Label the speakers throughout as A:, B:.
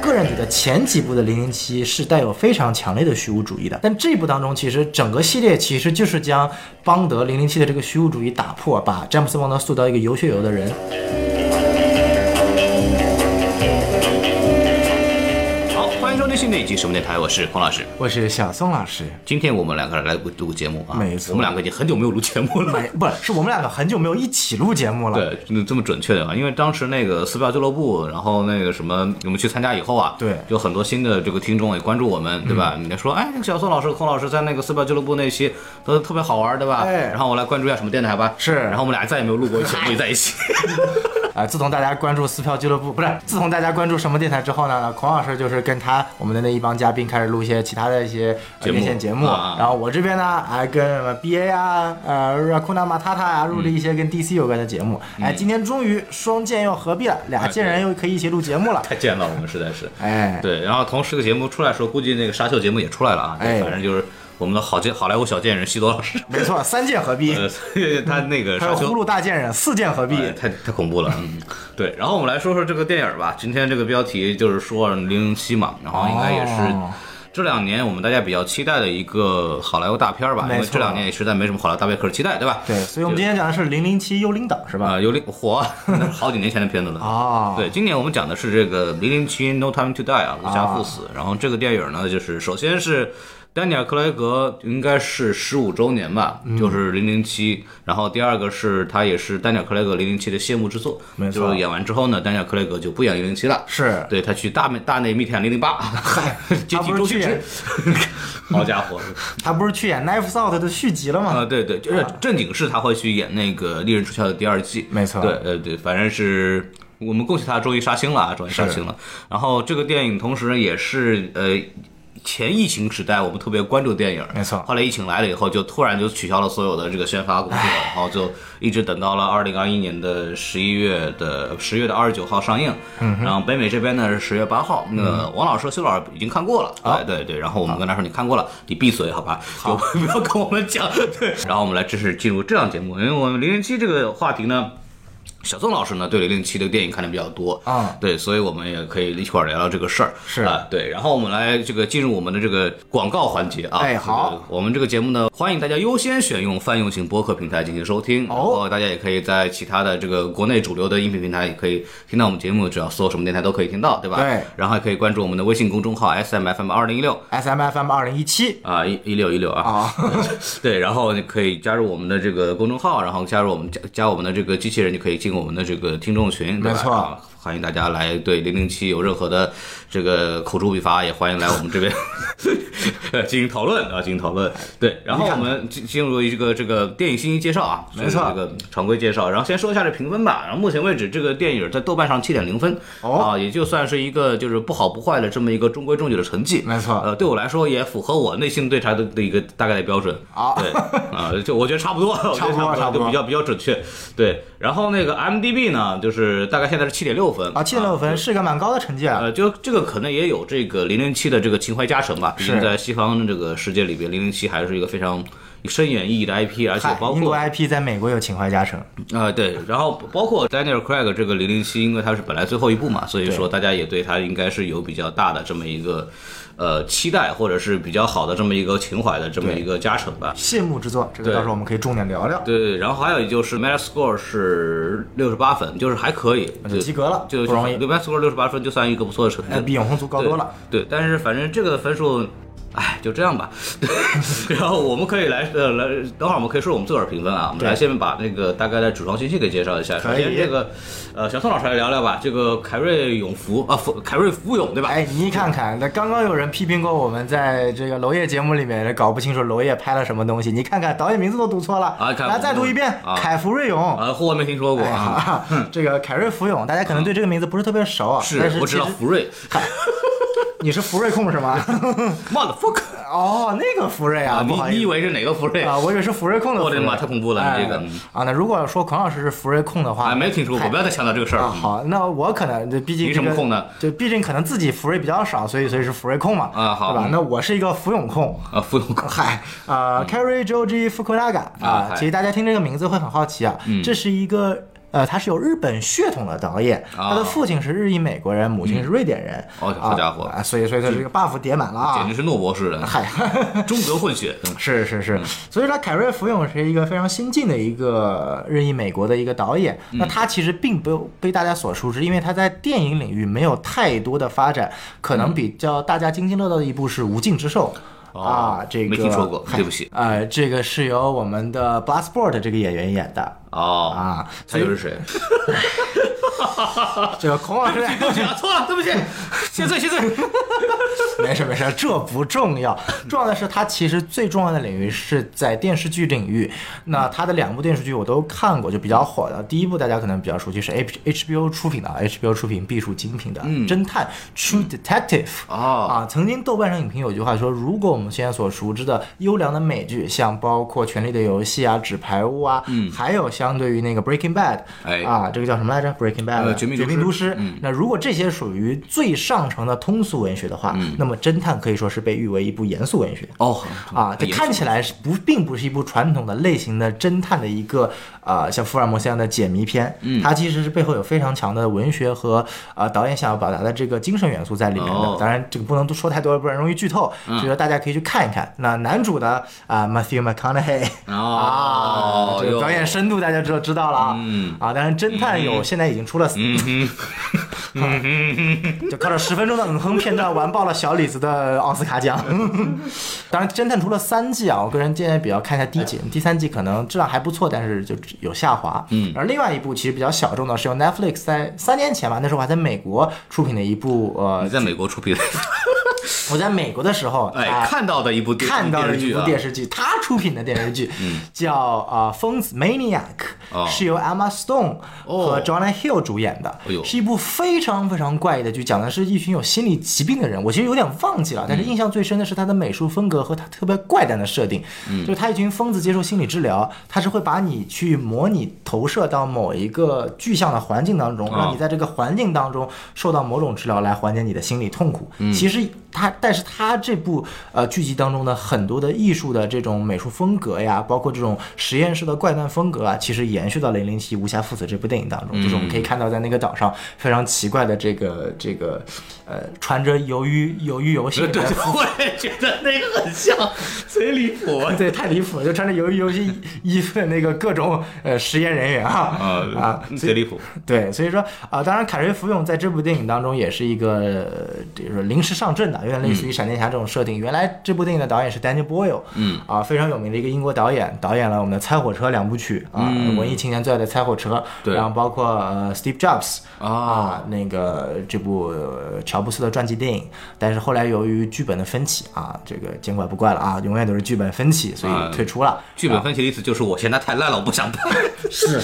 A: 个人觉得前几部的《零零七》是带有非常强烈的虚无主义的，但这部当中其实整个系列其实就是将邦德《零零七》的这个虚无主义打破，把詹姆斯·邦德塑造一个有血有肉的人。
B: 好，欢迎收听新的一集什么电台，我是孔老师。
A: 我是小宋老师，
B: 今天我们两个人来录个节目啊，
A: 没错
B: 我们两个已经很久没有录节目了。
A: 没哎不是是我们两个很久没有一起录节目了。
B: 对，嗯这么准确的啊，因为当时那个撕票俱乐部，然后那个什么，我们去参加以后啊，
A: 对嗯
B: 有很多新的这个听众也关注我们，对吧？你说，哎，那个小宋老师、孔老师在那个撕票俱乐部那一期都特别好玩，对吧？
A: 哎
B: 然后我来关注一下什么电台吧。
A: 是
B: 然后我们俩再也没有录过节目在 一起。
A: 啊、自从大家关注撕票俱乐部，不是自从大家关注什么电台之后呢，孔老师就是跟他我们的那一帮嘉宾开始录一些其他的一些呃
B: 节目
A: 院线节目，
B: 啊
A: 然后我这边呢，啊跟什么 BA 啊，呃 r a c u n a Matata 啊，录了一
B: 嗯
A: 些跟 DC 有关的节目。哎，今天终于双剑又合璧了，
B: 啊
A: 俩剑人又可以一起录节 目了。
B: 太贱了，我们实在是。
A: 哎，
B: 对，然后同时这个节目出来的时候，估计那个沙丘节目也出来了啊。
A: 哎
B: 反正就是我们的好剑好莱坞小贱人西多老师，
A: 没错，三剑合璧，
B: 呃， 所以他那个
A: 还
B: 沙
A: 有嗯
B: 丘
A: 呼噜大剑人四剑合璧。
B: 哎太太恐怖了。嗯，对。然后我们来说说这个电影吧。今天这个标题就是说零零七嘛，然后应该也是
A: 哦
B: 这两年我们大家比较期待的一个好莱坞大片儿吧，因
A: 没
B: 为
A: 错
B: 这两年也实在没什么好莱坞大片可以期待，对吧？
A: 对，所以我们今天讲的是《零零七幽灵党》是吧？
B: 啊，有零火， 那是好几年前的片子了。
A: 哦，
B: 啊对，今年我们讲的是这个《零零七 No Time to Die》啊，无暇赴死。然后这个电影呢，就是首先是丹尼尔·克雷格应该是十五周年吧，
A: 嗯
B: 就是《零零七》。然后第二个是他也是丹尼尔·克雷格《零零七》的谢幕之作，
A: 没错
B: 就是演完之后呢，丹尼尔·克雷格就不演《零零七》了。
A: 是
B: 对他去大内大内密探零零八， 嗨，接替
A: 他不是
B: 周
A: 去
B: 星驰
A: 演，
B: 好家伙！
A: 他不是去演《Knives Out》的续集了吗？
B: 啊，对对，就是正经是他会去演那个《利刃出鞘》的第二季，
A: 没错
B: 对，呃，对，反正是我们恭喜他终于杀青了啊，终于杀青了。然后这个电影同时也是呃。前疫情时代，我们特别关注电影，
A: 没错
B: 后来疫情来了以后，就突然就取消了所有的这个宣发工作，然后就一直等到了二零二一年的十一月的十月的二十九号上映。
A: 嗯
B: 然后北美这边呢是十月八号。那个王老师、修老师已经看过了，哎对对。然后我们跟他说你看过了，你闭嘴好吧，就不要跟我们讲。 对，然后我们来正式进入这档节目，因为我们零零七这个话题呢。小宋老师呢，对零零七的电影看的比较多
A: 啊
B: 对，所以我们也可以一会儿聊聊这个事儿，
A: 是
B: 啊，对，然后我们来这个进入我们的这个广告环节啊，
A: 哎
B: 这个
A: 好
B: 我们这个节目呢，欢迎大家优先选用泛用型播客平台进行收听，
A: 哦
B: 然后大家也可以在其他的这个国内主流的音频平台也可以听到我们节目，只要搜什么电台都可以听到，对吧？
A: 对，
B: 然后还可以关注我们的微信公众号 S M F M 二零一六。
A: S M F M 二零一七
B: 啊，一一六一六啊，
A: 啊，
B: 对，然后你可以加入我们的这个公众号，然后加入我们加加我们的这个机器人，就可以进我们的这个听众群，对
A: 没
B: 吧
A: 错
B: 啊欢迎大家来对零零七有任何的这个口诛笔伐，也欢迎来我们这 边呃进行讨论啊，进行讨论。对，然后我们进进入一个这个电影信息介绍啊，
A: 没错
B: 这个常规介绍。然后先说一下这评分吧。然后目前为止，这个电影在豆瓣上七点零分
A: 哦
B: 啊，也就算是一个就是不好不坏的这么一个中规中矩的成绩。
A: 没错
B: 呃，对我来说也符合我内心对它的的一个大概的标准
A: 啊
B: 对啊，就我觉得差 不多，我觉得
A: 差不多
B: 差
A: 差不多
B: 就比较比较准确。对，然后那个 m d b 呢，就是大概现在是七点六分
A: 啊，七点六分是个蛮高的成绩啊。
B: 呃，就这个可能也有这个零零七的这个情怀加成吧，毕竟
A: 是
B: 在西方这个世界里边，零零七还是一个非常深远意义的 IP，而且
A: 嗨
B: 包
A: 英国
B: 括
A: IP 在美国有情怀加成，
B: 啊对，然后包括 Daniel Craig 这个零零七，因为它是本来最后一部嘛，所以
A: 对
B: 说大家也对它应该是有比较大的这么一个呃期待，或者是比较好的这么一个情怀的这么一个加成吧。
A: 谢幕之作，这个
B: 对
A: 到时候我们可以重点聊聊。
B: 对，然后还有就是 Metascore 是六十八分，就是还可以，
A: 就及格了
B: 就
A: 不容易
B: Metascore 六十八分就算一个不错的成绩
A: 哎，
B: 了，
A: 比永恒族高多了。
B: 对。对，但是反正这个分数。哎，就这样吧。 对，然后我们可以来呃来，等会儿我们可以说我们自个儿评分啊。我们
A: 对
B: 来下面把那个大概的主创信息给介绍一下。首
A: 可以
B: 先这个呃，小宋老师来聊聊吧。这个凯瑞永福啊，福凯瑞福永对吧？
A: 哎，你看看，那刚刚有人批评过我们在这个娄烨节目里面搞不清楚娄烨拍了什么东西，你看看导演名字都读错了，
B: 啊凯
A: 来再读一遍，
B: 啊
A: 凯福瑞勇。
B: 啊，我没听说过
A: 哎
B: 啊。
A: 哈 这个凯瑞福勇，大家可能对这个名字不是特别熟啊，
B: 是
A: 但是
B: 我知道
A: 其实
B: 福 瑞
A: 你是福瑞控是吗？
B: ，motherfucker
A: 哦，那个福瑞啊，不
B: 你
A: 好意思
B: 你以为是哪个福瑞
A: 啊，我以为是福瑞控的福
B: 我
A: 瑞。
B: 的妈太恐怖了
A: 哎
B: 你这个嗯
A: 啊！那如果说孔老师是福瑞控的话，
B: 啊，没听说过，不要再强调这个事儿
A: 啊。
B: 了。
A: 好，那我可能就毕竟
B: 你
A: 这
B: 什
A: 个
B: 么控呢？
A: 就毕竟可能自己福瑞比较少，所以所以是福瑞控嘛。
B: 啊好
A: 对吧
B: 嗯？
A: 那我是一个福永控。
B: 啊，福永康
A: 嗨，啊 c a r r y Joji Fukunaga
B: 嗯啊
A: 啊
B: 嗨，嗯
A: 其实大家听这个名字会很好奇啊，这是一个呃，他是有日本血统的导演，
B: 啊
A: 他的父亲是日裔美国人，母亲是瑞典人。
B: 哦好家伙
A: 啊，所以所以他这个 buff 叠满了
B: 简
A: 啊
B: 直。是诺博士人，
A: 嗨，
B: 中德混血。 嗯
A: 是是是，所以说凯瑞·福永是一个非常新进的一个日裔美国的一个导演。
B: 嗯
A: 那他其实并不被大家所熟知，因为他在电影领域没有太多的发展，可能比较大家津津乐道的一部是《无尽之兽》。
B: 嗯哦
A: 啊，这个
B: 没听说过
A: 嗨
B: 对不起
A: 呃，这个是由我们的 Bloodsport 这个演员演的
B: 哦，
A: 啊，
B: 他
A: 所以
B: 又是谁？
A: 这个孔老师
B: 对不起啊，错了，对不起，谢罪谢罪。
A: 没事没事，这不重要，重要的是他其实最重要的领域是在电视剧领域。那他的两部电视剧我都看过，就比较火的。第一部大家可能比较熟悉，是 H HBO 出品的啊，HBO 出品必属精品的侦探 True Detective。
B: 哦，
A: 啊，曾经豆瓣上影评有句话说，如果我们现在所熟知的优良的美剧，像包括《权力的游戏》啊、《纸牌屋》啊，还有相对于那个《Breaking Bad》，
B: 嗯哎
A: 啊，这个叫什么来着，《Breaking Bad》
B: 呃
A: 《
B: 绝命
A: 绝
B: 毒
A: 命
B: 师嗯
A: 毒师》那如果这些属于最上乘的通俗文学的话，
B: 嗯
A: 那么侦探可以说是被誉为一部严肃文学。
B: 哦，
A: 啊，这
B: 很严
A: 看起来是不并不是一部传统的类型的侦探的一个呃像福尔摩斯一样的解谜片，嗯，它其实是背后有非常强的文学和呃导演想要表达的这个精神元素在里面的。
B: 哦
A: 当然，这个不能多说太多，不然容易剧透，所以说大家可以去看一看。那男主呢啊、m a t t h e w McConaughey。啊，，
B: 哦
A: 这个
B: 哟
A: 表演深度大家知道知道了啊，
B: 嗯
A: 啊，当然侦探有现在已经出了，
B: 嗯
A: 就靠着十分钟的嗯哼片段完爆了小李子的奥斯卡奖。 当然，侦探出了三季啊，我个人建议比较看一下第一季，
B: 哎
A: 第三季可能质量还不错，但是就有下滑。嗯，而另外一部其实比较小众的是由 Netflix 在三年前吧，那时候我还在美国出品的一部，
B: 哼，
A: 呃
B: 啊你，在美国出 品的，
A: 我在美国的时候，啊
B: 哎，看到的一部电
A: 看到了一部电
B: 视剧
A: 视剧，
B: 啊嗯
A: 他出品的电视剧叫呃《疯子 Maniac
B: 哦》，
A: 是由 Emma Stone 和
B: 哦
A: Jonah Hill 主演的
B: 哎，呦
A: 是一部非常非常怪异的剧，讲的是一群有心理疾病的人。我其实有点忘记了，
B: 嗯
A: 但是印象最深的是它的美术风格和它特别怪诞的设定，
B: 嗯
A: 就是他一群疯子接受心理治疗，他是会把你去模拟投射到某一个具象的环境当中，
B: 哦
A: 让你在这个环境当中受到某种治疗来缓解你的心理痛苦。其实它，但是它这部呃剧集当中的很多的艺术的这种美术风格呀，包括这种实验室的怪诞风格啊，其实延续到《零零七无暇父子》这部电影当中，就是我们可以看到在那个岛上非常奇怪的这个这个呃穿着鱿鱼鱿鱼游戏
B: 啊。
A: 里
B: 对，
A: 面
B: 对我也觉得那个很像，贼啊离 谱。
A: 对，太离谱了，就穿着鱿鱼游戏衣服的那个各种呃实验人员啊、啊
B: 啊，，贼离谱！
A: 对，所以说啊、当然凯瑞·福永在这部电影当中也是一个，呃这个临时上阵的，有点类似
B: 嗯
A: 于闪电侠这种设定。原来这部电影的导演是 Daniel Boyle，嗯，啊，非常有名的一个英国导演，导演了我们的《猜火车》两部曲啊，文艺青年最爱的《猜火车》，
B: 嗯对
A: 然后包括呃 Steve Jobs
B: 啊
A: 啊，那个这部呃乔布斯的传记电影，但是后来由于剧本的分歧啊，这个见怪不怪了啊，永远都是剧本分歧，所
B: 啊
A: 以退出了。
B: 剧本分析的意思就是我嫌它太烂了，我不想 拍。
A: 是，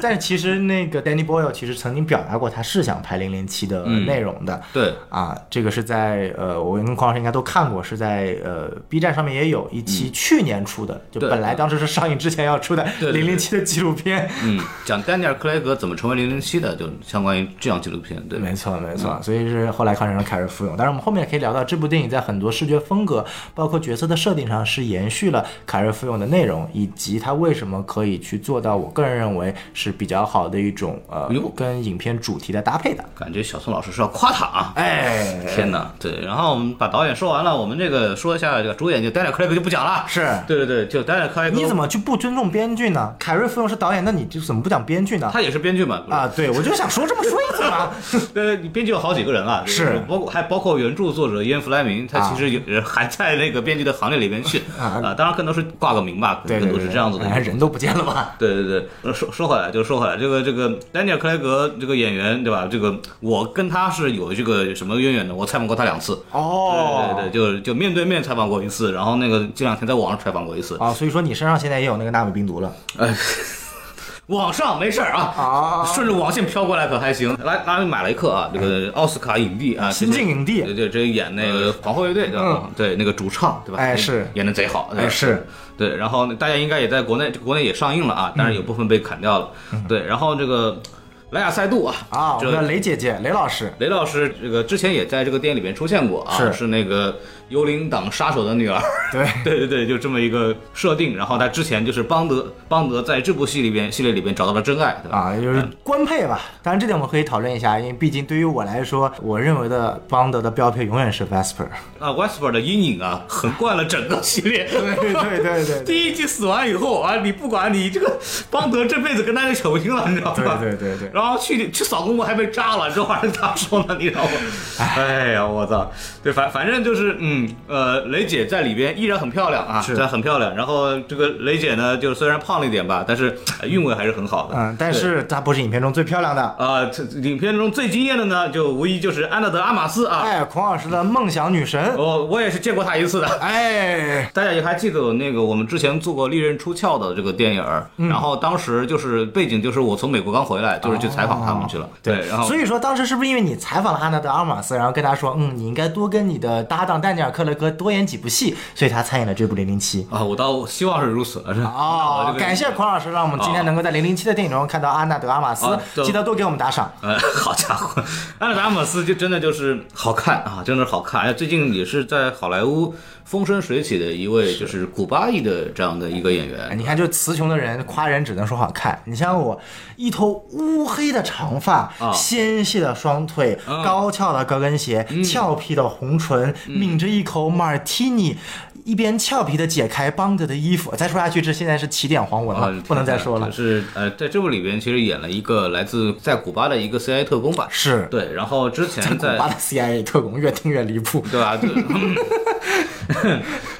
A: 但是其实那个 Danny Boyle 其实曾经表达过他是想拍《零零七》的
B: 嗯
A: 内容的。
B: 对，
A: 啊，这个是在呃，我跟匡老师应该都看过，是在呃 B 站上面也有一期去年出的，就
B: 嗯对
A: 本来当时是上映之前要出的《
B: 对对
A: 零
B: 对
A: 零七》的纪录 片。
B: 嗯，讲丹尼尔·克莱格怎么成为零零七的，就相关于这样纪录片，对，
A: 没错，没错，嗯所以是后来看成了凯瑞·福永。当然，我们后面也可以聊到这部电影在很多视觉风格，包括角色的设定上，是延续了凯瑞·福永的内容，以及他为什么可以去做到，我个人认为是比较好的一种呃
B: 哎呦，
A: 跟影片主题的搭配的。
B: 感觉小宋老师是要夸他啊。
A: 哎，
B: 天哪，对，然后我们把导演说完了，我们这个说一下这个主演，就丹尼尔·克莱格就不讲了。
A: 是
B: 对对对，就丹尼尔·克莱格，
A: 你怎
B: 么
A: 么就不尊重编剧呢？凯瑞·福永是导演，那你就怎么不讲编剧呢？
B: 他也是编剧嘛？不是
A: 啊，对，我就想说这么说一嘴 嘛。
B: 呃，编剧有好几个人啊，就是包括还包括原著作者伊恩·弗莱明，他
A: 啊
B: 其实也也还在那个编剧的行列里面去
A: 啊
B: 啊，当然更多是挂个名吧，
A: 对
B: 更
A: 对
B: 多
A: 对，
B: 是这样子的一
A: 哎
B: 个。
A: 人都不见了吧？
B: 对对对，呃说说回来就说回来，这个这个丹尼尔·克莱格这个演员对吧？这个我跟他是有这个什么渊源的，我采访过他两次。
A: 哦，
B: 对对对，就是就面对面采访过一次，然后那个这两天在网上采访过一次。
A: 啊，所以说你身上现在也有那个纳米病毒了。
B: 网上没事儿啊，顺着网线飘过来可还行。拉拉米买了一克啊，这个奥斯卡影帝啊，
A: 嗯新晋影帝嗯
B: 对对，这演那个皇后乐队对吧？对，那个主唱对吧？
A: 哎
B: 那
A: 是
B: 演的贼好，对吧
A: 哎是，
B: 对。然后呢大家应该也在国内，国内也上映了啊，
A: 嗯
B: 但是有部分被砍掉了。对，然后这个莱雅塞杜啊，
A: 啊，我
B: 这
A: 们的雷姐姐，雷老师
B: 雷老师这个之前也在这个电影里面出现过啊，
A: 是
B: 是那个幽灵党杀手的女儿。
A: 对，
B: 对对对，就这么一个设定。然后他之前就是邦德，邦德在这部戏里边系列里边找到了真爱，对吧？
A: 啊，就是官配吧。当然，这点我们可以讨论一下，因为毕竟对于我来说，我认为的邦德的标配永远是 Vesper。
B: 啊 w e s p e r 的阴影啊，横贯了整个系列。
A: 对对对对对
B: 第一季死完以后啊，你不管你这个邦德这辈子跟他就扯不清了，你知道吧？
A: 对对对对
B: 然后去去扫公墓还被扎了，这玩意儿咋说呢？你知道吗？哎呀，我操！对，反反正就是，嗯呃，雷姐在里边依然很漂亮啊，
A: 是
B: 在很漂亮。然后这个雷姐呢，就是虽然胖了一点吧，但是呃韵味还是很好的。
A: 嗯，但是她不是影片中最漂亮的。
B: 啊、这影片中最惊艳的呢，就无疑就是安娜德阿玛斯啊。
A: 哎，孔老师的梦想女神。
B: 我我也是见过她一次的。
A: 哎，
B: 大家也还记得那个我们之前做过《利刃出鞘》的这个电影儿，
A: 嗯
B: 然后当时就是背景就是我从美国刚回来，就是去采访他们去了。对，然后
A: 所以说当时是不是因为你采访了安娜德阿玛斯，然后跟她说，嗯，你应该多跟你的搭档丹尼尔克雷格多演几部戏，所以她参演了这部《零零七》。
B: 啊，我倒希望是如此了。是吧我这
A: 哦，
B: 个哦
A: 感谢孔老师，让我们今天能够在《零零七》的电影中看到安娜德阿玛斯
B: 啊，对
A: 记得多给我们打赏。
B: 呃，好家伙，安达姆斯就真的就是好看啊，真的是好看。哎最近也是在好莱坞风生水起的一位，就是古巴裔的这样的一个演员。
A: 你看，就词穷的人夸人只能说好看。你像我，一头乌黑的长发，
B: 啊嗯
A: 纤细的双腿，高翘的高跟鞋，俏皮的红唇，抿着一口马提尼，一边俏皮的解开邦德的衣服。再说下去，这现在是起点黄文了，
B: 啊，
A: 不能再说了
B: 就。是呃，在这部里边其实演了一个来自在古巴的一个 CIA 特工吧。
A: 是
B: 对，然后之前
A: 古
B: 在
A: 巴的 CIA 特工越听越离谱。
B: 对吧？这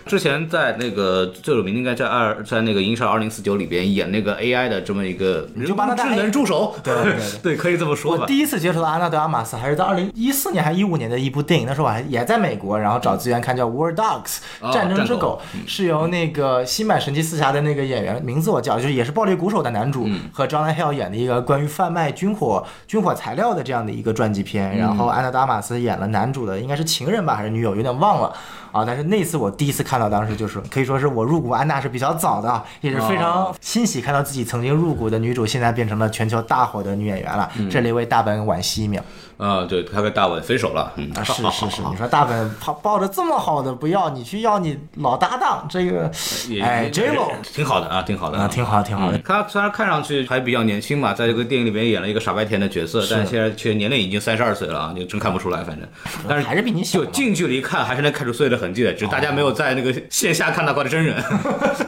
B: 之前在那个最有名的应该在二在那个《银闪二零四九》里边演那个 AI 的这么一个人
A: 就把它
B: 工
A: 当
B: 智
A: AI
B: 能助手，
A: 对对对
B: 对，可以这么说吧
A: 我。第一次接触到安娜德阿玛斯还是在二零一四年还一五年的一部电影，那时候我还也在美国，然后找资源看叫《War Dogs
B: 哦》
A: 战争
B: 战
A: 之
B: 狗
A: 狗，是由那个新版神奇四侠的那个演员名字我叫，就是也是暴力鼓手的男主和 John Hill 演的一个关于贩卖军火军火材料的这样的一个传记片，然后安娜德阿玛斯演了男主的应该是情人吧还是女友，有点忘了。啊！但是那次我第一次看到，当时就是可以说是我入股安娜是比较早的，也是非常欣喜看到自己曾经入股的女主，现在变成了全球大火的女演员了，这里为大本惋惜一秒。
B: 啊，对，他跟大碗分手了，嗯，
A: 啊，是是 是，你说大本抱抱着这么好的不要，你去要你老搭档，这个
B: 也
A: 哎
B: 也
A: j lo
B: 挺好的啊，挺好的
A: 啊，挺好挺好的
B: 嗯。他虽然看上去还比较年轻嘛，在这个电影里面演了一个傻白甜的角色，但现在却年龄已经三十二岁了啊，你真看不出来，反正。但是
A: 还是比你小
B: 就
A: 嘛。
B: 近距离看还是能看出岁月的痕迹的，只是大家没有在那个线下看到过的真人。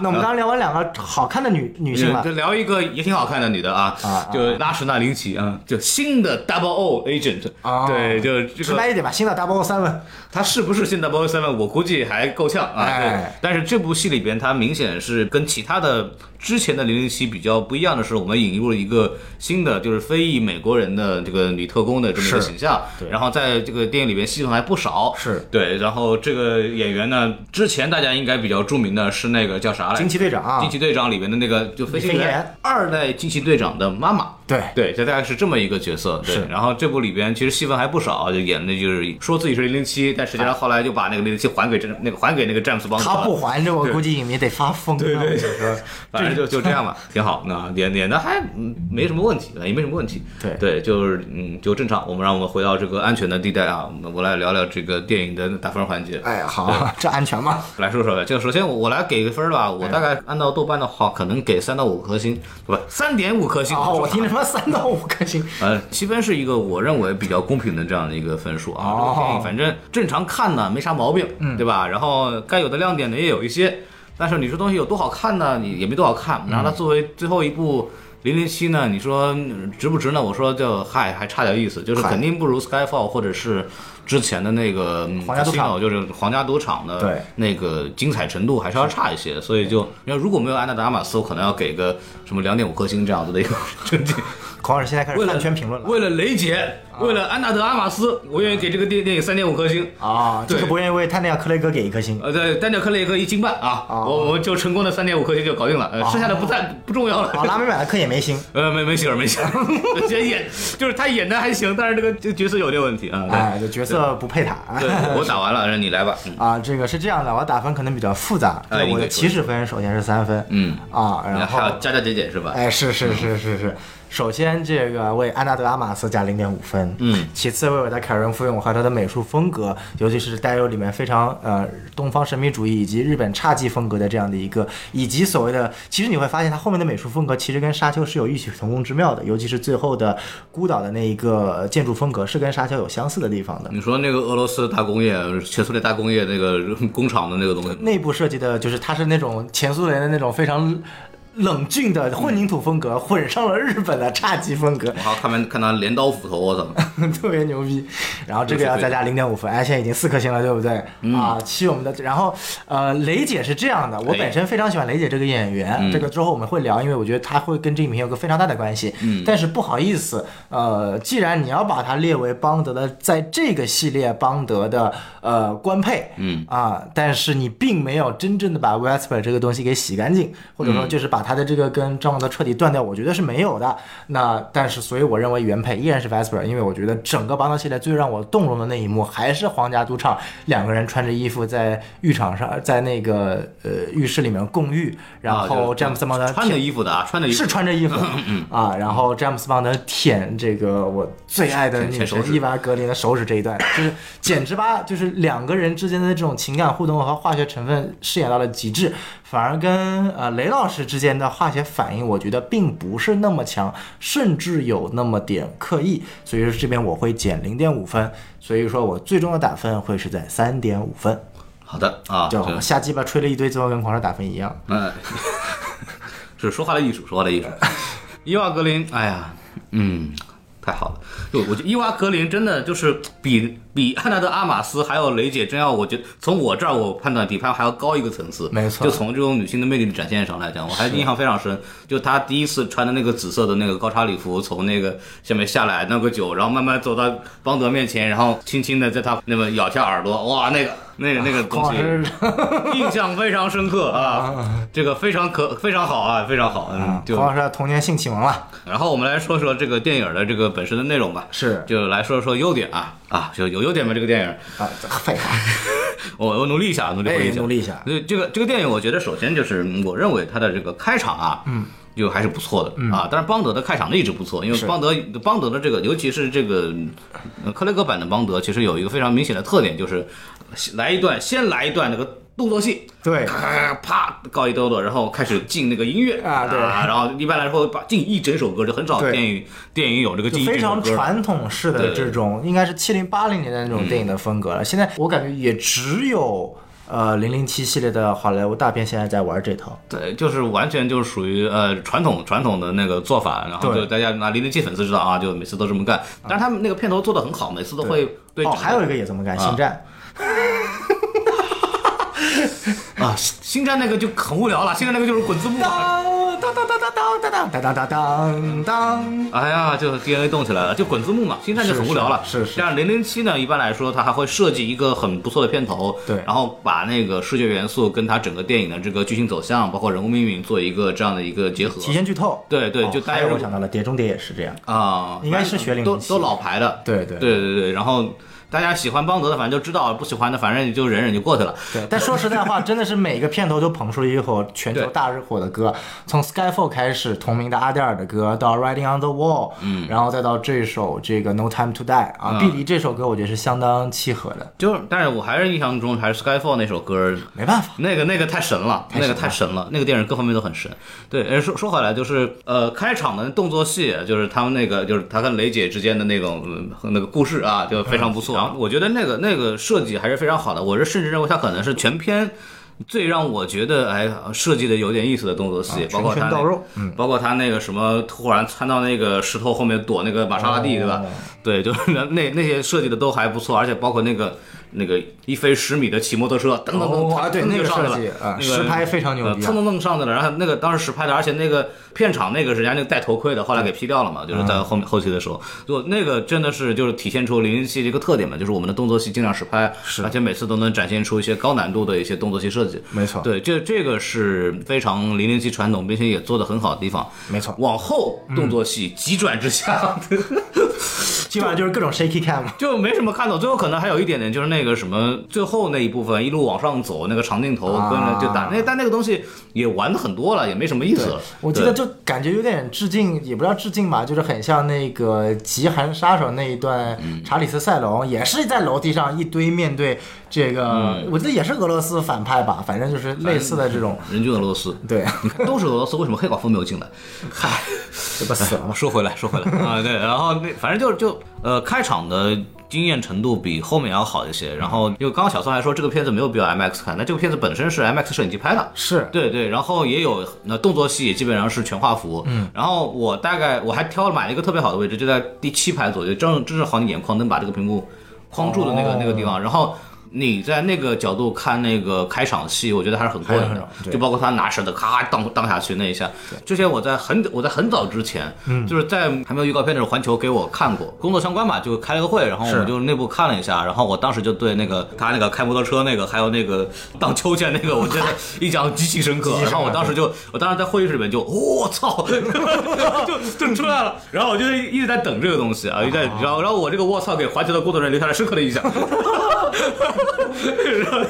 A: 那我们刚刚聊完两个好看的女女性了
B: 就，聊一个也挺好看的女的啊，
A: 啊
B: 就拉什纳林奇啊，就新的 Double O Agent，、
A: 啊
B: 对，就这
A: 直
B: 个
A: 白一点吧，新的 Double Seven
B: 她是不是新的 Double O Seven，我估计还够呛啊。
A: 哎
B: 对，但是这部戏里边，她明显是跟其他的之前的零零七比较不一样的是，我们引入了一个新的，就是非裔美国人的这个女特工的这么一个
A: 是
B: 形象。
A: 对
B: 然后在这个电影里边戏份还不少。
A: 是
B: 对，然后这个演员呢，之前大家应该比较著名的是那个叫啥来着
A: 惊？奇队长啊
B: 哎惊，奇队长里面的那个就飞行
A: 飞
B: 员
A: 员
B: 二代惊奇队长的妈妈。
A: 对
B: 对，这大概是这么一个角色。对
A: 是
B: 然后这部里边其实戏份还不少，就演的就是说自己是零零七，但实际上后来就把那个零零七还给这那个还给那个詹姆斯邦德了。
A: 他不还这，我估计影迷得发疯。啊对对对，
B: 反正就就这样吧，挺好。那演演的还嗯没什么问题，也没什么问题。
A: 对
B: 对，就是嗯就正常。我们让我们回到这个安全的地带啊，我们我来聊聊这个电影的打分环节。
A: 哎，好，这安全 吗？
B: 来说说呗，就首先我我来给个分儿吧，
A: 哎
B: 我大概按照豆瓣的话，可能给三到五颗星，不，三点五颗星。
A: 哦，我听
B: 着。
A: 什么三到五颗星，
B: 呃，七分是一个我认为比较公平的这样的一个分数啊。这
A: 哦
B: 个电影反正正常看呢，没啥毛病，
A: 嗯
B: 对吧？然后该有的亮点呢也有一些，但是你说东西有多好看呢，你也没多好看。
A: 嗯
B: 然后它作为最后一部。零零七呢？你说嗯值不值呢？我说就嗨，还差点意思，就是
A: 嗨
B: 肯定不如 Skyfall 或者是之前的那个嗯
A: 皇家赌场
B: Casino，就是皇家赌场的
A: 对
B: 那个精彩程度还是要差一些，所以就要如果没有安娜达马斯，我可能要给个什么两点五颗星这样子的一个 成绩。
A: 孔老师现在开
B: 为
A: 始
B: 了
A: 饭圈评论了啊
B: 为了雷姐，为了安娜德阿玛斯，我愿意给这个电电影三点五颗星。
A: 啊，就是
B: 对
A: 不愿意为探长克雷格给一颗星。
B: 呃，对，丹尼尔·克雷格一斤半啊，
A: 啊
B: 我我们就成功的三点五颗星就搞定了，呃，剩下的不太不重要了。
A: 啊，拉美马的克也没星。
B: 呃，没没戏儿，没戏儿，这演就是他演的还行，但是这个这角色有点问题啊。对
A: 哎，这角色不配他。
B: 对，我打完了，让你来吧。嗯
A: 啊，这个是这样的，我打分可能比较复杂。
B: 哎
A: 对我
B: 应该
A: 的起
B: 说
A: 始分首先是三分，
B: 嗯
A: 啊，
B: 你
A: 然
B: 还
A: 后哎
B: 要加加减减是吧？
A: 哎，是是是是是，首先这个为安娜德阿玛斯加零点五分，人，嗯，其次为我的凯润夫用和他的美术风格，尤其是带有里面非常呃东方神秘主义以及日本侘寂风格的这样的一个，以及所谓的，其实你会发现他后面的美术风格其实跟沙丘是有异曲同工之妙的，尤其是最后的孤岛的那一个建筑风格是跟沙丘有相似的地方的。
B: 你说那个俄罗斯大工业，呃前苏联大工业那个 工厂的那个东西，
A: 内部设计的就是它是那种前苏联的那种非常。冷峻的混凝土风格混上了日本的 侘寂风格，
B: 我还看没看他镰刀斧头，啊我 操，
A: 特别牛逼。然后这个要再加零点五分，哎，现在已经四颗星了，对不对？啊，七我们的。然后呃，雷姐是这样的，我本身非常喜欢雷姐这个演员，这个之后我们会聊，因为我觉得她会跟这影片有个非常大的关系。但是不好意思，呃，既然你要把它列为邦德的在这个系列邦德的呃官配，嗯啊，但是你并没有真正的把 Westbrook 这个东西给洗干净，或
B: 嗯
A: 者说就是把。他的这个跟张王德彻底断掉，我觉得是没有的。那但是，所以我认为原配依然是 Vesper，因为我觉得整个《巴纳》系列最让我动容的那一幕，还是皇家赌场两个人穿着衣服在浴场上，在那个呃浴室里面共浴，然后詹姆斯邦德
B: 啊穿着衣服的啊，穿着衣服
A: 是穿着衣服
B: 嗯
A: 啊，然后詹姆斯邦德舔这个我最爱的女神伊娃格林的手指这一段，就是简直把就是两个人之间的这种情感互动和化学成分饰演到了极致，反而跟呃雷老师之间。的化学反应，我觉得并不是那么强，甚至有那么点刻意，所以说这边我会减零点五分，所以说我最终的打分会是在三点五分。
B: 好的啊，
A: 就瞎鸡巴吹了一堆，最后跟狂热打分一样。
B: 嗯， 是说话的艺术，说话的艺术。伊娃格林，哎呀，嗯，太好了。就我觉得伊娃格林真的就是比比汉纳德阿马斯还有雷姐真要，我觉得从我这儿我判断比他还要高一个层次。
A: 没错，
B: 就从这种女性的魅力的展现上来讲，我还印象非常深。就她第一次穿的那个紫色的那个高叉礼服，从那个下面下来，弄个酒，然后慢慢走到邦德面前，然后轻轻的在他那么咬下耳朵，哇，那个那个那个东西， 印象非常深刻啊。这个非常可非常好啊，非常好。嗯， 就
A: 黄老师的童年性启蒙了。
B: 然后我们来说说这个电影的这个本身的内容吧。
A: 是，
B: 就来说说优点啊啊，有有。优点吧，这个电影
A: 啊，废话，
B: 我我努力一下，哎努力回忆一下，
A: 努力一下。
B: 这这个这个电影，我觉得首先就是嗯我认为它的这个开场啊，嗯，就还是不错的、嗯、啊。但是邦德的开场一直不错，因为邦德邦德的这个，尤其是这个嗯克雷格版的邦德，其实有一个非常明显的特点，就是来一段，先来一段那个。动作戏，
A: 对，
B: 咔啪告一段落，然后开始进那个音乐
A: 啊，对
B: 啊，然后一般来说把进一整首歌，就很少电影电影有这个进
A: 非常传统式的这种，应该是七零八零年代那种电影的风格了。嗯、现在我感觉也只有。呃，零零七系列的好莱坞大片现在在玩这套，
B: 对，就是完全就是属于呃传统传统的那个做法，然后就大家拿零零七粉丝知道啊，就每次都这么干。但是他们那个片头做的很好，每次都会对。
A: 哦，还有一个也这么干，星战。
B: 啊，星战那个就很无聊了，星战那个就是滚字幕。啊
A: 当当当当当当当当当当当。
B: 哎呀，就 DNA 动起来了，就滚字幕嘛。星战就很无聊了。
A: 是是。
B: 但零零七呢，一般来说它还会设计一个很不错的片头，
A: 对，
B: 然后把那个视觉元素跟它整个电影的这个剧情走向，包括人物命运做一个这样的一个结合。
A: 提前剧透。
B: 对对，就大家
A: 我想到了《碟中谍》也是这样
B: 啊，
A: 应该是学零
B: 都都老牌的。
A: 对
B: 对对对对，然后。大家喜欢邦德的，反正就知道；不喜欢的，反正也就忍忍就过去了。
A: 对，但说实在话，真的是每个片头都捧出了一首全球大热火的歌，从《Skyfall》开始，同名的阿黛尔的歌，到《Riding on the Wall》，嗯，然后再到这首这个《No Time to Die》啊，碧梨、嗯、这首歌我觉得是相当契合的。
B: 就是，但是我还是印象中还是《Skyfall》那首歌，
A: 没办法，
B: 那个那个太神了，那个太神了，那个电影各方面都很神。对，说说回来就是呃，开场的动作戏，就是他们那个就是他跟雷姐之间的那种、嗯、那个故事啊，就非常不错。嗯我觉得那个那个设计还是非常好的，我是甚至认为它可能是全片最让我觉得哎设计的有点意思的动作戏，包括他，包括他那个什么突然窜到那个石头后面躲那个玛莎拉蒂，对吧？对，就是那那些设计的都还不错，而且包括那个。那个一飞十米的骑摩托车，噔噔噔
A: 啊，对，
B: 那
A: 个
B: 上去
A: 了，
B: 啊，
A: 实拍非常牛逼，
B: 蹭蹭蹭上去了。然后那个当时实拍的，而且那个片场那个人家那个戴头盔的，后
A: 嗯
B: 来给 P 掉了嘛，就是在后面后期的时候，就那个真的是就是体现出零零七的一个特点嘛，就是我们的动作戏尽量实拍，而且每次都能展现出一些高难度的一些动作戏设计。
A: 没错，
B: 对，这这个是非常零零七传统，并且也做的很好的地方。
A: 没错，嗯
B: 往后动作戏急转直下，
A: 基本上就是各种 shaky cam，
B: 就没什么看头。最后可能还有一点点就是那。那个什么最后那一部分一路往上走那个长镜头跟着就打、
A: 啊
B: 那，但那个东西也玩的很多了，也没什么意思了。
A: 我记
B: 对
A: 得就感觉有点致敬，也不叫致敬吧，就是很像那个《极寒杀手》那一段，查理斯·塞隆也是在楼梯上一堆面对这个，我记得也是俄罗斯反派吧，反正就是类似的这种，
B: 人均俄罗斯，
A: 对，
B: 你看都是俄罗斯，为什么黑寡妇没有 进来？嗨，
A: 这不死了吗？
B: 说回来，说回来啊，对，然后那反正就就呃，开场的惊艳程度比后面要好一些。然后因为刚刚小宋还说这个片子没有必要 IMAX 看，那这个片子本身是 IMAX 摄影机拍的。
A: 是，
B: 对对，然后也有那动作戏也基本上是全画幅，嗯，然后我大概我还挑了买了一个特别好的位置，就在第七排左右，正正正好你眼眶能把这个屏幕框住的那个、
A: 哦
B: 那个地方，然后。你在那个角度看那个开场戏，我觉得还是很过瘾
A: 还是
B: 的
A: 很，对
B: 就包括他拿绳子咔荡荡下去那一下，之前我在很我在很早之前，
A: 嗯
B: 就是在还没有预告片的时候，环球给我看过，工作相关嘛，就开了个会，然后我们
A: 是
B: 就内部看了一下，然后我当时就对那个他那个开摩托车那个，还有那个荡秋千那个，我觉得印象极其深刻
A: 极。其深刻
B: 然后我当时就，我当时在会议室里面就，我、 操，就就出来了。然后我就一直在等这个东西啊，一直在，然后然后我这个我操给环球的工作人员留下了深刻的印象。 然后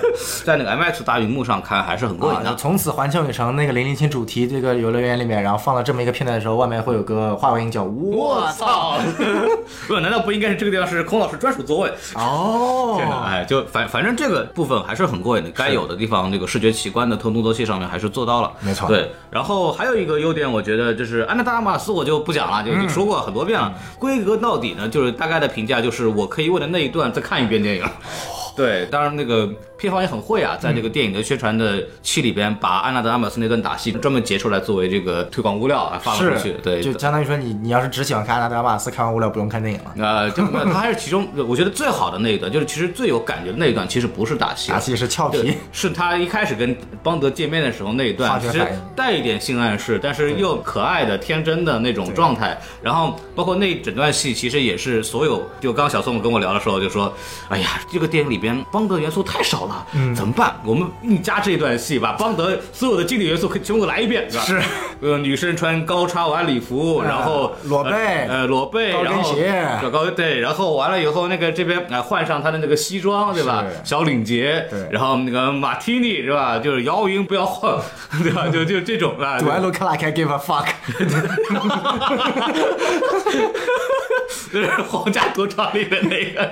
B: 在那个 MX 大荧幕上看还是很过瘾
A: 啊
B: 的，，
A: 从此环球影城那个零零七主题这个游乐园里面，然后放了这么一个片段的时候，外面会有个话外音叫“我操
B: 操！ 不，难道不应该是这个地方是孔老师专属座位？”，天哪
A: 哦，
B: 哎，就反反正这个部分还是很过瘾的，该有的地方，这个视觉奇观的动作戏上面还是做到了，
A: 没错
B: 对，然后还有一个优点，我觉得就是安娜达马斯我就不讲了，就已
A: 嗯
B: 经说过很多遍了。规格到底呢，就是大概的评价就是，我可以为了那一段再看一遍电影。
A: 哦
B: 对，当然那个片方也很会啊，在这个
A: 嗯
B: 电影的宣传的期里边，把安娜德阿玛斯那段打戏专门截出来作为这个推广物料啊发了出去
A: 是。，
B: 对，
A: 就相当于说你你要是只喜欢看阿达马斯，看完无聊不用看电影了，
B: 呃，就没有它还是其中，我觉得最好的那一段，就是其实最有感觉的那一段，其实不是打戏，
A: 打戏是俏
B: 对
A: 皮，
B: 是他一开始跟邦德见面的时候那一段
A: 化，
B: 其
A: 学
B: 实
A: 反应
B: 带一点性暗示，但是又可爱的、天真的那种状态。然后包括那一整段戏，其实也是所有，就刚小宋跟我聊的时候就说，哎呀，这个电影里边邦德元素太少了，
A: 嗯
B: 怎么办？我们硬加这段戏，把邦德所有的经典元素可以全部来一遍，是吧？
A: 是，
B: 呃，女生穿高叉晚礼服，
A: 嗯
B: 然后
A: 裸背
B: 呃呃，裸背，
A: 高跟
B: 然后
A: 鞋
B: 高高对，然后完了以后，那个这边啊、呃换上他的那个西装，对吧？
A: 是
B: 小领结，
A: 对
B: 然后那个马提尼是吧？就是摇匀不要晃， 对吧？就就这种啊，
A: Do I
B: 对
A: look like I give a fuck？
B: 就是皇家赌场里面那个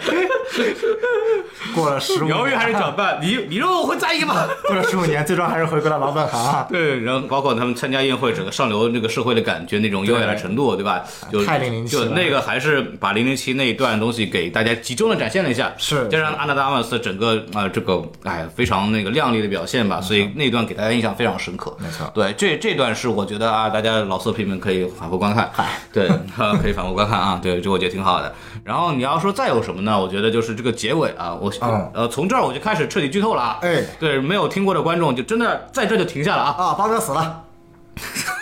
A: 过了十五，
B: 摇匀还是搅拌，你你认为我会在意吗？
A: 过了十五年，最终还是回归了老本行啊！
B: 对，然后包括他们参加宴会，整个上流那个社会的感觉，那种优雅的程度，对吧？就
A: 太007
B: 就
A: 了
B: 那个还是把零零七那一段东西给大家集中的展现了一下，
A: 是
B: 加上安娜达阿玛斯整个啊、呃这个哎非常那个亮丽的表现吧，所以那段给大家印象非常深刻。
A: 嗯没错
B: 对，这这段是我觉得啊，大家老色批们可以反复观看
A: 嗨，
B: 对，呃可以反复观看啊， 对，这我觉得挺好的。然后你要说再有什么呢？我觉得就是这个结尾啊，我、
A: 嗯
B: 呃从这儿我就开始彻底剧透了啊，
A: 哎
B: 对，没有听过的观众就真的在这就停下了啊。
A: 啊，邦德死了，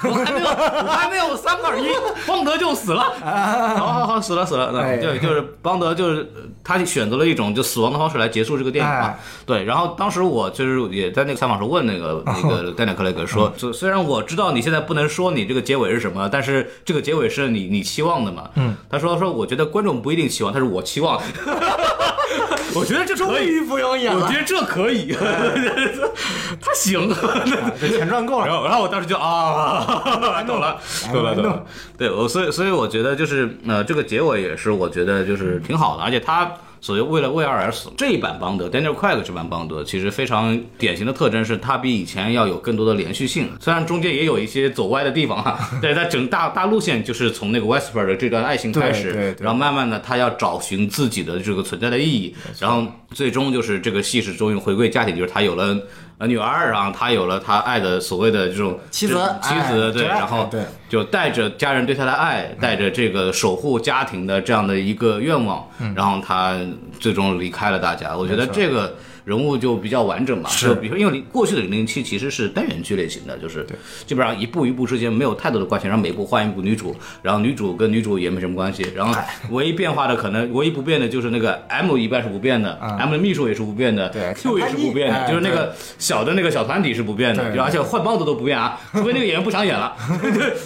B: 我还没有，我还没有三二一， 邦德就死了。好好好，死了死了。
A: 哎
B: 对，就就是邦德就是呃他选择了一种就死亡的方式来结束这个电影嘛
A: 哎。
B: 对，然后当时我就是也在那个采访时候问那 个那个丹尼尔克雷格说，就虽然我知道你现在不能说你这个结尾是什么，但是这个结尾是你你期望的嘛。嗯，他说说我觉得观众不一定期望，但是我期望。 我觉得这可以，哎
A: 不用演
B: 我觉得这可以， 他 行。
A: 这钱赚够
B: 然
A: 了。
B: 后，然后我当时就啊，懂了，懂了，懂了。对，我所以所以我觉得就是呃，这个结尾也是我觉得就是挺好的，而且他所谓为了为爱而死这一版邦德，Daniel Craig 这版邦德其实非常典型的特征是，他比以前要有更多的连续性，虽然中间也有一些走歪的地方哈，但是它整大大路线就是从那个 Westbrook 的这段爱情开
A: 对
B: 始，
A: 对对
B: 然后慢慢的他要找寻自己的这个存在的意义，然后最终就是这个戏是终于回归家庭，就是他有了。呃，女儿，然后他有了他爱的所谓的这种
A: 妻子
B: 妻
A: 哎
B: 子，对，
A: 对
B: 然后
A: 对
B: 就带着家人对他的爱，带着这个守护家庭的这样的一个愿望，然后他最终离开了大家。我觉得这个人物就比较完整
A: 嗯
B: 嘛。
A: 是
B: 就比如说因为过去的零零七其实是单元剧类型的，就是基本上一部一部之间没有太多的关系，然后每部换一部女主，然后女主跟女主也没什么关系，然后唯一变化的可能唯一不变的就是那个 M 一般是不变的、m 的秘书也是不变的
A: 嗯对
B: ，Q 也是不变的，
A: 哎
B: 就是那个小的那个小团体是不变的，
A: 对
B: 就而且换帮子都不变啊，除非那个演员不想演 了，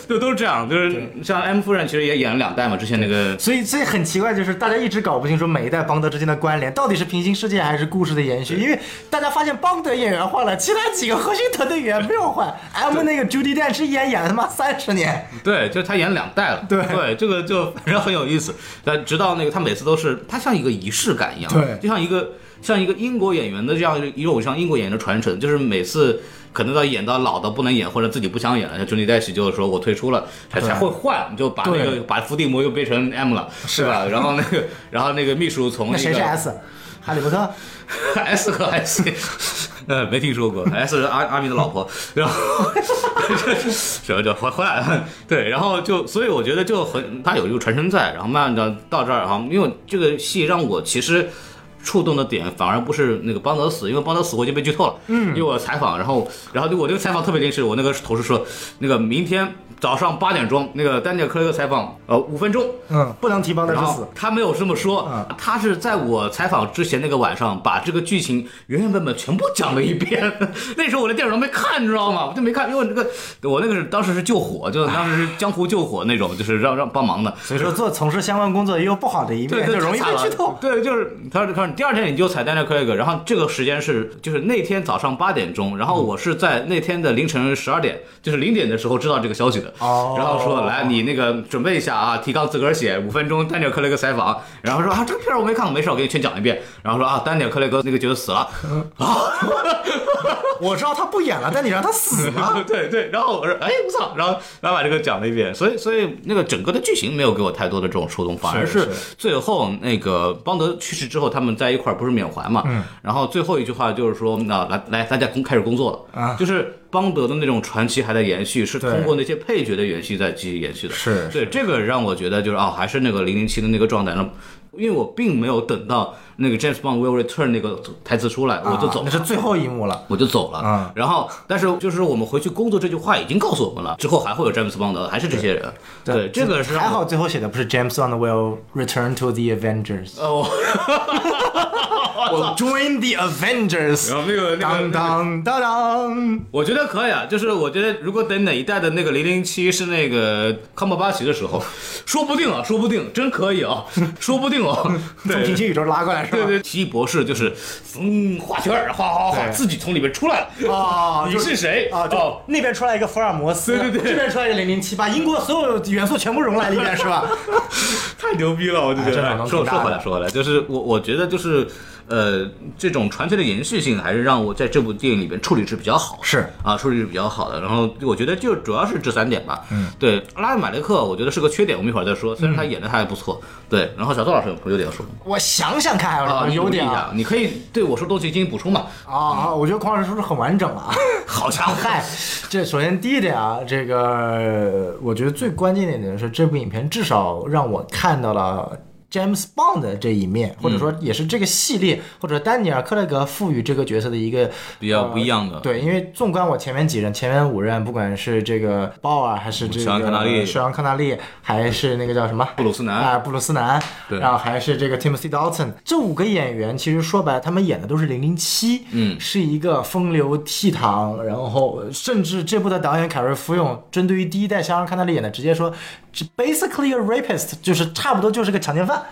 B: 就都是这样，就是像 M 夫人其实也演了两代嘛，之前那个
A: 所以，所以很奇怪，就是大家一直搞不清楚每一代邦德之间的关联，到底是平行世界还是故事的延续？因为大家发现邦德演员换了，其他几个核心团队演员没有换。M 那个 Judy Dench 一演演了 他妈三十年，
B: 对，就他演了两代了。
A: 对
B: 这个就反正很有意思。但直到那个他每次都是他像一个仪式感一样，
A: 对
B: 就像一个像一个英国演员的这样一种像英国演员的传承，就是每次。可能到演到老的不能演，或者自己不想演了，像朱莉黛西就是说我退出了，才
A: 对
B: 才会换，你就把那
A: 对
B: 个把伏地魔又变成 M 了，是 吧？然后那个然后那个秘书从
A: 那
B: 那
A: 谁
B: 个
A: 是 S？哈利波特？
B: S 和 S，呃， 没听说过。S 是阿阿明的老婆，然后 什么叫回回来了？对，然后就所以我觉得就很他有一个传承在，然后慢慢的到这儿哈，因为这个戏让我其实。触动的点反而不是那个邦德死，因为邦德死我已经被剧透了。嗯，因为我采访，然后然后就我这个采访特别临时，我那个同事说，那个明天早上八点钟，那个丹尼尔·克雷格采访，呃，五分钟，
A: 嗯，不能提邦德之
B: 然
A: 死
B: 后。他没有这么说，
A: 嗯
B: 他是在我采访之前那个晚上把这个剧情原原本本全部讲了一遍。 那时候我在电视上没看，你知道吗？我就没看，因为那个我那个是当时是救火，就当时是江湖救火那种，就是让让帮忙的。
A: 所以说，做从事相关工作也有不好的一
B: 对
A: 面，
B: 对，
A: 就容易
B: 太
A: 被
B: 惨了
A: 剧 透。
B: 对，就是他他第二天你就踩单了 c r a i 然后这个时间是就是那天早上八点钟，
A: 嗯
B: 然后我是在那天的凌晨十二点，就是零点的时候知道这个消息的。
A: 哦
B: 然后说来你那个准备一下啊，提纲自个儿写五分钟，丹尼尔克雷格采访。然后说啊这个片儿我没看过，没事，我给你全讲一遍。然后说啊丹尼尔克雷格那个角色死 了，
A: 我知道他不演了，但你让他死了。
B: 对对，然后我说，哎，我操，然后然后把这个讲了一遍，所以所以那个整个的剧情没有给我太多的这种触动，反而
A: 是
B: 是最后那个邦德去世之后，他们在一块儿不是缅怀嘛，
A: 嗯
B: 然后最后一句话就是说，那来来，大家工开始工作了，
A: 啊
B: 就是邦德的那种传奇还在延续，是
A: 对
B: 通过那些配角的延续在继续延续的，
A: 是
B: 对这个让我觉得就是哦，还是那个零零七的那个状态呢。因为我并没有等到那个 James Bond will return 那个台词出来，我就走
A: 啊
B: 了。
A: 那是最后一幕了。
B: 我就走了。
A: 嗯
B: 然后，但是就是我们回去工作这句话已经告诉我们了，之后还会有詹姆斯邦德，还是这些人。对，这个是让啊
A: 还
B: 我
A: 好，最后写的不是 James Bond will return to the Avengers。
B: 哦。
A: 我 join the Avengers。
B: 然后那个那个
A: 当当当当，
B: 我觉得可以啊，就是我觉得如果等哪一代的那个零零七是那个康伯巴奇的 时候，说不定啊，说不定真可以啊，说不定哦。
A: 从平
B: 对
A: 行宇宙拉过来是吧？
B: 对对，啊奇异博士就是嗯，画圈儿，画画画，
A: 对
B: 自己从里面出来了。
A: 啊，
B: 你
A: 就是
B: 谁？
A: 啊，
B: 哦
A: 就那边出来一个福尔摩斯，
B: 对对对
A: 这边出来一个零零七，把英国所有元素全部融来里面是 吧？
B: 太牛逼了，我就觉
A: 哎这
B: 得。
A: 脑洞
B: 说
A: 挺大的
B: 说回来，说回来，就是我我觉得就是，呃，这种传奇的延续性还是让我在这部电影里边处理是比较好的，
A: 是
B: 啊，处理是比较好的。然后我觉得就主要是这三点吧。嗯，对，拉文马雷克我觉得是个缺点，我们一会儿再说。虽
A: 嗯
B: 然他演的还不错，对。然后小豆老师有有点说
A: 我想想看还有什么
B: 你
A: 优点
B: 哦补充一
A: 啊？
B: 下，你可以对我说的东西进行补充嘛。
A: 啊啊，我觉得孔老师说的很完整 了啊。
B: 好家 伙，
A: 嗨，这首先第一点啊，这个我觉得最关键一点是这部影片至少让我看到了。James Bond 的这一面，或者
B: 嗯
A: 说也是这个系列，或者丹尼尔·克雷格赋予这个角色的一个
B: 比较
A: 呃
B: 不一样的
A: 对，因为纵观我前面几任，前面五任，不管是这个鲍尔还是这个
B: 肖恩康纳利
A: 肖恩康纳利，还是那个叫什么
B: 布鲁斯南
A: 啊、布鲁斯南，
B: 对
A: 然后还是这个 Timothy Dalton，这五个演员其实说白了，他们演的都是零零七，
B: 嗯
A: 是一个风流倜傥，然后甚至这部的导演凯瑞·福永针对于第一代香港看他演的，直接说这 basically a rapist，就是差不多就是个强奸犯。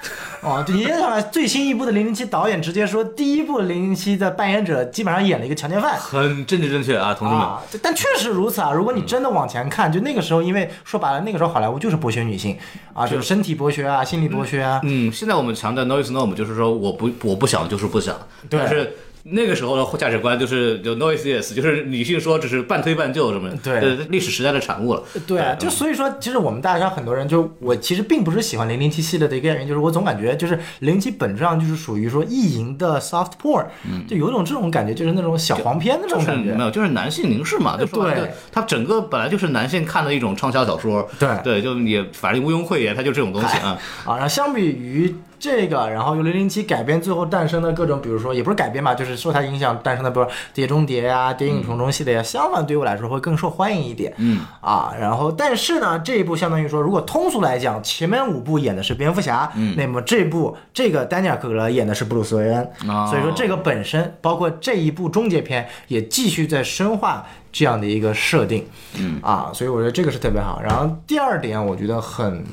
A: 哦，你接下来最新一部的零零七导演直接说，第一部零零七的扮演者基本上演了一个强奸犯，
B: 很政治正确啊，同志们。
A: 啊，对但确实如此啊！如果
B: 嗯
A: 你真的往前看，就那个时候，因为说白了，那个时候好莱坞就是剥削女性啊，就是身体剥削啊，心理剥削啊。
B: 嗯，现在我们强调 noise norm，就是说我不我不想就是不想，
A: 对
B: 但是那个时候的价值观就是就 noise yes，就是女性说只是半推半就什么的，
A: 对
B: 呃历史时代的产物了。
A: 对啊，
B: 嗯
A: 就所以说，其实我们大家很多人就我其实并不是喜欢零零七系列的一个原因，就是我总感觉就是零零七本质上就是属于说意淫的 soft porn，就有一种这种感觉，就是那种小黄片那
B: 嗯就
A: 种
B: 是
A: 感觉
B: 没。有，就是男性凝视嘛，就说白了
A: 对，
B: 它整个本来就是男性看的一种畅销小说，
A: 对
B: 对，就也反正毋庸讳言，它就这种东西啊。
A: 啊，然后相比于这个，然后由零零七改编最后诞生的各种，比如说也不是改编吧，就是受它影响诞生的，比如说《碟中谍》啊，《谍影重重》系列啊，相反对我来说会更受欢迎一点。嗯啊，然后但是呢，这一部相当于说，如果通俗来讲，前面五部演的是蝙蝠侠，那么这部这个丹尼尔·克格演的是布鲁斯·韦恩，
B: 哦
A: 所以说这个本身包括这一部终结篇也继续在深化这样的一个设定，嗯啊，所以我觉得这个是特别好。然后第二点，我觉得很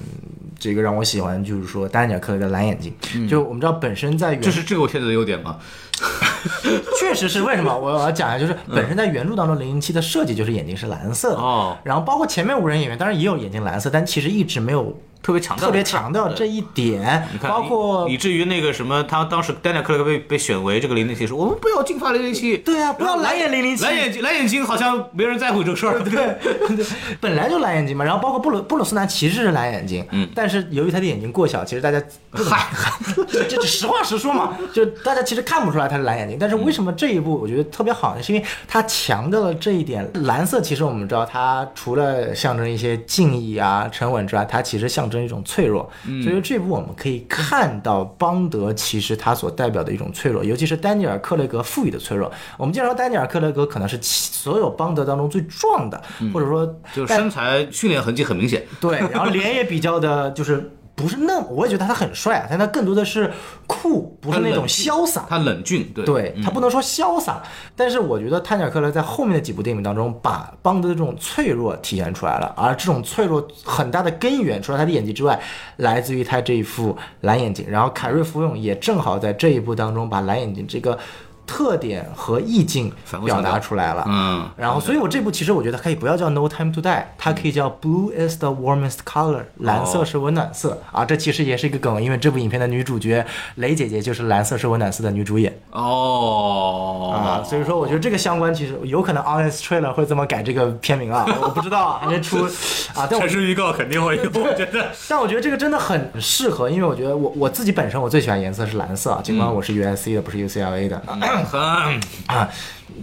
A: 这个让我喜欢，就是说丹尼尔·克雷的蓝眼睛，就我们知道本身在原
B: 嗯这是这个片子的优点吗？
A: 确实是为什么我我要讲一下，就
B: 嗯
A: 是本身在原著当中，零零七的设计就是眼睛是蓝色的，
B: 哦，
A: 然后包括前面五人演员，当然也有眼睛蓝色，但其实一直没有
B: 特别强调，
A: 特别强调这一点，
B: 你看，
A: 包括
B: 以以至于那个什么，他当时丹尼尔·克雷格被被选为这个零零七，说我们不要金发零零七，
A: 对啊不要蓝眼007
B: 蓝眼睛蓝眼睛好像没人在乎这个事儿，对，
A: 本来就蓝眼睛嘛，然后包括布鲁布鲁斯南其实是蓝眼睛，嗯，但是由于他的眼睛过小，其实大家嗨， 这这实话实说嘛，就大家其实看不出来他是蓝眼睛，但是为什么这一部我觉得特别好呢？是因为它强调了这一点。蓝色其实我们知道，它除了象征一些敬意啊、沉稳之外，它其实象征一种脆弱。所以说这部我们可以看到邦德其实他所代表的一种脆弱，尤其是丹尼尔·克雷格赋予的脆弱。我们经常说丹尼尔·克雷格可能是其所有邦德当中最壮的，或者说
B: 就是身材训练痕迹很明显，
A: 对，然后脸也比较的，就是不是那么，我也觉得他很帅啊，但他更多的是酷，不是那种潇洒。
B: 他冷峻，对嗯
A: 对他不能说潇洒，但是我觉得探尔·克雷在后面的几部电影当中，把邦德的这种脆弱体现出来了，而这种脆弱很大的根源，除了他的演技之外，来自于他这一副蓝眼睛。然后凯瑞·福永也正好在这一部当中把蓝眼睛这个特点和意境
B: 反复强
A: 表
B: 调
A: 达出来了。
B: 嗯，
A: 然后，所以我这部其实我觉得可以不要叫 No Time to Die，它可以叫 Blue is the warmest color，蓝
B: 哦
A: 色是温暖色、啊。这其实也是一个梗，因为这部影片的女主角雷姐姐就是蓝色是温暖色的女主演、啊。
B: 哦，
A: 所以说，我觉得这个相关其实有可能 Honest Trailer 会这么改这个片名啊，我不知道啊，还没出啊。但我
B: 是预告肯定会 有，我觉得
A: 但我觉得这个真的很适合，因为我觉得我我自己本身我最喜欢颜色是蓝色啊，尽管我是 USC 的，不是 UCLA 的啊。
B: 很
A: 啊，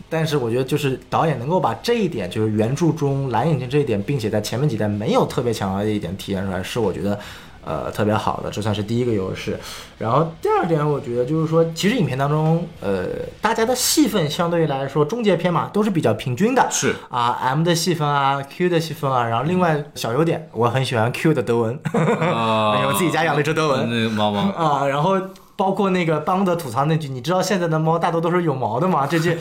A: 但是我觉得就是导演能够把这一点，就是原著中蓝眼睛这一点，并且在前面几代没有特别强调的一点体现出来，是我觉得。呃，特别好的，这算是第一个优势。然后第二点，我觉得就是说，其实影片当中，呃，大家的戏份相对来说，终结篇嘛，都是比较平均的。
B: 是
A: 啊，M 的戏份啊，Q 的戏份啊，然后另外小优点，我很喜欢 Q 的德文，
B: 啊，
A: 哎我自己家养了一只德文，
B: 嗯那个猫猫，
A: 啊，然后包括那个邦德吐槽那句，你知道现在的猫大多都是有毛的吗？这 句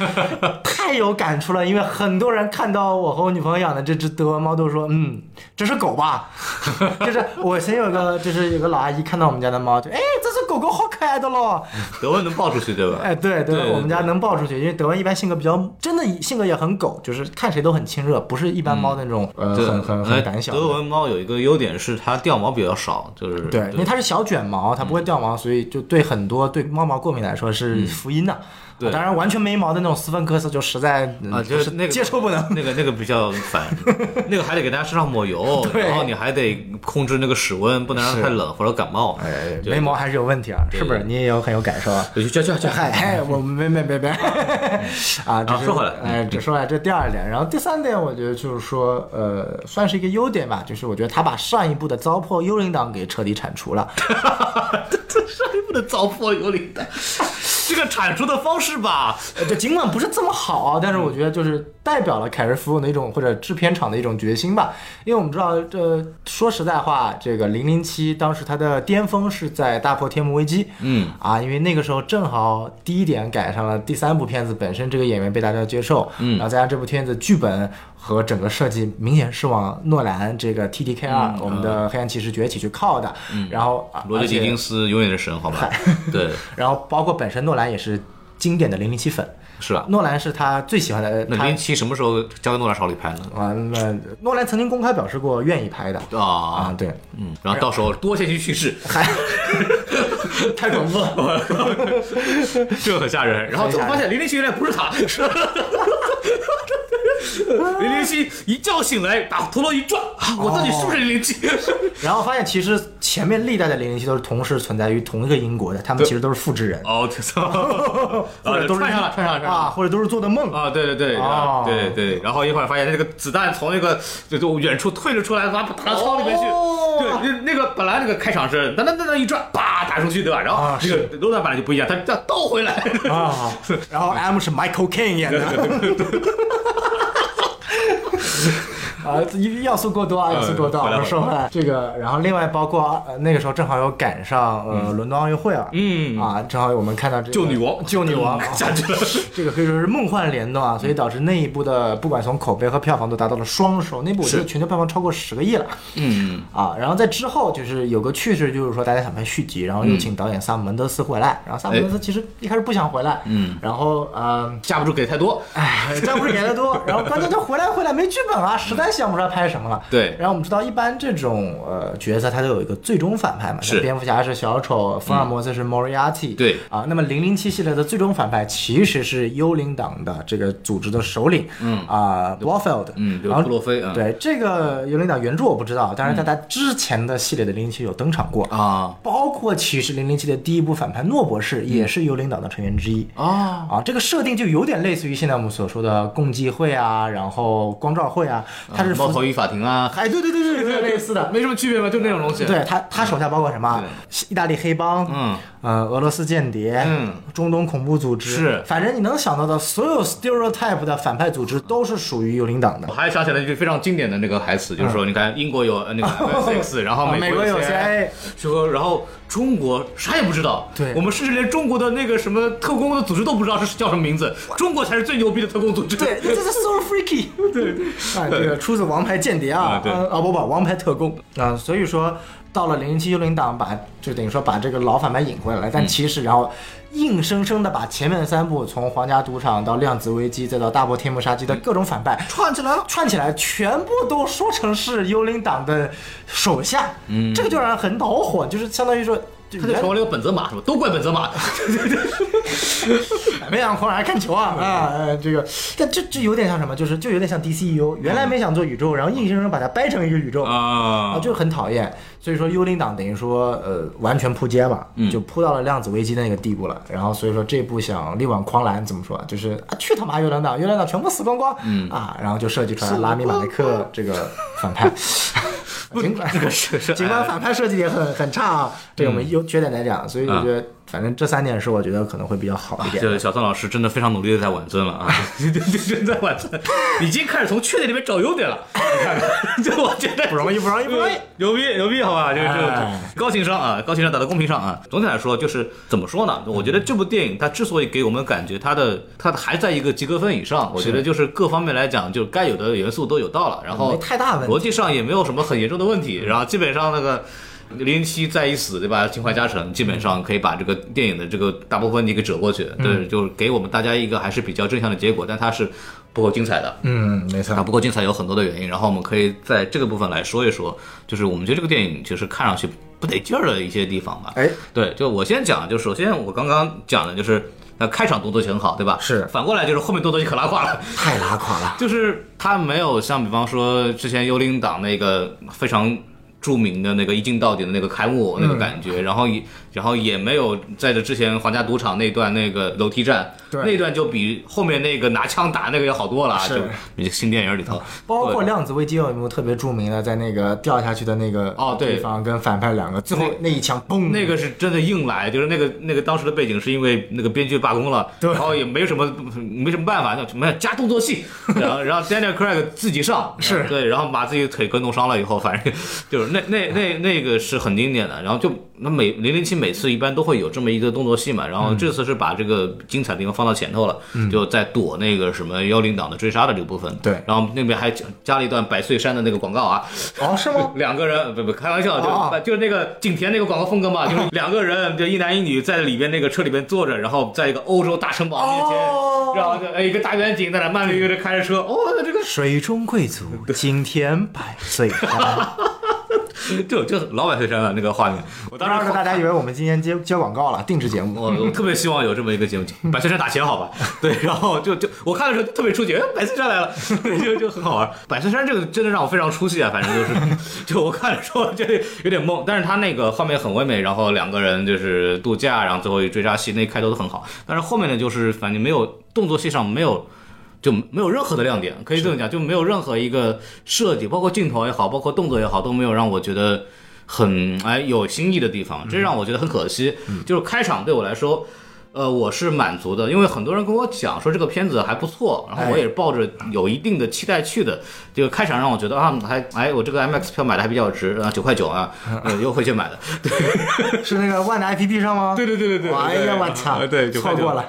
A: 太有感触了，因为很多人看到我和我女朋友养的这只德文猫都说，嗯，这是狗吧？ 就是我曾有个，就是有个老阿姨看到我们家的猫，就哎，这只狗狗好可爱的咯。
B: 德文能抱出去对吧？
A: 哎，对对，
B: 对
A: 我们家能抱出去，因为德文一般性格比较，真的性格也很狗，就是看谁都很亲热，不是一般
B: 嗯
A: 猫那种、呃
B: 对
A: 很很
B: 呃
A: 很胆小的。
B: 德文猫有一个优点是它掉毛比较少，就是
A: 对，因为它是小卷毛，它不会掉毛，所以就对很多对猫毛过敏来说是福音的。
B: 嗯对
A: 啊当然完全没毛的那种斯芬克斯就实在
B: 啊，
A: 嗯
B: 就是那个
A: 接受不能。
B: 那个那个比较烦， 那个还得给大家身上抹油，
A: 对
B: 然后你还得控制那个室温，不能让它太冷或者感冒。
A: 哎，
B: 对
A: 没毛还是有问题啊，是不是？你也有很有感受啊。
B: 对，去去去去，
A: 嗨，嗨，我没没没没， 啊，这
B: 啊
A: 是
B: 说回来
A: 哎，这说回来，这第二点，然后第三点，我觉得就是说，呃，算是一个优点吧，就是我觉得他把上一部的糟粕幽灵党给彻底铲除了，
B: 这不能糟粕有理的， 这个产出的方式吧，
A: 呃就尽管不是这么好啊，但是我觉得就是代表了凯瑞·福永的一种或者制片厂的一种决心吧。因为我们知道，这说实在话，这个零零七当时它的巅峰是在大破天幕危机，
B: 嗯
A: 啊，因为那个时候正好第一点赶上了第三部片子本身这个演员被大家接受，嗯，然后再加上这部片子剧本和整个设计明显是往诺兰这个 T D K 二、我们的黑暗骑士崛起去靠的，嗯，然后啊
B: 罗杰·
A: 而且
B: 狄金斯永远是神，好吧？对，
A: 然后包括本身诺兰也是经典的零零七粉。
B: 是啊。
A: 诺兰是他最喜欢的，
B: 那
A: 他
B: 林奇什么时候交给诺兰手里拍呢？
A: 啊，那诺兰曾经公开表示过愿意拍的
B: 啊，
A: 啊，对，
B: 嗯，然后到时候多线性叙 事，
A: 还太恐怖了。
B: 这个很吓人。然后最后发现零零七原来不是 他，是零零七一觉醒来，把陀螺一转，啊我到底是不是零零七？
A: 然后发现其实前面历代的零零七都是同时存在于同一个英国的，他们其实都是复制人，
B: 哦，我 操！
A: 或者都是
B: 啊串上了，串上了，串上
A: 啊，
B: 了。
A: 或者都是做的梦。
B: 啊，对对对，啊
A: 哦
B: 对对，然后一会儿发现那个子弹从那个就就远处退了出来，把打到窗里面去。
A: 哦
B: 对，那那个本来那个开场是噔噔噔噔一转，叭拿出去，对吧？然后
A: 啊
B: 这个罗兰版就不一样，他要倒回来。
A: 啊， 然后 M 是 Michael Caine 演的。 啊，要素过多啊，要素过多。
B: 嗯回来
A: 我
B: 回来
A: 说回来，这个，然后另外包括、呃、那个时候正好有赶上呃、伦敦奥运会了，
B: 嗯
A: 啊，正好我们看到这个
B: 救女王嗯
A: 救女王，
B: 下去了。
A: 这个可以说是梦幻联动啊，所以导致那一部的不管从口碑和票房都达到了双收，那部我觉得
B: 是
A: 全球票房超过十个亿了
B: 嗯，
A: 啊。然后在之后就是有个趣事，就是说大家想拍续集，然后又请导演萨姆门德斯回来，然后萨姆门德斯其实一开始不想回来，嗯，然后嗯。
B: 架不住给太多。
A: 哎，这不是给的多，然后观众就回来回来没剧本啊，实在想不出来拍什么了。
B: 对
A: 然后我们知道一般这种呃角色它都有一个最终反派嘛，
B: 是嗯
A: 蝙蝠侠是小丑，福尔摩斯是 Moriarty，、
B: 对
A: 啊，那么零零七系列的最终反派其实是幽灵党的这个组织的首领，嗯啊 b l o f e l d
B: 嗯，就
A: 然
B: 是布
A: 后。
B: 洛菲啊。
A: 对这个幽灵党原著我不知道，但是在他之前的系列的零零七有登场过，
B: 啊
A: 包括其实零零七的第一部反派诺博士
B: 嗯
A: 也是幽灵党的成员之一。
B: 啊，
A: 啊，这个设定就有点类似于现在我们所说的共济会啊，然后光照会啊，它是
B: 猫
A: 负
B: 嗯头鹰法庭啊，
A: 哎，对对对对，对类似的。
B: 没什么区别嘛，就那种东西。，
A: 对他，他手下包括什么？意大利黑帮，
B: 嗯，
A: 呃，俄罗斯间谍，
B: 嗯，
A: 中东恐怖组织，
B: 是
A: 反正你能想到的所有 stereotype 的反派组织都是属于幽灵党的
B: 我。还想起来一句非常经典的那个台词，就是说，你看英国有 呃那个 FX，然后
A: 啊美
B: 嗯国
A: 国有
B: CIA，
A: CIA
B: 说然后中国啥也不知道，
A: 对
B: 我们甚至连中国的那个什么特工的组织都不知道是叫什么名字，中国才是最牛逼的特工组织。
A: 对，这是 so freaky。对，啊，这个出自《王牌间谍》啊，
B: 啊对
A: 嗯啊不不，《王牌特工》啊，所以说到了零零七幽灵党把就等于说把这个老反派引回来了，但其实然后硬生生的把前面三部从皇家赌场到量子危机再到大破天幕杀机的各种反派
B: 串起来了。
A: 串起来，全部都说成是幽灵党的手下，嗯，这个就让人很恼火，就是相当于说。就
B: 他就
A: 原
B: 成为了一个本泽马，是吧？都怪本泽马。
A: 没想狂来看球啊啊！呃这个，但这这有点像什么？就是就有点像 DCU，原来没想做宇宙，然后硬生生把它掰成一个宇宙
B: 啊
A: 啊，就很讨厌。所以说，幽灵党等于说呃完全扑街嘛，就扑到了量子危机的那个地步了。然后所以说这部想力挽狂澜，怎么说啊？就是啊去他妈幽灵党，幽灵党全部死光光啊！然后就设计出来拉米马内克这个反派。尽管这个
B: 是是
A: 尽管反派设计也很很差啊，这个我们优缺点来讲，所以我觉得反正这三点是我觉得可能会比较好一点。
B: 这小宋老师真的非常努力的在挽尊 了啊， 真的在挽尊，已经开始从缺点里面找优点了。你看看， 这我觉得
A: 不容易，不容易，不容易。
B: 牛逼牛逼，好吧，这个这个
A: 哎
B: 高情商啊，高情商打到公屏上啊。总体来说，就是怎么说呢？我觉得这部电影它之所以给我们感觉它的它还在一个及格分以上，我觉得就是各方面来讲，就该有的元素都有到了，然后
A: 没太大问题
B: 逻辑上也没有什么很严重的问题，然后基本上那个。零零七再一死，对吧？情怀加成，基本上可以把这个电影的这个大部分问题给折过去，对，就是给我们大家一个还是比较正向的结果，但它是不够精彩的。
A: 嗯，没
B: 它
A: 错。
B: 啊不够精彩有很多的原因，然后我们可以在这个部分来说一说，就是我们觉得这个电影就是看上去不得劲儿的一些地方吧。
A: 哎，
B: 对，就我先讲，就首先我刚刚讲的就是，那开场动作戏很好，对吧？
A: 是
B: 反过来就是后面动作戏可拉胯了。
A: 太拉垮了。
B: 就是他没有像比方说之前幽灵党那个非常著名的那个一镜到底的那个开
A: 嗯
B: 幕那个感觉，然后也然后也没有在这之前皇家赌场那段那个楼梯战，
A: 对
B: 那段就比后面那个拿枪打那个要好多了啊，
A: 是嗯
B: 就比新电影里头，
A: 包括
B: 对
A: 量子危机有一幕特别著名的，在那个掉下去的那个
B: 哦对
A: 地方跟反派两个，最后那一枪嘣，
B: 那个是真的硬来，就是那个那个当时的背景是因为那个编剧罢工了，
A: 对
B: 然后也没什么没什么办法，那没有加动 作戏，然后然后 Daniel Craig 自己上
A: 是
B: 对，然后把自己腿给弄伤了以后，反正就是那那那那个是很经典的，然后就那每零零七每次一般都会有这么一个动作戏
A: 嗯
B: 嘛，然后这次是把这个精彩的地方放到前头了，就在躲那个什么幽灵党的追杀的这个部分，
A: 对
B: 然后那边还加加了一段百岁山的那个广告啊，
A: 哦是吗？
B: 两个人不不开玩笑，就、
A: 哦
B: 就是那个景甜那个广告风格嘛，就是两个人就一男一女在里边那个车里边坐着，然后在一个欧洲大城堡面前，
A: 哦
B: 然后就哎一个大远景在那慢悠悠的开着车，哦这个
A: 水中贵族今天百 岁寒。
B: 就就老百岁山了那个画面，我当
A: 当
B: 时
A: 时大家以为我们今天接接广告了，定制节目。
B: 我我特别希望有这么一个节目，百岁山打钱好吧？ 对，然后就就我看的时候就特别出奇，哎，百岁山来了， 就就很好玩。百岁山这个真的让我非常出戏啊，反正就是 就我看的时候就有点懵，但是他那个画面很唯美，然后两个人就是度假，然后最后一追杀戏那开头都很好，但是后面呢就是反正没有动作戏上没有。就没有任何的亮点，可以这么讲，就没有任何一个设计，包括镜头也好，包括动作也好，都没有让我觉得很哎有新意的地方，这让我觉得很可惜。就是开场对我来说。呃，我是满足的，因为很多人跟我讲说这个片子还不错，然后我也是抱着有一定的期待去的。这个开场让我觉得啊，还哎，我这个 MX 票买的还比较值啊，九块九 啊，呃，又会去买的。
A: 是那个万达 APP 上吗？
B: 对对对对对呃
A: 哎呀，我操！
B: 对就
A: 错过了。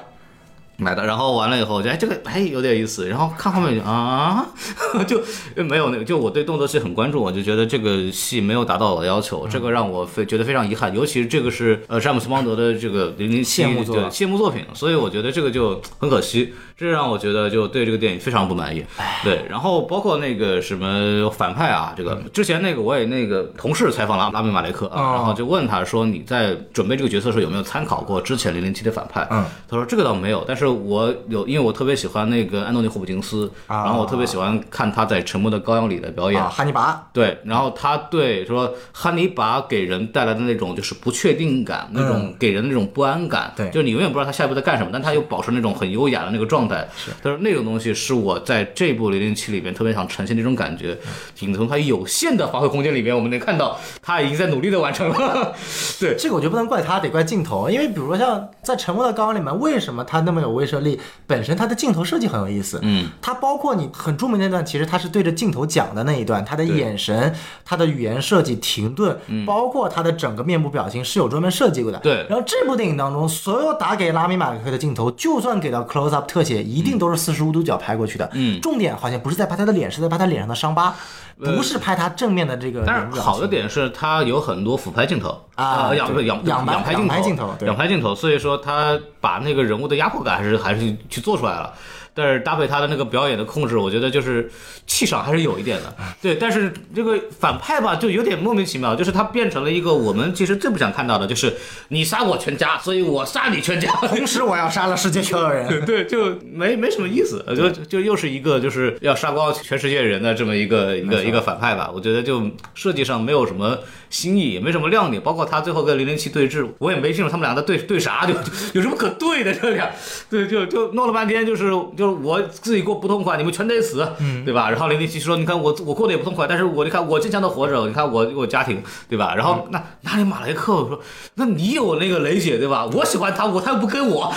B: 买的，然后完了以后，我觉得哎，这个哎有点意思，然后看后面就啊， 就没有那个，就我对动作戏很关注，我就觉得这个戏没有达到我的要求，这个
A: 嗯
B: 让我非觉得非常遗憾，尤其是这个是呃詹姆斯邦德的这个零零七
A: 谢幕作
B: 对谢幕作品，所以我觉得这个就很可惜，这让我觉得就对这个电影非常不满意。对，然后包括那个什么反派啊，这个之前那个我也那个同事采访拉拉米马雷克啊，
A: 嗯哦
B: 然后就问他说你在准备这个角色的时候有没有参考过之前零零七的反派？
A: 嗯，
B: 他说这个倒没有，但是我有，因为我特别喜欢那个安东尼·霍普金斯，
A: 啊
B: 然后我特别喜欢看他在《沉默的羔羊》里的表演。
A: 啊，汉尼拔，
B: 对，然后他对说汉尼拔给人带来的那种就是不确定感，那种给人的那种不安感，
A: 对
B: 就是你永远不知道他下一步在干什么，但他又保持那种很优雅的那个状态。他说那种东西是我在这部《零零七》里边特别想呈现这种感觉，仅从他有限的发挥空间里边，我们能看到他已经在努力的完成了。对，
A: 这个我觉得不能怪他，得怪镜头。因为比如说像在《沉默的羔羊》里面，为什么他那么有威慑力？本身他的镜头设计很有意思。
B: 嗯，
A: 他包括你很著名那段，其实他是对着镜头讲的那一段，他的
B: 对
A: 眼神、他的语言设计、停顿，包括他的整个面部表情是有专门设计过的。
B: 嗯对
A: 然后这部电影当中，所有打给拉米马克的镜头，就算给到 close up 特写，一定都是四十五度角拍过去的。
B: 嗯呃
A: 重点好像不是在拍他的脸，是在拍他脸上的伤疤，不是拍他正面的这个人物表
B: 但
A: 情。
B: 是好的点是它有很多俯拍镜头
A: 啊
B: 呃仰不
A: 对
B: 是仰
A: 仰拍
B: 拍
A: 仰拍镜
B: 镜
A: 头对
B: 仰拍镜头，所以说它把那个人物的压迫感还是还是去做出来了。但是搭配他的那个表演的控制，我觉得就是气场还是有一点的，对。但是这个反派吧，就有点莫名其妙，就是他变成了一个我们其实最不想看到的，就是你杀我全家，所以我杀你全家。
A: 同时我要杀了世界所有人。
B: 对，就没没什么意思，呃就就又是一个就是要杀光全世界人的这么一个一个一个反派吧。我觉得就设计上没有什么新意，也没什么亮点，包括他最后跟零零七对峙，我也没清楚他们俩在对对啥，就就有什么可对的这俩，对，就就弄了半天就是就是我自己过不痛快，你们全得死，对吧？然后零零七说，你看我我过得也不痛快，但是我你看我坚强的活着，你看我我家庭，对吧？然后那那里马雷克我说，那你有那个雷姐对吧？我喜欢她，我她又不跟我。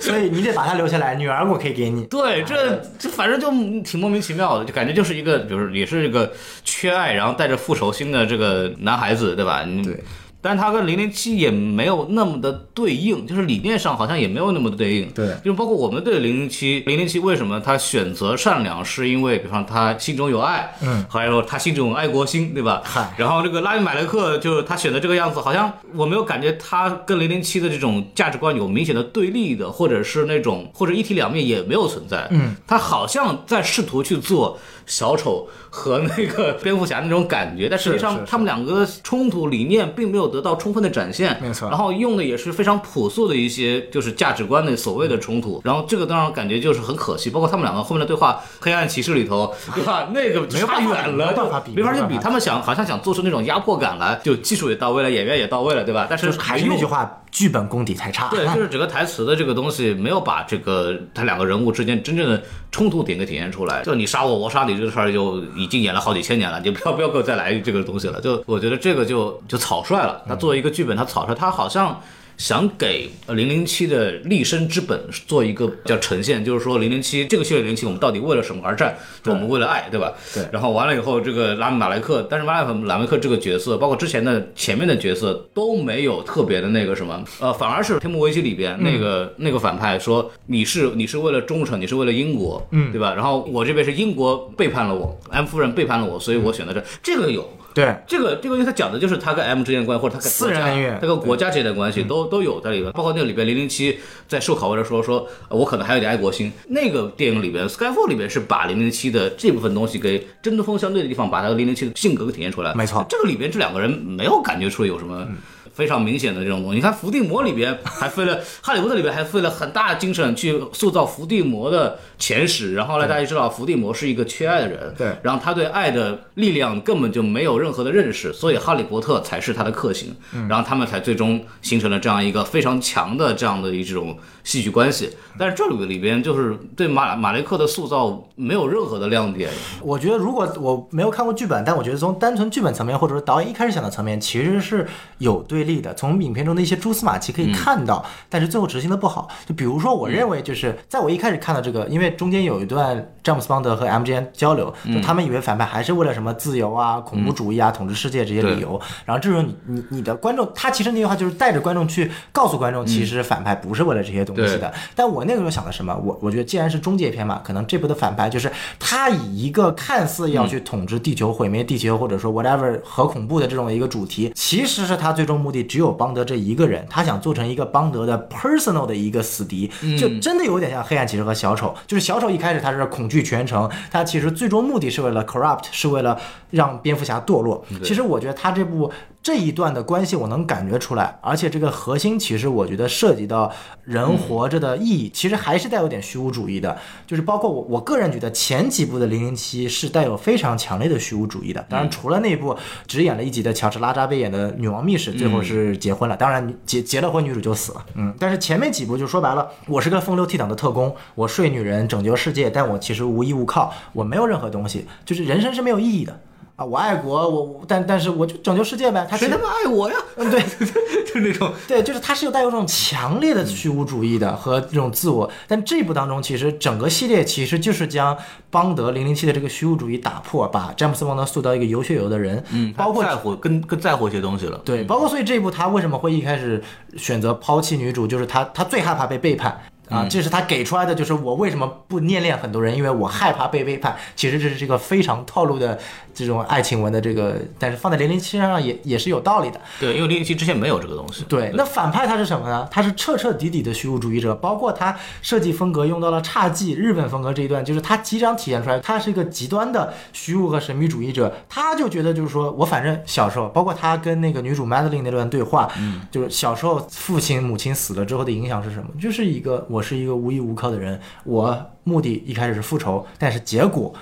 A: 所以你得把他留下来，女儿我可以给你。
B: 对，这这反正就挺莫名其妙的，就感觉就是一个，比如说也是一个缺爱，然后带着复仇心的这个男孩子，对吧？你
A: 对。
B: 但他跟零零七也没有那么的对应，就是理念上好像也没有那么的对应。
A: 对
B: 就是包括我们对零零七，零零七为什么他选择善良，是因为比方他心中有爱，
A: 嗯，
B: 还有他心中有爱国心，对吧？
A: 嗨
B: 然后这个拉米马雷克就是他选的这个样子，好像我没有感觉他跟零零七的这种价值观有明显的对立的，或者是那种或者一体两面也没有存在。嗯，他好像在试图去做小丑和那个蝙蝠侠那种感觉，但实际
A: 是
B: 上
A: 是
B: 他们两个的冲突理念并没有得到充分的展现。
A: 没错
B: 然后用的也是非常朴素的一些就是价值观的所谓的冲突，然后这个当然感觉就是很可惜，包括他们两个后面的对话，《黑暗骑士》里 头，对吧？那个
A: 有
B: 差
A: 办法
B: 远了，
A: 没有
B: 就
A: 办法比
B: 没法去
A: 没有办
B: 比。
A: 法
B: 他们想好像想做出那种压迫感来，就技术也到位了，演员也到位了，对吧？但是
A: 就是还是
B: 没
A: 那
B: 有
A: 句话，剧本功底太差。
B: 对，就是整个台词的这个东西没有把这个他两个人物之间真正的冲突点给体现出来。就你杀我，我杀你这个事儿就已经演了好几千年了，你不要不要给我再来这个东西了。就我觉得这个就就草率了。他作为一个剧本，他草率，他好像。想给呃零零七的立身之本做一个叫呈现，就是说零零七这个系列零七，我们到底为了什么而战？就我们为了爱，对吧？
A: 对
B: 然后完了以后，这个拉米马莱克，但是拉米马莱克这个角色，包括之前的前面的角色都没有特别的那个什么，呃，反而是《天幕危机》里边那个、那个反派说你是你是为了忠诚，你是为了英国，嗯，对吧？然后我这边是英国背叛了我，安夫人背叛了我，所以我选择这，这个有。
A: 对，
B: 这个这个，他讲的就是他跟 M 之间的关系，或者他跟
A: 私人
B: 国家
A: 恩怨嗯
B: 他跟国家之间的关系都都有在里边。包括那个里边零零七在受拷问的时候说，呃我可能还有点爱国心。那个电影里边，Skyfall 里边是把零零七的这部分东西给针锋相对的地方，把他零零七的性格给体现出来。
A: 没错
B: 这个里边这两个人没有感觉出有什么。非常明显的这种东西。你看伏地魔里边还费了，哈利波特里边还费了很大的精神去塑造伏地魔的前史，然后来大家知道伏地魔是一个缺爱的人，
A: 对
B: 然后他对爱的力量根本就没有任何的认识，所以哈利波特才是他的克星，然后他们才最终形成了这样一个非常强的这样的一种戏剧关系。但是这里里边就是对马马雷克的塑造没有任何的亮点，
A: 我觉得如果我没有看过剧本，但我觉得从单纯剧本层面，或者说导演一开始想的层面，其实是有对立的。从影片中的一些蛛丝马迹可以看到，但是最后执行的不好。就比如说，我认为就是在我一开始看到这个，因为中间有一段詹姆斯邦德和 M 之间交流，就他们以为反派还是为了什么自由啊、恐怖主义啊、统治世界这些理由。然后这时候你你你的观众，他其实那句话就是带着观众去告诉观众，其实反派不是为了这些东西
B: 对
A: 的。但我那个时候想的什么？我我觉得既然是终结篇嘛，可能这部的反派就是他以一个看似要去统治地球、毁灭地球，或者说 whatever 核恐怖的这种一个主题，其实是他最终目的只有邦德这一个人，他想做成一个邦德的 personal 的一个死敌，就真的有点像黑暗骑士和小丑。就是小丑一开始他是恐惧全城，他其实最终目的是为了 corrupt，是为了让蝙蝠侠堕落。其实我觉得他这部这一段的关系我能感觉出来，而且这个核心其实我觉得涉及到人活着的意义，其实还是带有点虚无主义的，就是包括我我个人觉得前几部的零零七是带有非常强烈的虚无主义的，当然除了那部只演了一集的乔治拉扎贝演的女王密室，最后是结婚了，当然结结了婚女主就死了，嗯，但是前面几部就说白了，我是个风流倜傥的特工，我睡女人拯救世界，但我其实无依无靠，我没有任何东西，就是人生是没有意义的。啊，我爱国，我我但但是我就拯救世界呗。他其
B: 谁
A: 实
B: 他妈爱 我呀？
A: 嗯，对
B: 就是那种
A: 对，就是它是有带有这种强
B: 嗯
A: 烈的虚无主义的和这种自我，但这一部当中，其实整个系列其实就是将邦德零零七的这个虚无主义打破，把詹姆斯邦德塑造一个有血有肉的人，嗯，包括
B: 在乎更更在乎一些东西了。
A: 对，包括所以这一部他为什么会一开始选择抛弃女主，就是他他最害怕被背叛。啊，这是他给出来的，就是我为什么不念恋很多人，因为我害怕被背叛。其实这是一个非常套路的这种爱情文的这个，但是放在零零七身上也也是有道理的。
B: 对，因为零零七之前没有这个东西。
A: 对，那反派他是什么呢？他是彻彻底底的虚无主义者，包括他设计风格用到了侘寂日本风格这一段，就是他即将体现出来，他是一个极端的虚无和神秘主义者。他就觉得就是说我反正小时候，包括他跟那个女主 Madeline 那段对话，就是小时候父亲母亲死了之后的影响是什么？就是一个我是一个无依无靠的人，我目的一开始是复仇，但是结果。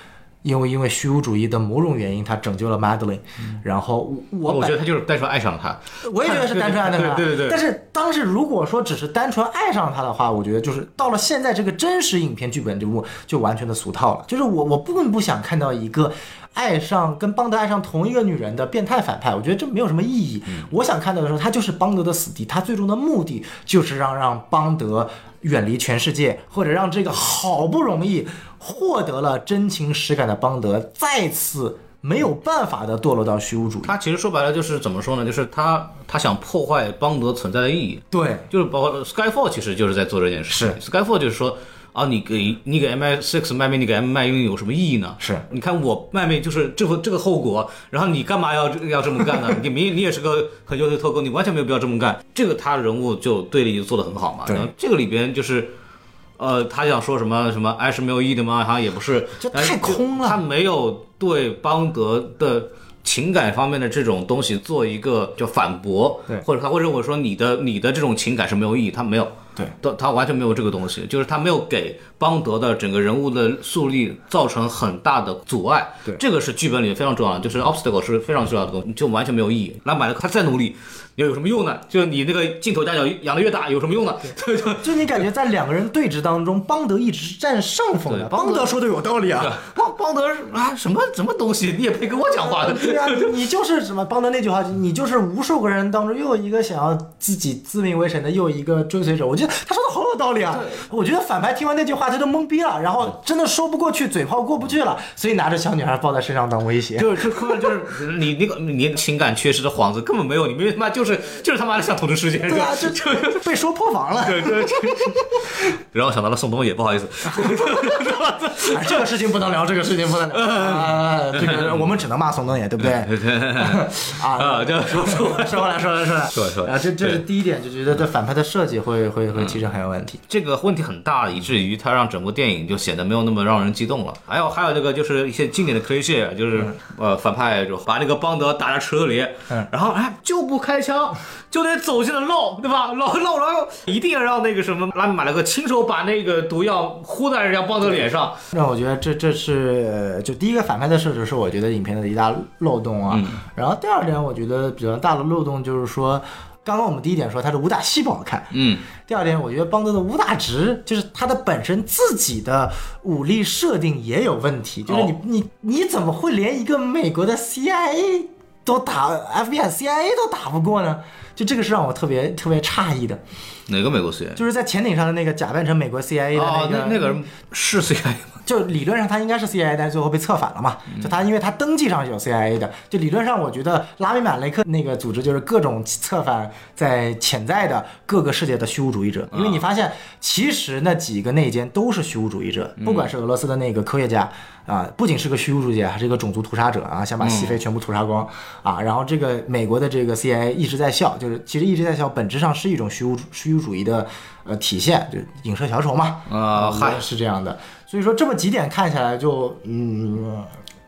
A: 因为因为虚无主义的某种原因，他拯救了 Madeline，、然后我
B: 我
A: 我呃
B: 我
A: 本
B: 觉得他就是单纯爱上了他。
A: 我也觉得是单纯爱上他，
B: 对对对对
A: 但是当时如果说只是单纯爱上他的话，我觉得就是到了现在这个真实影片剧本这部就完全的俗套了。就是我我并不想看到一个爱上跟邦德爱上同一个女人的变态反派，我觉得这没有什么意义。
B: 嗯
A: 我想看到的时候，他就是邦德的死敌，他最终的目的就是让让邦德。远离全世界，或者让这个好不容易获得了真情实感的邦德再次没有办法的堕落到虚无主义。
B: 他其实说白了就是怎么说呢？就是他他想破坏邦德存在的意义。
A: 对，
B: 就是包括 Skyfall 其实就是在做这件事情。Skyfall 就是说啊，你给你给 MI Six 卖命，你给 M 卖命有什么意义呢？
A: 是
B: 你看我卖命就是这副这个后果，然后你干嘛要要这么干呢？你明你也是个很优秀的特工，你完全没有必要这么干。这个他人物就对立就做得很好嘛。
A: 对
B: 然后这个里边就是。呃，他想说什么什么爱是没有意义的吗？好像也不是，
A: 就
B: 但是
A: 太空了
B: 他没有对邦德的情感方面的这种东西做一个就反驳，
A: 对
B: 或者他会认为说你的你的这种情感是没有意义，他没有，
A: 对，
B: 他他完全没有这个东西，就是他没有给邦德的整个人物的树立造成很大的阻碍，
A: 对
B: 这个是剧本里非常重要的，就是 obstacle 是非常重要的东西，就完全没有意义。拉马勒克他再努力又有什么用呢？就是你那个镜头夹角养的越大有什么用呢？对就
A: 就你感觉在两个人对峙当中，邦德一直是占上风的。
B: 对
A: 邦德说的有道理啊。
B: 邦邦德啊什么什么东西你也配跟我讲话的，
A: 对啊，你就是什么邦德那句话，你就是无数个人当中又一个想要自己自命为神的又一个追随者。我觉得他说的好有道理啊！我觉得反派听完那句话他都懵逼了，然后真的说不过去，嘴炮过不去了，所以拿着小女孩抱在身上当威胁。
B: 就是就根本就是你那个你情感缺失的幌子根本没有，你们他妈就是就是他妈的想统治世界，
A: 对啊，
B: 是
A: 这
B: 吧
A: 这被说破防了。
B: 对对对，让我想到了宋冬野，不好意思，
A: 哎这个事情不能聊，这个事情不能聊。啊，这个我们只能骂宋冬野，对 不对？ 啊，
B: 啊，就说说
A: 说回来，说回来，说回来，
B: 说回来说回来
A: 啊，这这是
B: 对嗯
A: 第一点，就觉得这反派的设计会会会其实很有问题。
B: 这个问题很大，以至于它让整部电影就显得没有那么让人激动了。还有还有这个就是一些经典的 cliché，就是、呃反派就把那个邦德打在池子里，然后哎就不开枪，就得走进了漏，对吧？漏漏然后一定要让那个什么拉米马莱克亲手把那个毒药呼在人家邦德脸上，
A: 让我觉得这这是呃就第一个反派的设置是我觉得影片的一大漏洞
B: 嗯
A: 啊。然后第二点，我觉得比较大的漏洞就是说，刚刚我们第一点说他的武打戏不好看，
B: 嗯，
A: 第二点，我觉得邦德的武打值就是他的本身自己的武力设定也有问题，就是你、
B: 哦
A: 你你怎么会连一个美国的 CIA 都打 FBI、CIA 都打不过呢？就这个是让我特别特别诧异的，
B: 哪个美国啊 CIA？
A: 就是在潜艇上的那个假扮成美国 CIA 的
B: 哦，
A: 个、
B: 那那个人是 CIA 吗？
A: 就理论上他应该是 CIA，但是最后被策反了嘛。
B: 嗯
A: 就他因为他登记上是有 CIA 的，就理论上我觉得拉美马雷克那个组织就是各种策反在潜在的各个世界的虚无主义者，
B: 啊
A: 因为你发现其实那几个内奸都是虚无主义者，
B: 嗯
A: 不管是俄罗斯的那个科学家啊、不仅是个虚无主义者，还是一个种族屠杀者啊，想把
B: 嗯
A: 西非全部屠杀光啊。然后这个美国的这个 CIA 一直在笑，就是其实一直在笑，本质上是一种虚无虚无主义的呃体现，就影射小丑嘛。
B: 啊嗨
A: 是这样的。所以说这么几点看下来就，嗯，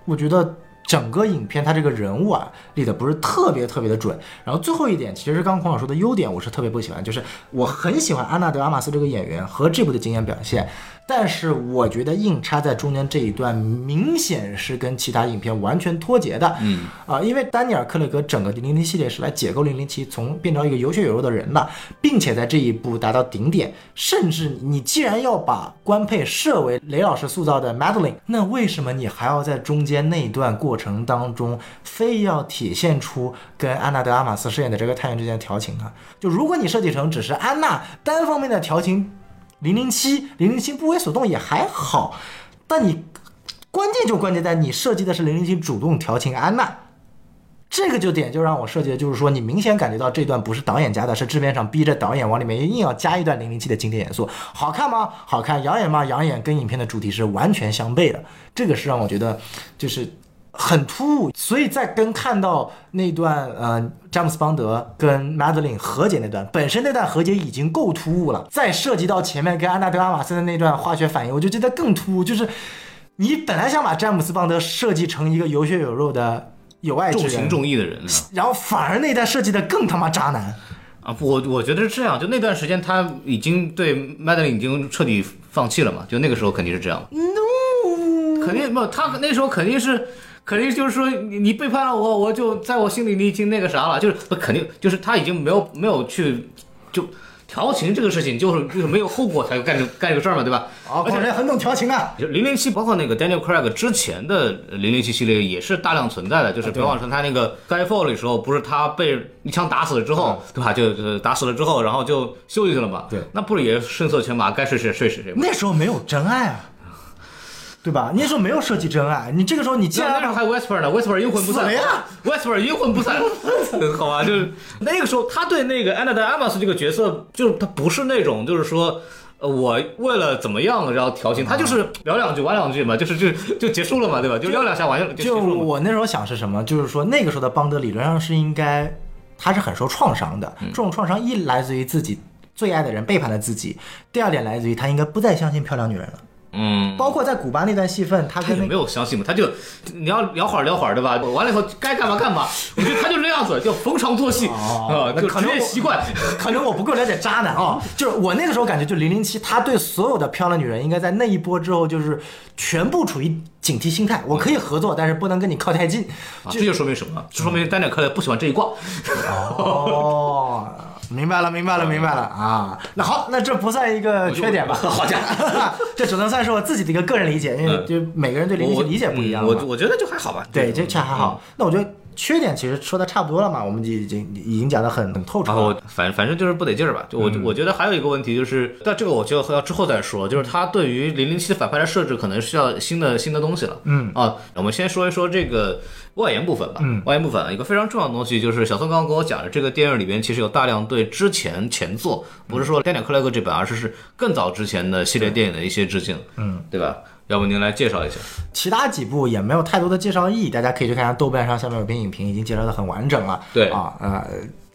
A: 我觉得整个影片它这个人物啊立的不是特别特别的准。然后最后一点，其实是刚刚孔老说的优点，我是特别不喜欢，就是我很喜欢安娜德阿玛斯这个演员和这部的经验表现，但是我觉得硬插在中间这一段，明显是跟其他影片完全脱节的。嗯，啊、因为丹尼尔·克雷格整个《零零七》系列是来解构《零零七》，从变成一个有血有肉的人了，并且在这一步达到顶点。甚至你既然要把官配设为雷老师塑造的 Madeline，那为什么你还要在中间那一段过程当中，非要体现出跟安娜德·阿玛斯饰演的这个探员之间的调情呢？就如果你设计成只是安娜单方面的调情，零零七零零七不为所动也还好，但你关键就关键在你设计的是零零七主动调情安娜。这个就点就让我设计的就是说，你明显感觉到这段不是导演加的，是制片厂逼着导演往里面硬要加一段零零七的经典元素。好看吗？好看。养眼吗？养眼。跟影片的主题是完全相悖的，这个是让我觉得就是很突兀。所以在跟看到那段呃詹姆斯邦德跟 Madeline 和解那段，本身那段和解已经够突兀了，再涉及到前面跟安娜德阿玛森的那段化学反应，我就觉得更突兀，就是。你本来想把詹姆斯邦德设计成一个有血有肉的有爱之
B: 重
A: 人，
B: 情重义的人啊
A: 然后反而那一代设计的更他妈渣男。
B: 啊！不，我我觉得是这样，就那段时间他已经对 Madeline 已经彻底放弃了嘛，就那个时候肯定是这样。
A: No，
B: 肯定不，他那时候肯定是，肯定就是说你你背叛了我，我就在我心里你已经那个啥了，就是不肯定就是他已经没有没有去就调情这个事情，就是就是没有后果才干这干这个事儿嘛，对吧？
A: 啊，果然很懂调情啊。
B: 就零零七，包括那个 Daniel Craig 之前的零零七系列也是大量存在的，就是别忘了他那个 Skyfall 里时候，不是他被一枪打死了之后，对吧？就就打死了之后，然后就休息去了嘛。
A: 对
B: 那不是也声色犬马，该睡谁睡谁吗？
A: 那时候没有真爱啊，对吧？那时候没有设计真爱，你这个时候你既
B: 那
A: 然
B: 那时候还 Whisper 呢，Whisper 阴魂不散
A: 死了呀
B: ，Whisper 阴魂不散，好吧，就是那个时候他对那个 Anna de Armas 这个角色，就是他不是那种就是说。呃我为了怎么样，然后调情，他就是聊两句玩两句嘛，就是就就结束了嘛，对吧？就聊两下玩就结
A: 就
B: 束了嘛。
A: 我那时候想是什么，就是说那个时候的邦德理论上是应该他是很受创伤的，这种创伤一来自于自己最爱的人背叛了自己，第二点来自于他应该不再相信漂亮女人了。
B: 嗯，
A: 包括在古巴那段戏份，他
B: 他
A: 跟
B: 也
A: 那
B: 没有相信嘛，他就你要聊会儿聊会儿，对吧？完了以后该干嘛干嘛，我觉得他就这样子，就逢场作戏啊
A: 哦，那
B: 就
A: 可
B: 职
A: 能
B: 业
A: 我
B: 习惯。
A: 可能我不够了解渣男啊、就是我那个时候感觉，就零零七，他对所有的漂亮女人，应该在那一波之后，就是全部处于警惕心态。我可以合作，但是不能跟你靠太近。
B: 啊这就说明什么？这说明丹尼尔·克莱不喜欢这一挂。
A: 哦， 明白了，明白了，明白了啊！那好，那这不算一个缺点吧？
B: 好家嗯
A: 伙，这只能算是我自己的一个个人理解，因为就每个人对零零
B: 我
A: 七理解不一样
B: 嗯
A: 嘛。
B: 我我嗯觉得就还好吧。
A: 对，这这还好。那我觉得缺点其实说的差不多了嘛，我们已经已经讲的很很透彻
B: 然后
A: 了。
B: 啊我反反正就是不得劲儿吧，就我、我觉得还有一个问题就是，但这个我就要之后再说，就是他对于零零七的反派的设置可能需要新的新的东西了。嗯啊，我们先说一说这个外延部分吧。嗯，外延部分一个非常重要的东西就是小宋刚刚跟我讲的，这个电影里边其实有大量对之前前作，不是说《丹尼尔·克莱格》这本，而是是更早之前的系列电影的一些致敬。嗯，对吧？要不您来介绍一下？
A: 其他几部也没有太多的介绍意义，大家可以去看看豆瓣上下面有篇影评，已经介绍的很完整了。
B: 对
A: 啊，呃，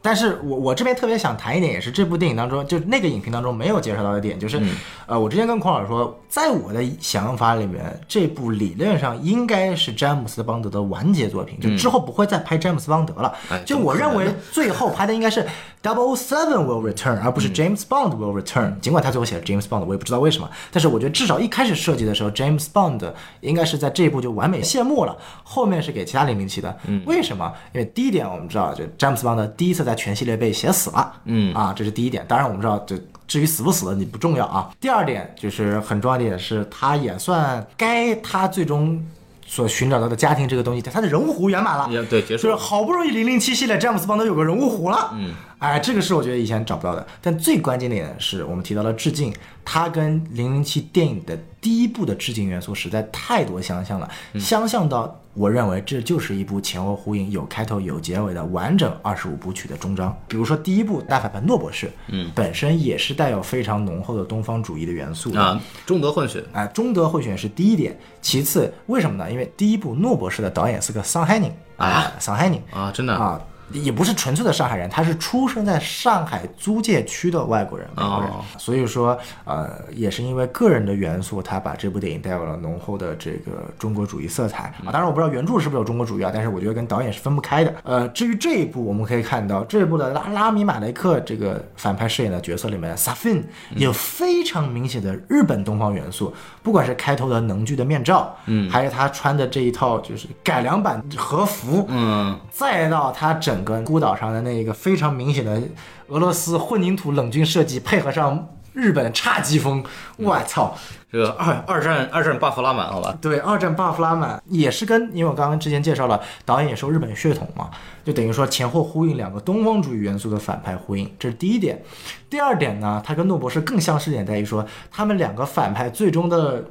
A: 但是我我这边特别想谈一点，也是这部电影当中，就那个影评当中没有介绍到的点，就是，
B: 嗯
A: 呃，我之前跟孔老师说，在我的想法里面，这部理论上应该是詹姆斯邦德的完结作品，就之后不会再拍詹姆斯邦德了。
B: 嗯哎
A: 就
B: 怎么
A: 我
B: 可
A: 认
B: 能
A: 为
B: 呢
A: 最后拍的应该是 Double Seven will return，而不是 James Bond will return、尽管他最后写了 James Bond，我也不知道为什么，但是我觉得至少一开始设计的时候，James Bond 应该是在这一步就完美谢幕了，后面是给其他零零七的。为什么？因为第一点我们知道，就詹姆斯邦德第一次在全系列被写死了。嗯啊，这是第一点。当然我们知道，就至于死不死你不重要啊。第二点就是很重要的一点是，他也算该他最终。所寻找到的家庭这个东西，他的人物弧圆满了，
B: 也对结束
A: 就是
B: 了
A: 好不容易零零七系列詹姆斯邦德有个人物弧了，嗯，哎，这个是我觉得以前找不到的。但最关键的点是我们提到了致敬，它跟零零七电影的第一部的致敬元素实在太多相像了，
B: 嗯
A: 相像到我认为这就是一部前后呼应、有开头有结尾的完整二十五部曲的终章。比如说第一部大反派诺博士，嗯，本身也是带有非常浓厚的东方主义的元素的
B: 啊，中德混血，
A: 哎，中德混血是第一点，其次为什么呢？因为第一部诺博士的导演是个桑海宁
B: 啊，
A: 桑海宁
B: 啊真的
A: 啊，也不是纯粹的上海人，他是出生在上海租界区的外国人，美国人，
B: 哦
A: 所以说呃，也是因为个人的元素，他把这部电影带有了浓厚的这个中国主义色彩啊。当然我不知道原著是不是有中国主义啊，但是我觉得跟导演是分不开的。呃，至于这一部，我们可以看到这一部的拉拉米马雷克这个反派饰演的角色里面，萨芬有非常明显的日本东方元素，不管是开头的能剧的面罩，嗯，还是他穿的这一套就是改良版和服，嗯。
B: 嗯，
A: 再到它整个孤岛上的那个非常明显的俄罗斯混凝土冷军设计，配合上日本侘寂风，我操！
B: 这个二二战二战 buff 拉满，好吧，
A: 对，二战巴夫拉满也是跟，因为我刚刚之前介绍了，导演也受日本血统嘛，就等于说前后呼应两个东方主义元素的反派呼应，这是第一点。第二点呢，它跟诺博士更相似点在于说，他们两个反派最终的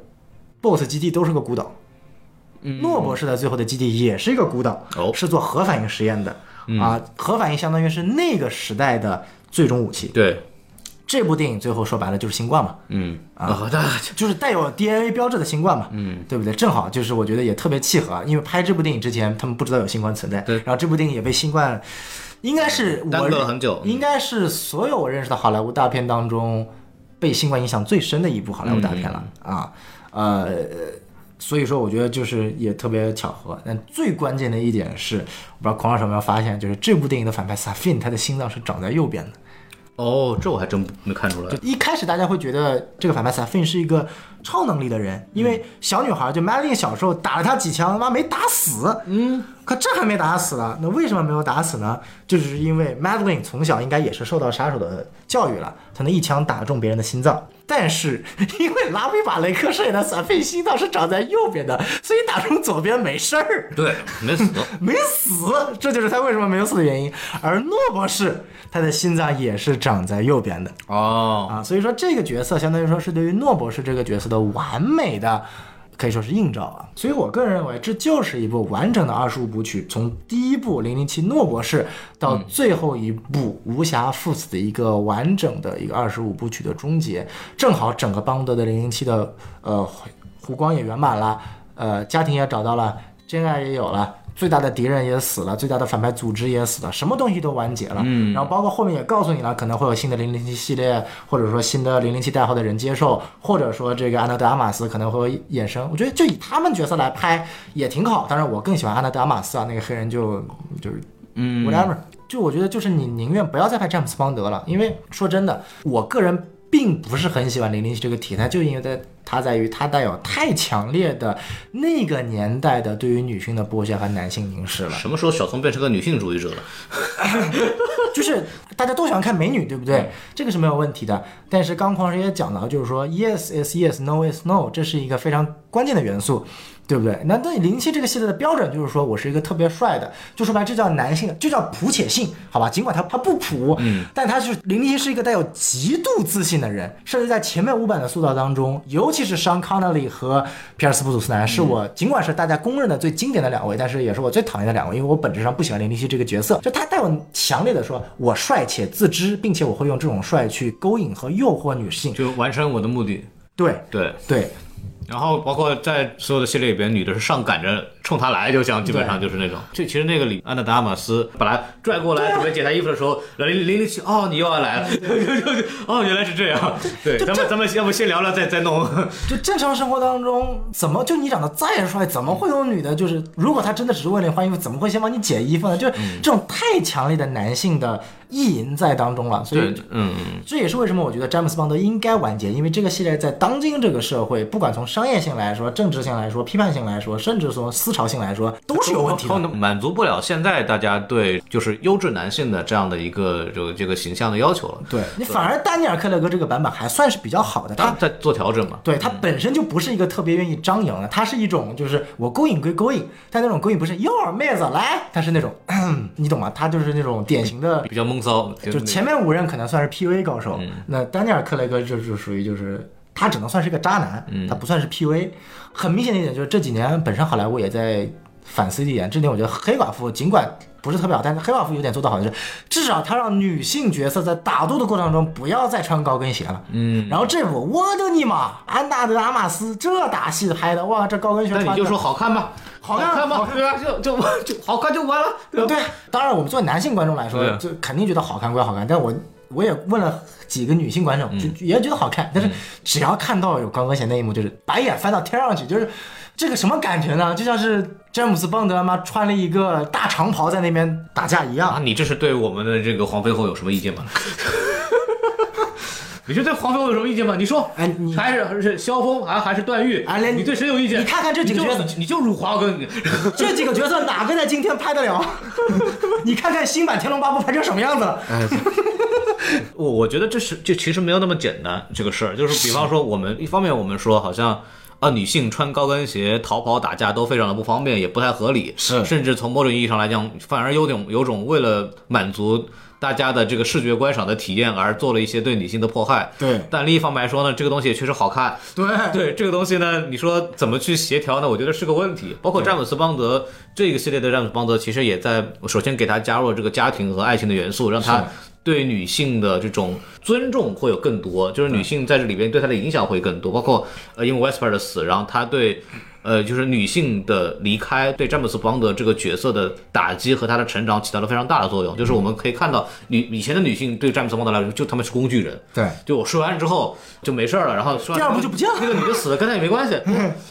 A: BOSS 基地都是个孤岛。诺博士的最后的基地也是一个孤岛，
B: 哦
A: 是做核反应实验的、啊。核反应相当于是那个时代的最终武器。
B: 对，
A: 这部电影最后说白了就是新冠嘛，
B: 嗯啊，那
A: 就是带有 DNA 标志的新冠嘛，嗯，对不对？正好就是我觉得也特别契合啊，因为拍这部电影之前他们不知道有新冠存在，
B: 对
A: 然后这部电影也被新冠，应该是我
B: 耽搁了很久
A: 应该是所有我认识的好莱坞大片当中被新冠影响最深的一部好莱坞大片了、
B: 嗯
A: 啊，呃。所以说，我觉得就是也特别巧合。但最关键的一点是，我不知道孔老师有没有发现，就是这部电影的反派萨菲，他的心脏是长在右边的。
B: 哦，这我还真不没看出来
A: 就，一开始大家会觉得这个反派萨芬是一个超能力的人，因为小女孩就 Madeline 小时候打了他几枪，他妈没打死，嗯，可这还没打死呢，那为什么没有打死呢？就只是因为 Madeline 从小应该也是受到杀手的教育了，才能一枪打中别人的心脏。但是因为拉米马雷克饰演的萨菲心脏是长在右边的，所以打中左边没事儿。
B: 对，没死，
A: 没死，这就是他为什么没有死的原因。而诺博士，他的心脏也是长在右边的，
B: 哦，
A: 啊，所以说这个角色相当于说是对于诺博士这个角色的完美的。可以说是映照啊，所以我个人认为这就是一部完整的二十五部曲，从第一部《零零七诺博士》到最后一部《无暇赴死》的一个完整的一个二十五部曲的终结，正好整个邦德的零零七的呃湖光也圆满了，呃家庭也找到了，真爱也有了，最大的敌人也死了，最大的反派组织也死了，什么东西都完结了。嗯，然后包括后面也告诉你了，可能会有新的零零七系列，或者说新的零零七代号的人接受，或者说这个安德德阿玛斯可能会有衍生。我觉得就以他们角色来拍也挺好。当然，我更喜欢安德德阿玛斯啊，那个黑人就就是嗯 whatever。就我觉得就是你宁愿不要再拍詹姆斯邦德了，因为说真的，我个人。并不是很喜欢零零七这个题材，就因为在它在于它带有太强烈的那个年代的对于女性的剥削和男性凝视了。
B: 啊什么时候小松变成个女性主义者了？
A: 就是大家都喜欢看美女，对不对？这个是没有问题的。但是刚匡时也讲到，就是说 yes is yes，no is no，这是一个非常关键的元素，对不对？那对零七这个系列的标准就是说我是一个特别帅的，就说白了，这叫男性，就叫普且性，好吧？尽管他他不普，嗯，但他是零七是一个带有极度自信的人，甚至在前面五版的塑造当中，尤其是 Sean Connery 和皮尔斯布鲁斯南，是我、尽管是大家公认的最经典的两位，但是也是我最讨厌的两位，因为我本质上不喜欢零零七这个角色，就他带有强烈的说我帅且自知，并且我会用这种帅去勾引和诱惑女性，
B: 就完成我的目的，
A: 对
B: 对，
A: 对。
B: 然后包括在所有的系列里边，女的是上赶着冲他来，就像基本上就是那种。就其实那个里安娜达马斯把他拽过来准备解他衣服的时候，零零零七哦，你又要来了， 哦，原来是这样。对，咱们咱们要不先聊聊再再弄。
A: 就正常生活当中，怎么就你长得再帅，怎么会有女的？就是如果她真的只是为了换衣服，怎么会先帮你解衣服呢？就是这种太强烈的男性的意淫在当中了。所 以
B: 对，嗯，
A: 这也是为什么我觉得詹姆斯邦德应该完结，因为这个系列在当今这个社会，不管从商业性来说、政治性来说、批判性来说，甚至从思潮性来说，都是有问题
B: 他
A: 的。
B: 们满足不了现在大家对就是优质男性的这样的一个这个这个形象的要求了。
A: 对你反而丹尼尔·克雷格这个版本还算是比较好的，
B: 他
A: 他
B: 在做调整嘛？
A: 对他本身就不是一个特别愿意张扬的，他是一种就是我勾引归勾引，但那种勾引不是哟妹子来，他是那种 你懂吗？他就是那种典型的，
B: 比较闷骚，
A: 就是前面五任可能算是 PUA 高手，
B: 嗯
A: 那丹尼尔·克雷格就就属于就是。他只能算是个渣男，
B: 嗯
A: 他不算是 PUA。很明显的一点就是这几年本身好莱坞也在反思一点，这点我觉得黑寡妇尽管不是特别好，但是黑寡妇有点做得好的是，至少他让女性角色在打斗的过程中不要再穿高跟鞋了。嗯，然后这部我的你妈，安娜德阿玛斯这打戏拍的，哇，这高跟鞋
B: 那
A: 穿的，
B: 你就说好看吧，
A: 好看
B: 看
A: 好
B: 吧，对吧？就就就好看就完了，对吧？
A: 对，啊当然我们作为男性观众来说，
B: 对啊
A: 就肯定觉得好看归好看，但我我也问了几个女性观
B: 嗯
A: 众，就就也觉得好看，但是只要看到有高跟鞋那一幕，就是白眼翻到天上去，就是这个什么感觉呢？就像是詹姆斯邦德妈穿了一个大长袍在那边打架一 样
B: 啊，。你这是对我们的这个皇妃后有什么意见吗？ 你是对皇妃后有什么意见吗？你说，
A: 哎你
B: 还是还是萧峰，啊还还是段誉，
A: 哎连
B: 你对谁有意见？
A: 你看看这几个
B: 你就
A: 角色
B: 你就辱华跟，
A: 这几个角色哪个在今天拍得了？ 你看看新版《天龙八部》拍成什么样子了？
B: 我我觉得这是这其实没有那么简单，这个事儿就是，比方说我们一方面我们说好像。啊，女性穿高跟鞋逃跑打架都非常的不方便，也不太合理，
A: 是
B: 甚至从某种意义上来讲，反而有种有种为了满足大家的这个视觉观赏的体验而做了一些对女性的迫害。
A: 对
B: 但另一方面来说呢，这个东西也确实好看，
A: 对
B: 对这个东西呢，你说怎么去协调呢？我觉得是个问题。包括詹姆斯邦德这个系列的詹姆斯邦德，其实也在首先给他加入了这个家庭和爱情的元素，让他对女性的这种尊重会有更多，就是女性在这里边对他的影响会更多。包括呃，因为 Westper 的死，然后他对。呃，就是女性的离开对詹姆斯邦德这个角色的打击和他的成长起到了非常大的作用。就是我们可以看到，女以前的女性对詹姆斯邦德来说，就他们是工具人，
A: 对，
B: 就我说完之后就没事儿了，然后说完哎
A: 第二部就不见了
B: 那个女的死了跟他也没 关系。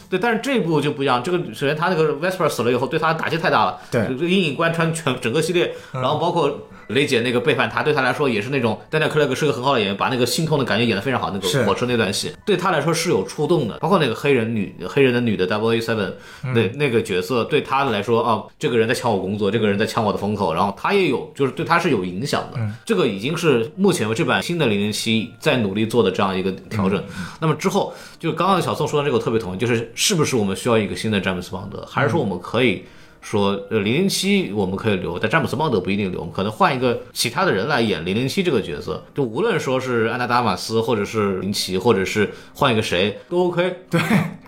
B: 对，但是这一部就不一样，这个首先他那个 Vesper 死了以后，对他的打击太大了，
A: 对
B: 这个阴影贯穿全整个系列，然后包括。雷姐那个背叛他，对他来说也是那种丹尼尔·克雷格是个很好的演员，把那个心痛的感觉演得非常好。那
A: 是
B: 个火车那段戏对他来说是有触动的，包括那个黑人女黑人的女的 W A Seven 那那个角色对他来说啊，这个人在抢我工作，这个人在抢我的风口，然后他也有就是对他是有影响的。这个已经是目前这版新的零零七在努力做的这样一个调整。那么之后就刚刚小宋说的这个我特别同意，就是是不是我们需要一个新的詹姆斯邦德，还是说我们可以？说呃零零七我们可以留，但詹姆斯邦德不一定留，我们可能换一个其他的人来演零零七这个角色。就无论说是安娜达马斯，或者是林奇，或者是换一个谁都 OK，对，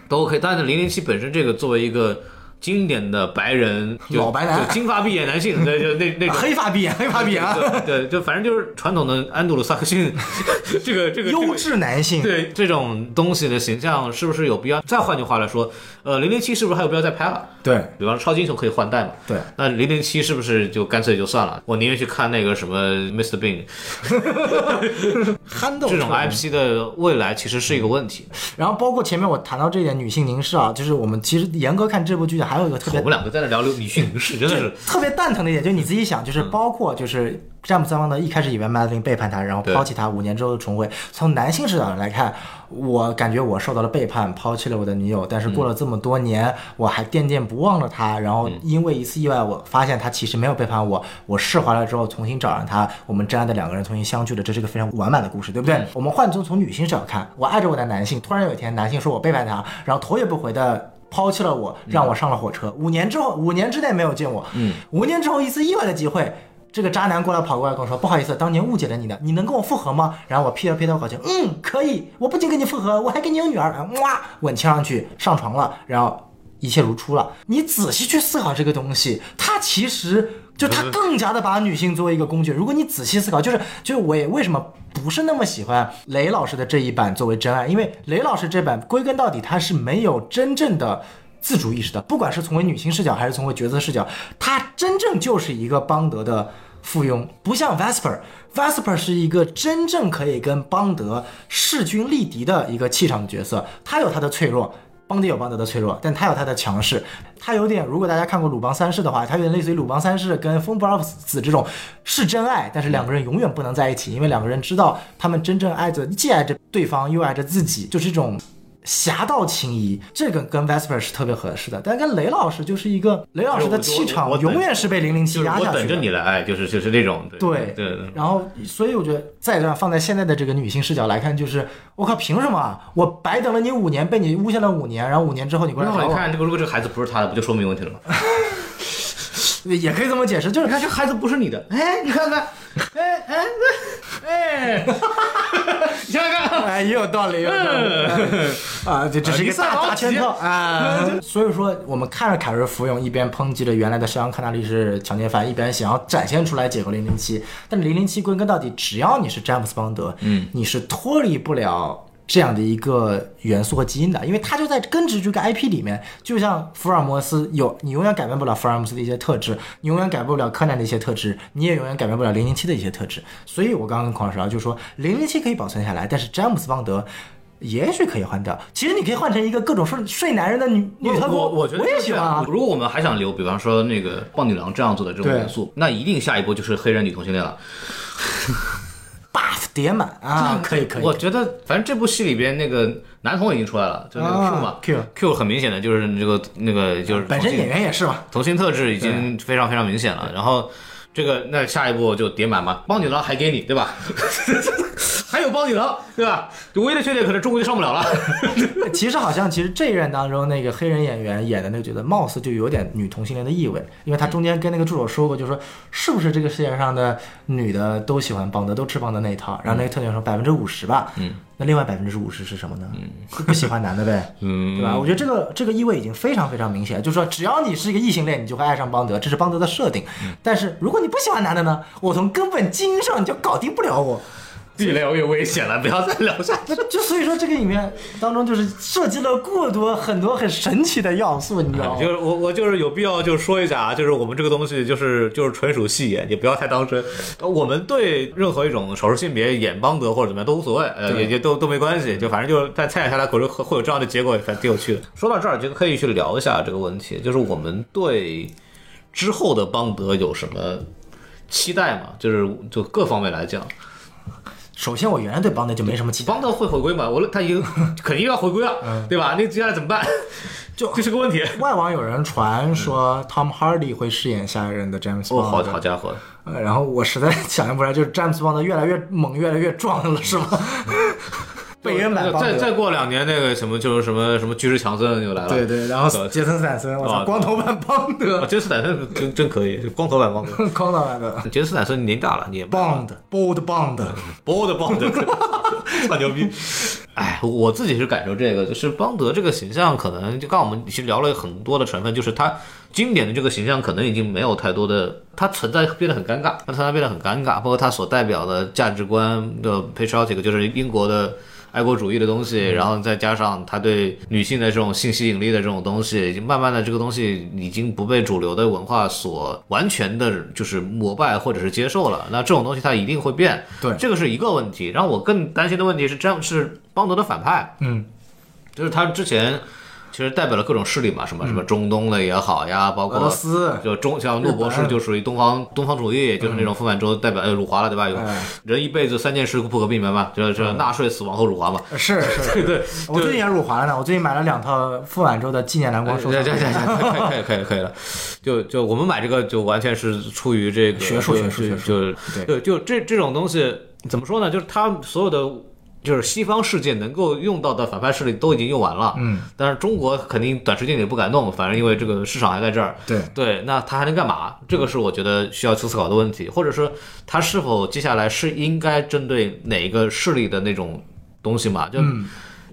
B: 都 OK。但是零零七本身这个作为一个经典的白人就
A: 老白男
B: 就金发碧眼男性，对，就那那种。
A: 黑发碧眼，黑发碧眼啊，
B: 对对，就反正就是传统的安德鲁萨克逊， 这个这个这
A: 优
B: 个
A: 质男性。
B: 对这种东西的形象是不是有必要？再换句话来说，呃，零零七是不是还有必要再拍了？
A: 对
B: 比方说超级英雄可以换代嘛？
A: 对，
B: 那零零七是不是就干脆就算了？我宁愿去看那个什么 Mr. Bean
A: 憨豆
B: 这种
A: 彻底
B: IP 的未来其实是
A: 嗯
B: 一个问题。
A: 然后包括前面我谈到这一点女性凝视啊，就是我们其实严格看这部剧还有一个特
B: 我
A: 别
B: 们两个在那聊女性凝视，真的是
A: 特别蛋疼的一点，就是你自己想，就是包括就是詹姆斯邦德一开始以为麦德琳背叛他，然后
B: 对
A: 抛弃他，五年之后重回。从男性视角来看，我感觉我受到了背叛，抛弃了我的女友，但是过了这么多年，我还惦念不忘了她。然后因为一次意外，我发现她其实没有背叛我，我释怀了之后重新找上她，我们真爱的两个人重新相聚了，这是一个非常完满的故事，对不对？我们换从从女性视角看，我爱着我的男性，突然有一天男性说我背叛他，然后头也不回的抛弃了我，让我上了火车。五年之后，五年之内没有见我，嗯，五年之后一次意外的机会。这个渣男过来跑过来跟我说：“不好意思，当年误解了你的，你能跟我复合吗？”然后我劈了劈头搞笑，嗯，可以。我不仅跟你复合，我还给你有女儿。啊哇，吻亲上去，上床了，然后一切如初了。你仔细去思考这个东西，它其实就他更加的把女性作为一个工具。如果你仔细思考，就是就是我也为什么不是那么喜欢雷老师的这一版作为真爱，因为雷老师这版归根到底他是没有真正的。自主意识的，不管是从为女性视角还是从为角色视角，他真正就是一个邦德的附庸，不像 Vesper，Vesper 是一个真正可以跟邦德势均力敌的一个气场的角色，他有他的脆弱。邦德有邦德的脆弱，但他有他的强势。他有点，如果大家看过《鲁邦三世》的话，他有点类似于《鲁邦三世》跟《风不二子》这种是真爱，但是两个人永远不能在一起，因为两个人知道他们真正爱着，既爱着对方又爱着自己，就是一种侠盗情谊。这个跟 Vesper 是特别合适的，但跟雷老师就是一个雷老师的气
B: 哎我
A: 场
B: 我
A: 永远是被零零
B: 就
A: 七
B: 是
A: 压
B: 我
A: 下去
B: 等着
A: 的。
B: 你来爱，就是就是那种
A: 对
B: 对对，
A: 然后，所以我觉得再这样放在现在的这个女性视角来看，就是我靠，凭什么啊？我白等了你五年，被你诬陷了五年，然后五年之后你过来
B: 然
A: 找
B: 后你
A: 啊我，
B: 看这个，如果这个孩子不是他的，不就说明问题 了吗？
A: 也可以这么解释，就是
B: 你看这孩子不是你的，哎，你看看，哎哎哎，哎，你想想看，
A: 哎，也有道理，有道
B: 嗯
A: 理啊！这这是一个大大圈套啊！ 所以说，我们看着凯瑞服用，一边抨击着原来的肖央康纳利是强奸犯，一边想要展现出来解构零零七。但零零七归根到底，只要你是詹姆斯邦德，嗯，你是脱离不了。这样的一个元素和基因的，因为它就在根植这个 IP 里面，就像福尔摩斯有，你永远改变不了福尔摩斯的一些特质，你永远改变不了柯南的一些特质，你也永远改变不了零零七的一些特质。所以我刚刚跟狂老师聊，就说零零七可以保存下来，但是詹姆斯邦德也许可以换掉。其实你可以换成一个各种睡睡男人的女女特工，
B: 我
A: 我
B: 我觉得
A: 也
B: 就是
A: 喜欢啊。
B: 如果我们还想留，比方说那个棒女郎这样做的这种
A: 对
B: 元素，那一定下一步就是黑人女同性恋了。
A: buff 叠满啊，可以可以。
B: 我觉得反正这部戏里边那个男童已经出来了，就那个 Q 嘛、
A: 啊，Q
B: Q 很明显的就是那个那个就是
A: 本身
B: 同性
A: 演员也是嘛，
B: 同性特质已经非常非常明显了。然后这个那下一步就叠满嘛，帮女郎还给你，对吧？ 还有帮女郎，对吧？唯一的缺点可能中国就上不了 了。
A: 其实好像，其实这一任当中，那个黑人演员演的那个角色，貌似就有点女同性恋的意味，因为他中间跟那个助手说过，就说是不是这个世界上的女的都喜欢邦德，都吃邦德那一套。然后那个特警说百分之五十吧，嗯，那另外百分之五十是什么呢？嗯，不喜欢男的呗， 嗯，对吧？我觉得这个这个意味已经非常非常明显，就是说只要你是一个异性恋，你就会爱上邦德，这是邦德的设定。但是如果你不喜欢男的呢，我从根本基因上你就搞定不了我。
B: 越聊越危险了，不要再聊下去。
A: 那就所以说这个里面当中就是设计了过多很多很神奇的要素，你知道吗
B: 就？是我我就是有必要就是说一下啊，就是我们这个东西就是就是纯属戏言，也不要太当真。呃我们对任何一种少数性别演邦德或者怎么样都无所谓，呃，也也都都没关系，就反正就是但参与下来，可能会会有这样的结果，反正挺有趣的。说到这儿，就可以去聊一下这个问题，就是我们对之后的邦德有什么期待嘛？就是就各方面来讲，
A: 首先我原来对邦德就没什么期待，
B: 邦德会回归吗？我他已经 肯定要回归了，对吧？那接下来怎么办？嗯 就这是个问题。
A: 外网有人传说 Tom Hardy 会饰演下一任的 James
B: 哦，好
A: Bond，、
B: 好家伙！
A: 呃然后我实在想象不出来，就是 James Bond 越来越猛，越来越壮了，是吗？ 贝恩版邦
B: 再再
A: 德，
B: 过两年，那个什么就是什么什么巨石强森又来了。
A: 对对，然后
B: 对
A: 杰森斯坦森，我
B: 啊
A: 操，光头版邦
B: 啊，
A: 德，
B: 杰森斯坦森真真可以，光头版光头。
A: 光头版的
B: 杰森斯坦森年纪大了，你也
A: Bond，Bold Bond，
B: 哦包的 邦德，算牛逼。哎，我自己是感受这个，就是邦德这个形象，可能就刚刚我们其实聊了很多的成分，就是他经典的这个形象可能已经没有太多的，他存在变得很尴尬，他存在变得很尴尬，包括他所代表的价值观的 patriotic，就是英国的。爱国主义的东
A: 嗯
B: 西，然后再加上他对女性的这种性吸引力的这种东西，已经慢慢的这个东西已经不被主流的文化所完全的，就是膜拜或者是接受了。那这种东西它一定会变，
A: 对
B: 这个是一个问题。然后我更担心的问题是，詹是邦德的反派，
A: 嗯，
B: 就是他之前其实代表了各种势力嘛，什么什么中东的也好呀，包
A: 嗯俄罗
B: 括。
A: 斯，
B: 就中像陆博士就属于东方东方主义，就是
A: 嗯
B: 那种傅满洲代表呃辱华了，对吧？有
A: 哎
B: 人一辈子三件事不可避免嘛，就是
A: 嗯
B: 就是纳税、死亡和辱华嘛。
A: 是是
B: 对对，哎
A: 我最近也辱华了呢，我最近买了两套傅满洲的纪念蓝光收
B: 对
A: 藏
B: 对对，可以可以可以可以了，就就我们买这个就完全是出于这个
A: 学术
B: 就
A: 学术
B: 就
A: 学术对
B: 就就就这这种东西怎么说呢？就是它所有的。就是西方世界能够用到的反派势力都已经用完了，
A: 嗯，
B: 但是中国肯定短时间也不敢弄，反正因为这个市场还在这儿，
A: 对
B: 对，那他还能干嘛？这个是我觉得需要去思考的问题，或者说他是否接下来是应该针对哪一个势力的那种
A: 嗯
B: 东西嘛？就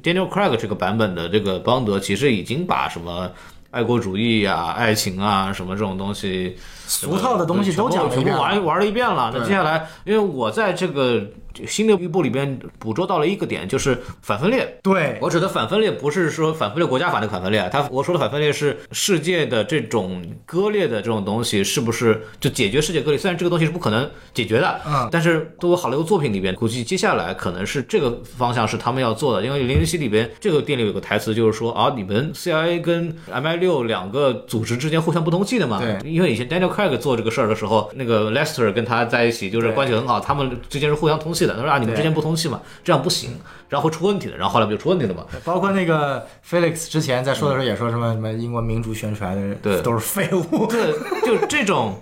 B: Daniel Craig 这个版本的这个邦德，其实已经把什么。爱国主义呀、爱情啊什么这种东西，
A: 俗套的东西都讲了一
B: 全部
A: 遍
B: 全部
A: 了。
B: 玩玩了一遍了。那接下来，因为我在这个新的一部里边捕捉到了一个点，就是反分裂。
A: 对，
B: 我指的反分裂不是说反分裂国家法那个反分裂啊，他我说的反分裂是世界的这种割裂的这种东西，是不是就解决世界割裂？虽然这个东西是不可能解决的，
A: 嗯
B: 但是作为好莱坞作品里边，估计接下来可能是这个方向是他们要做的，因为零零七里边这个电影里有个台词就是说啊，你们 CIA 跟 MI 六两个组织之间互相不通气的嘛，
A: 对
B: 啊因为以前 Daniel Craig 做这个事儿的时候，那个 Lester 跟他在一起就是
A: 对
B: 关系很好，他们之间是互相通气的，他说啊，你们之间不通气嘛，这样不行。然后会出问题的，然后后来不就出问题了嘛？
A: 包括那个 Felix 之前在说的时候也说什么什么英国民族宣传的，
B: 对
A: 都是废物。
B: 对， 就这种。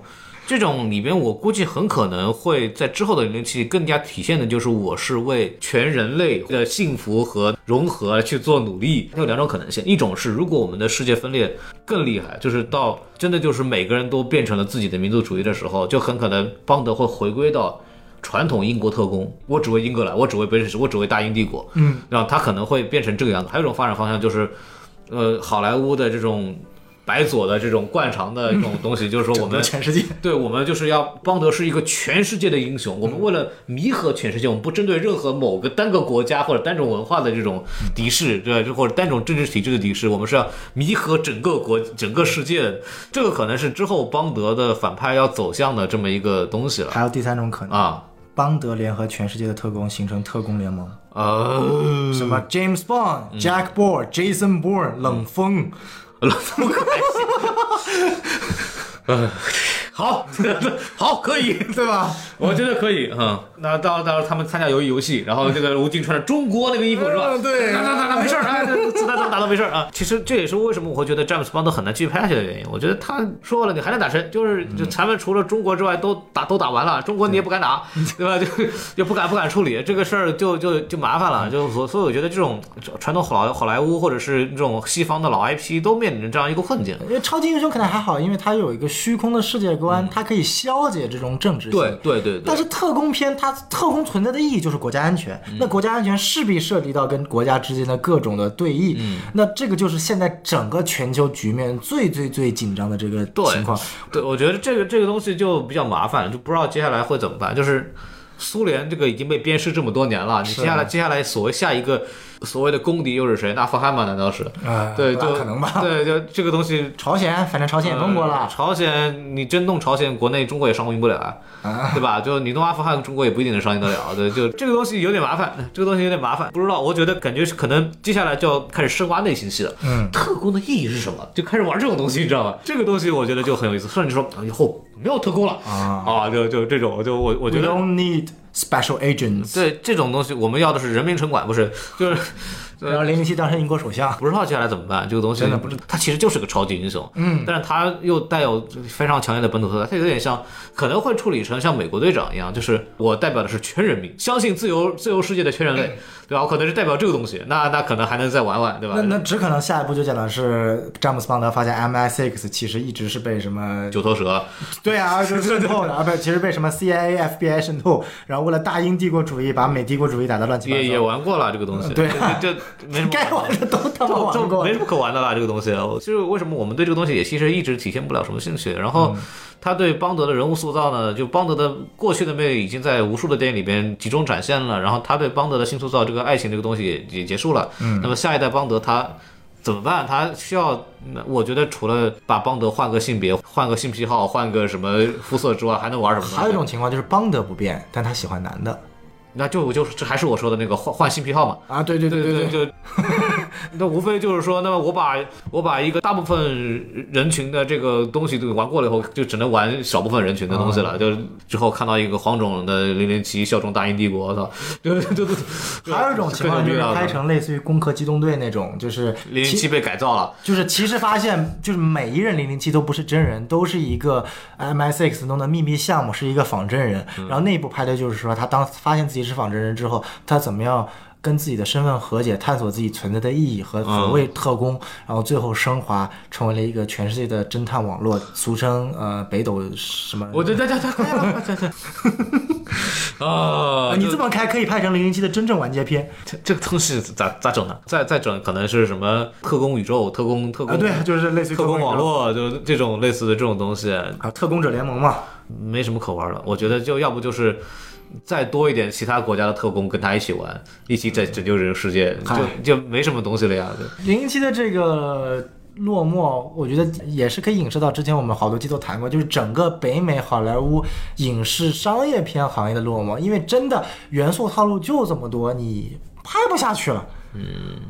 B: 这种里边，我估计很可能会在之后的零零七更加体现的就是我是为全人类的幸福和融合去做努力。它有两种可能性，一种是如果我们的世界分裂更厉害，就是到真的就是每个人都变成了自己的民族主义的时候，就很可能邦德会回归到传统英国特工，我只为英格兰，我只为比利时，我只为大英帝国。嗯，然后他可能会变成这个样子。还有一种发展方向就是，呃，好莱坞的这种白左的这种惯常的这种东西， 就是说我
A: 整个
B: 们
A: 全世界，
B: 对，啊我们就是要邦德是一个全世界的英雄。我们为了弥合全世界，我们不针对任何某个单个国家或者单种文化的这种敌视，对，或者单种政治体制的敌视，我们是要弥合整个国、整个世界的。这个可能是之后邦德的反派要走向的这么一个东西了
A: 还有第三种可能，
B: 啊。
A: 邦德联合全世界的特工形成特工联盟，
B: 呃，
A: 什么 James Bond、Jack
B: 嗯
A: Bourne、Jason Bourne、冷锋，
B: 好， 好，可以。
A: 对吧？
B: 我觉得可以，嗯，那到到时候他们参加游戏游戏，然后这个吴京穿着中国那个衣服是吧？
A: 嗯对
B: 打打打打没事儿，哎，这子弹怎么打都没事儿啊。其实这也是为什么我会觉得詹姆斯邦德很难继续拍下去的原因。我觉得他说了，你还能打谁？就是就咱们除了中国之外都打都打完了，中国你也不敢打，对吧？就就不敢不敢处理这个事儿，就就就麻烦了。就所所以我觉得这种传统好莱好莱坞或者是这种西方的老 IP 都面临着这样一个困境。
A: 因为超级英雄可能还好，因为它有一个虚空的世界观，它可以消解这种政治性。
B: 嗯对对
A: 但是特工片，它特工存在的意义就是国家安全，
B: 嗯
A: 那国家安全势必涉及到跟国家之间的各种的对弈，
B: 嗯
A: 那这个就是现在整个全球局面最最最紧张的这个
B: 对
A: 情况。
B: 对，我觉得这个这个东西就比较麻烦，就不知道接下来会怎么办。就是苏联这个已经被鞭尸这么多年了，你接下来接下来所谓下一个所谓的公敌又是谁？那阿富汗吗？难道是？
A: 啊，
B: 对，
A: 不
B: 就
A: 大可能吧？
B: 对，就这个东西。
A: 朝鲜，反正朝鲜也崩过
B: 呃
A: 了，
B: 朝鲜，你真弄朝鲜，国内中国也上应不了啊，对吧？就你弄阿富汗，中国也不一定能上应得了。对，就 这个东西有点麻烦，这个东西有点麻烦，不知道。我觉得感觉是可能接下来就要开始深挖内心戏了。
A: 嗯，
B: 特工的意义是什么？就开始玩这种东西，你知 道吗？这个东西我觉得就很有意思，甚至说啊以后没有特工了
A: 啊
B: 就就这种，就我我觉
A: We
B: 得
A: don't need special agents。
B: 对这种东西，我们要的是人民城管，不是 就是。
A: 然后零零七当上英国首相，
B: 不知道接下来怎么办，这个东西
A: 真的不知
B: 它其实就是个超级英雄，嗯，但是它又带有非常强烈的本土色彩，它有点像，可能会处理成像美国队长一样，就是我代表的是全人民，相信自由自由世界的全
A: 嗯
B: 人类，对吧？我可能是代表这个东西，那那可能还能再玩玩，对吧
A: 那？那只可能下一步就讲的是詹姆斯邦德发现 MI6 其实一直是被什么
B: 九头蛇，
A: 对啊，就是渗透的啊，不，其实被什么 CIA、FBI 渗透，然后为了大英帝国主义，把美帝国主义打得乱七八
B: 也也
A: 糟。
B: 玩过了这个东西，
A: 对
B: 就就没什么
A: 该玩的都 他妈
B: 这
A: 玩
B: 这
A: 过
B: 没。什么可玩的啦，这个东西，就是为什么我们对这个东西也其实一直体现不了什么兴趣。然后
A: 嗯
B: 他对邦德的人物塑造呢，就邦德的过去的魅力已经在无数的电影里边集中展现了。然后他对邦德的新塑造，这个爱情这个东西也也结束了。嗯，那么下一代邦德他。怎么办？他需要，嗯我觉得除了把邦德换个性别、换个性癖好、换个什么肤色之外，还能玩什么东西？
A: 还有一种情况就是邦德不变，但他喜欢男的
B: 那就我就是这还是我说的那个换换性癖好嘛。
A: 啊，对对
B: 对
A: 对
B: 对，就那无非就是说，那么我把我把一个大部分人群的这个东西都玩过了以后，就只能玩少部分人群的东西了。就之后看到一个黄种的零零七效忠大英帝国，我操！就就就就
A: 还有一种情况就是拍成类似于《攻壳机动队》那种，就是
B: 零零
A: 其
B: 七被改造了，
A: 就是其实发现，就是每一任零零七都不是真人，都是一个 MI6 弄的秘密项目，是一个仿真人。
B: 嗯
A: 然后内部拍的就是说，他当发现自己是仿真人之后，他怎么样跟自己的身份和解，探索自己存在的意义
B: 嗯
A: 和所谓特工，然后最后升华成为了一个全世界的侦探网络，俗称呃北斗什么。
B: 我这这这这这这这。啊
A: 啊，你这么开可以拍成零零七的真正完结篇
B: 这这个东西咋咋整呢？再再整可能是什么特工宇宙、特工特工、
A: 啊，对，就是类似于
B: 特工网
A: 者
B: 络，就是这种类似的这种东西，
A: 啊，特工者联盟嘛，
B: 没什么可玩的。我觉得就要不就是再多一点其他国家的特工跟他一起玩，一起拯拯救人世界，
A: 嗨
B: 就就没什么东西了呀。就
A: 零零七的这个落寞，我觉得也是可以影射到之前我们好多期都谈过，就是整个北美好莱坞影视商业片行业的落寞，因为真的元素套路就这么多，你拍不下去了。嗯，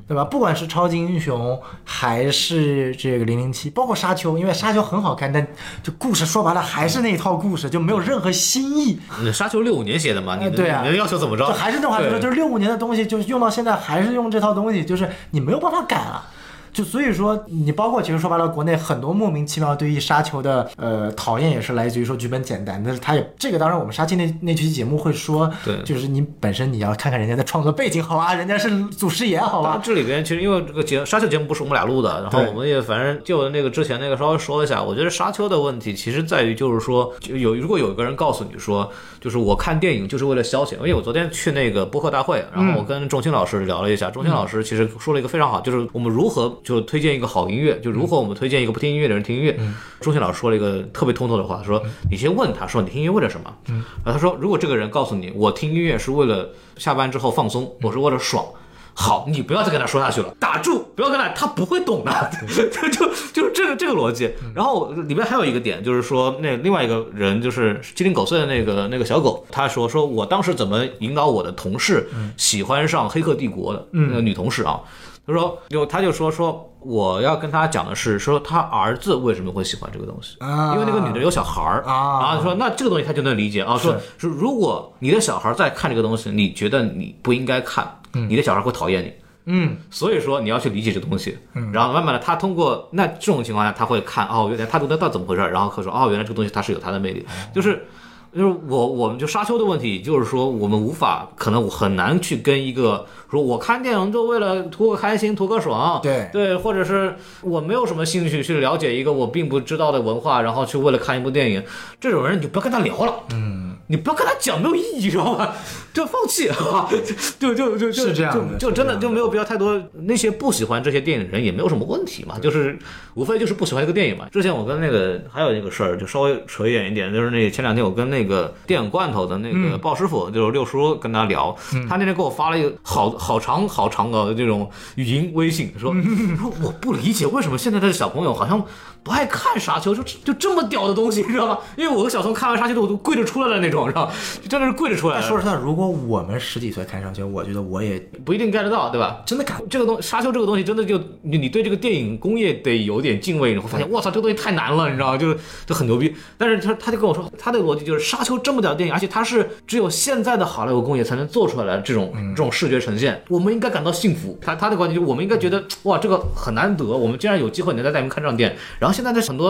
A: 对吧？不管是超级英雄，还是这个零零七，包括沙丘，因为沙丘很好看，但就故事说白了还是那一套故事，就没有任何新意。
B: 嗯沙丘六五年写的嘛，你
A: 哎
B: 能
A: 对啊
B: 你能要求怎么着？
A: 就还是那话就
B: 对
A: 是，就是六五年的东西，就是用到现在还是用这套东西，就是你没有办法改了。就所以说，你包括其实说白了，国内很多莫名其妙对于沙丘的呃讨厌，也是来自于说剧本简单，但是它也这个当然我们沙丘那那期节目会说，
B: 对
A: 就是你本身你要看看人家的创作背景好啊，人家是祖师爷好
B: 啊，
A: 吧，
B: 这里边其实因为这个节沙丘节目不是我们俩录的，然后
A: 对
B: 我们也反正就那个之前那个稍微说一下，我觉得沙丘的问题其实在于就是说，就有如果有一个人告诉你说，就是我看电影就是为了消遣，因为我昨天去那个播客大会，然后
A: 嗯
B: 我跟钟青老师聊了一下，钟青老师其实说了一个非常好，就是我们如何就推荐一个好音乐，就如何我们推荐一个不听音乐的人听音乐。
A: 嗯
B: 钟青老师说了一个特别通透的话，说你先问他说你听音乐为了什么？
A: 嗯
B: 然后他说如果这个人告诉你我听音乐是为了下班之后放松，我是为了爽。好，你不要再跟他说下去了，打住，不要跟他，他不会懂的， 就就就是这个这个逻辑。然后里面还有一个点，就是说那另外一个人就是鸡零狗碎的那个那个小狗，他说说我当时怎么引导我的同事喜欢上《黑客帝国》的那个女同事啊，他说就他就说说我要跟他讲的是说他儿子为什么会喜欢这个东西，
A: 啊
B: 因为那个女的有小孩儿
A: 啊
B: 然后说那这个东西他就能理解啊，说说如果你的小孩在看这个东西，你觉得你不应该看，你的小孩会讨厌你。
A: 嗯，
B: 所以说你要去理解这东西，然后慢慢的他通过那这种情况下他会看哦，原来他读得到怎么回事儿，然后他说哦，原来这个东西它是有它的魅力，
A: 嗯
B: 就是就是我我们就沙丘的问题，就是说我们无法可能我很难去跟一个说我看电影就为了图个开心图个爽，
A: 对
B: 对，或者是我没有什么兴趣去了解一个我并不知道的文化，然后去为了看一部电影，这种人你就不要跟他聊了，嗯，你不要跟他讲没有意义，知道吧？就放弃， 就就就就是
A: 这样的
B: 就是
A: 这
B: 真
A: 样
B: 的
A: 的
B: 就没有必要太多。那些不喜欢这些电影的人也没有什么问题嘛，就是无非就是不喜欢一个电影嘛。之前我跟那个还有那个事儿，就稍微扯远一点，就是那前两天我跟那个电影罐头的那个鲍师傅，就是六叔跟他聊，他那天给我发了一个好好长好长的这种语音微信，说说我不理解为什么现在的小朋友好像。不爱看沙丘，就就这么屌的东西，你知道吗？因为我和小松看完沙丘，我都跪着出来了那种，你知道吗？就真的是跪着出来
A: 但
B: 了，
A: 说实话，如果我们十几岁看上去，我觉得我也
B: 不一定 get 得到，对吧？
A: 真的感
B: 这个东沙丘这个东西真的就你你对这个电影工业得有点敬畏，你会发现我操这个东西太难了，你知道吗？就是就很牛逼。但是他他就跟我说，他的逻辑就是沙丘这么屌的电影，而且它是只有现在的好莱坞工业才能做出来的这种
A: 嗯
B: 这种视觉呈现，我们应该感到幸福。他他的观点就是我们应该觉得哇这个很难得，我们竟然有机会能在大荧幕看这样的电影。然后现在的很多。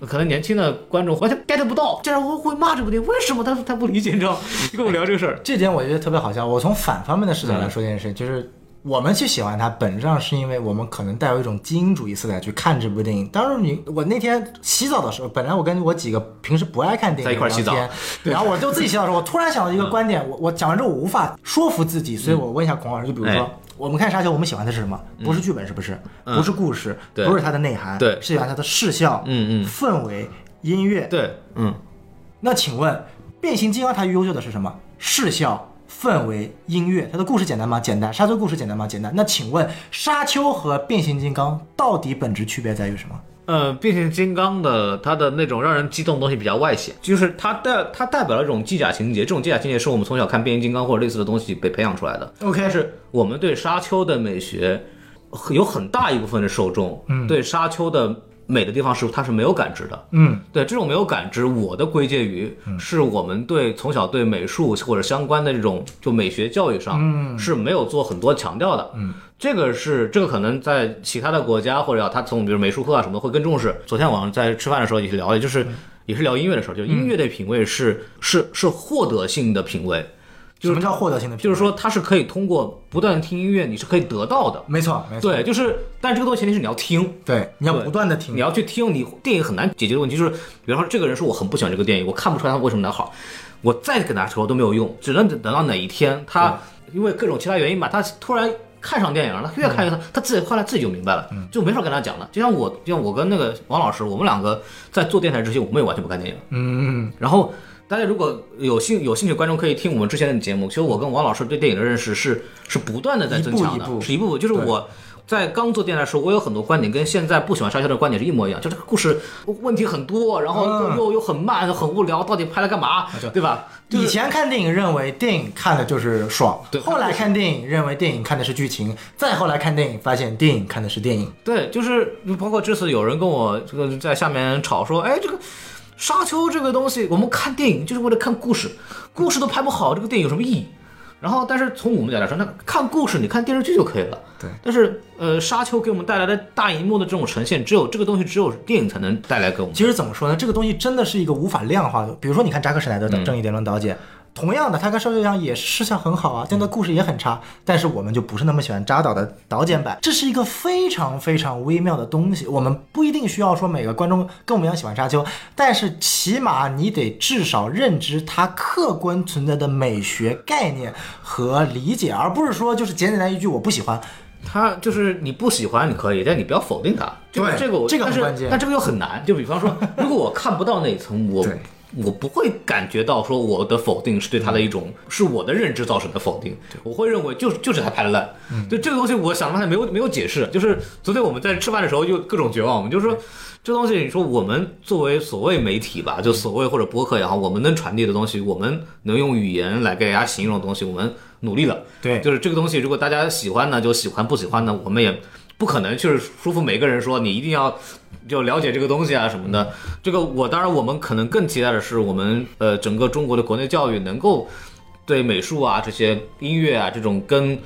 B: 呃可能年轻的观众完全 get 不到，竟然会会骂这部电影，为什么他他不理解？你知道吗？就跟我聊这个事儿，
A: 这点我觉得特别好笑。我从反方面的视角来说这件事，情，就是我们去喜欢它，本质上是因为我们可能带有一种精英主义色彩去看这部电影。当然你，我那天洗澡的时候，本来我跟我几个平时不爱看电影
B: 在一块儿洗澡
A: 聊天， 然后我就自己洗澡的时候，我突然想到一个观点，我我讲完之后我无法说服自己，所以我问一下孔老师，就比如说。
B: 哎
A: 我们看沙丘，我们喜欢的是什么？不是剧本，是不是？不是故事，
B: 嗯对
A: 不是它的内涵，
B: 对
A: 是喜欢它的视效、
B: 嗯嗯
A: 氛围、音乐，
B: 对，嗯，
A: 那请问，变形金刚它优秀的是什么？视效、氛围、音乐。它的故事简单吗？简单。沙丘故事简单吗？简单。那请问，沙丘和变形金刚到底本质区别在于什么？
B: 呃，变形金刚的它的那种让人激动的东西比较外显，就是它代它代表了一种机甲情节，这种机甲情节是我们从小看变形金刚或者类似的东西被培养出来的。
A: OK
B: 但是我们对沙丘的美学很有很大一部分的受众，对沙丘的美的地方是它是没有感知的。
A: 嗯，
B: 对这种没有感知，我的归结于是我们对从小对美术或者相关的这种就美学教育上是没有做很多强调的。嗯，这个是这个可能在其他的国家或者要他从比如美术课啊什么的会更重视。昨天晚上在吃饭的时候也是聊的，就是也是聊音乐的时候，就音乐的品味是是是获得性的品味。
A: 什么叫获得性的评价？
B: 就是说它是可以通过不断地听音乐，你是可以得到的。
A: 没错，没错，
B: 对，就是，但这个东西前提是你要听，
A: 对，你要
B: 对
A: 不断的听
B: 你，要去听，你电影很难解决的问题就是，比方说这个人说我很不喜欢这个电影，我看不出来他为什么能好，我再给他说都没有用，只能等到哪一天
A: 嗯
B: 他因为各种其他原因吧，他突然。看上电影了，越看越他，他自己后来自己就明白了，就没法跟他讲了。就像我，就像我跟那个王老师，我们两个在做电台之前，我们也完全不看电影。
A: 嗯，
B: 然后大家如果有兴有兴趣，观众可以听我们之前的节目。其实我跟王老师对电影的认识是是不断的在增强的，
A: 一步一步
B: 是一步步。就是
A: 对
B: 我在刚做电台的时候，我有很多观点跟现在不喜欢沙丘的观点是一模一样，就这个故事问题很多，然后又、
A: 嗯
B: 又又很慢，很无聊，到底拍了干嘛
A: 就，
B: 啊对吧？就
A: 以
B: 是
A: 前看电影认为电影看的就是爽，
B: 对
A: 后来看电影认为电影看的是剧情，再后来看电影发现电影看的是电影，
B: 对，就是包括这次有人跟我这个在下面吵说，哎，这个沙丘这个东西，我们看电影就是为了看故事，故事都拍不好，这个电影有什么意义？然后，但是从我们角度来说，那看故事，你看电视剧就可以了。
A: 对
B: 但是呃，沙丘给我们带来的大荧幕的这种呈现，只有这个东西，只有电影才能带来给我们。
A: 其实怎么说呢？这个东西真的是一个无法量化的。比如说，你看扎克施耐德的《正义联盟》导演，同样的，他跟《射雕》一样也是事项很好啊，但他故事也很差。但是我们就不是那么喜欢扎导的导演版，这是一个非常非常微妙的东西。我们不一定需要说每个观众跟我们一样喜欢沙丘，但是起码你得至少认知它客观存在的美学概念和理解，而不是说就是简简单一句我不喜欢。
B: 他就是你不喜欢你可以，但你不要否定他。这个
A: 对
B: 这个我
A: 这个很
B: 但是
A: 关键
B: 但这个又很难。就比方 说，如果我看不到那一层，我
A: 对
B: 我不会感觉到说我的否定是对他的一种，
A: 嗯
B: 是我的认知造成的否定。我会认为就是就是他拍的烂。
A: 嗯
B: 就这个东西，我想了半天没有没有解释。就是昨天我们在吃饭的时候就各种绝望，我们就说。这东西，你说我们作为所谓媒体吧，就所谓或者播客也好，我们能传递的东西，我们能用语言来给大家形容的东西，我们努力了。
A: 对
B: 就是这个东西，如果大家喜欢呢，就喜欢；不喜欢呢，我们也不可能就是说服每个人说你一定要就了解这个东西啊什么的。
A: 嗯
B: 这个我当然，我们可能更期待的是，我们呃整个中国的国内教育能够对美术啊、这些音乐啊这种跟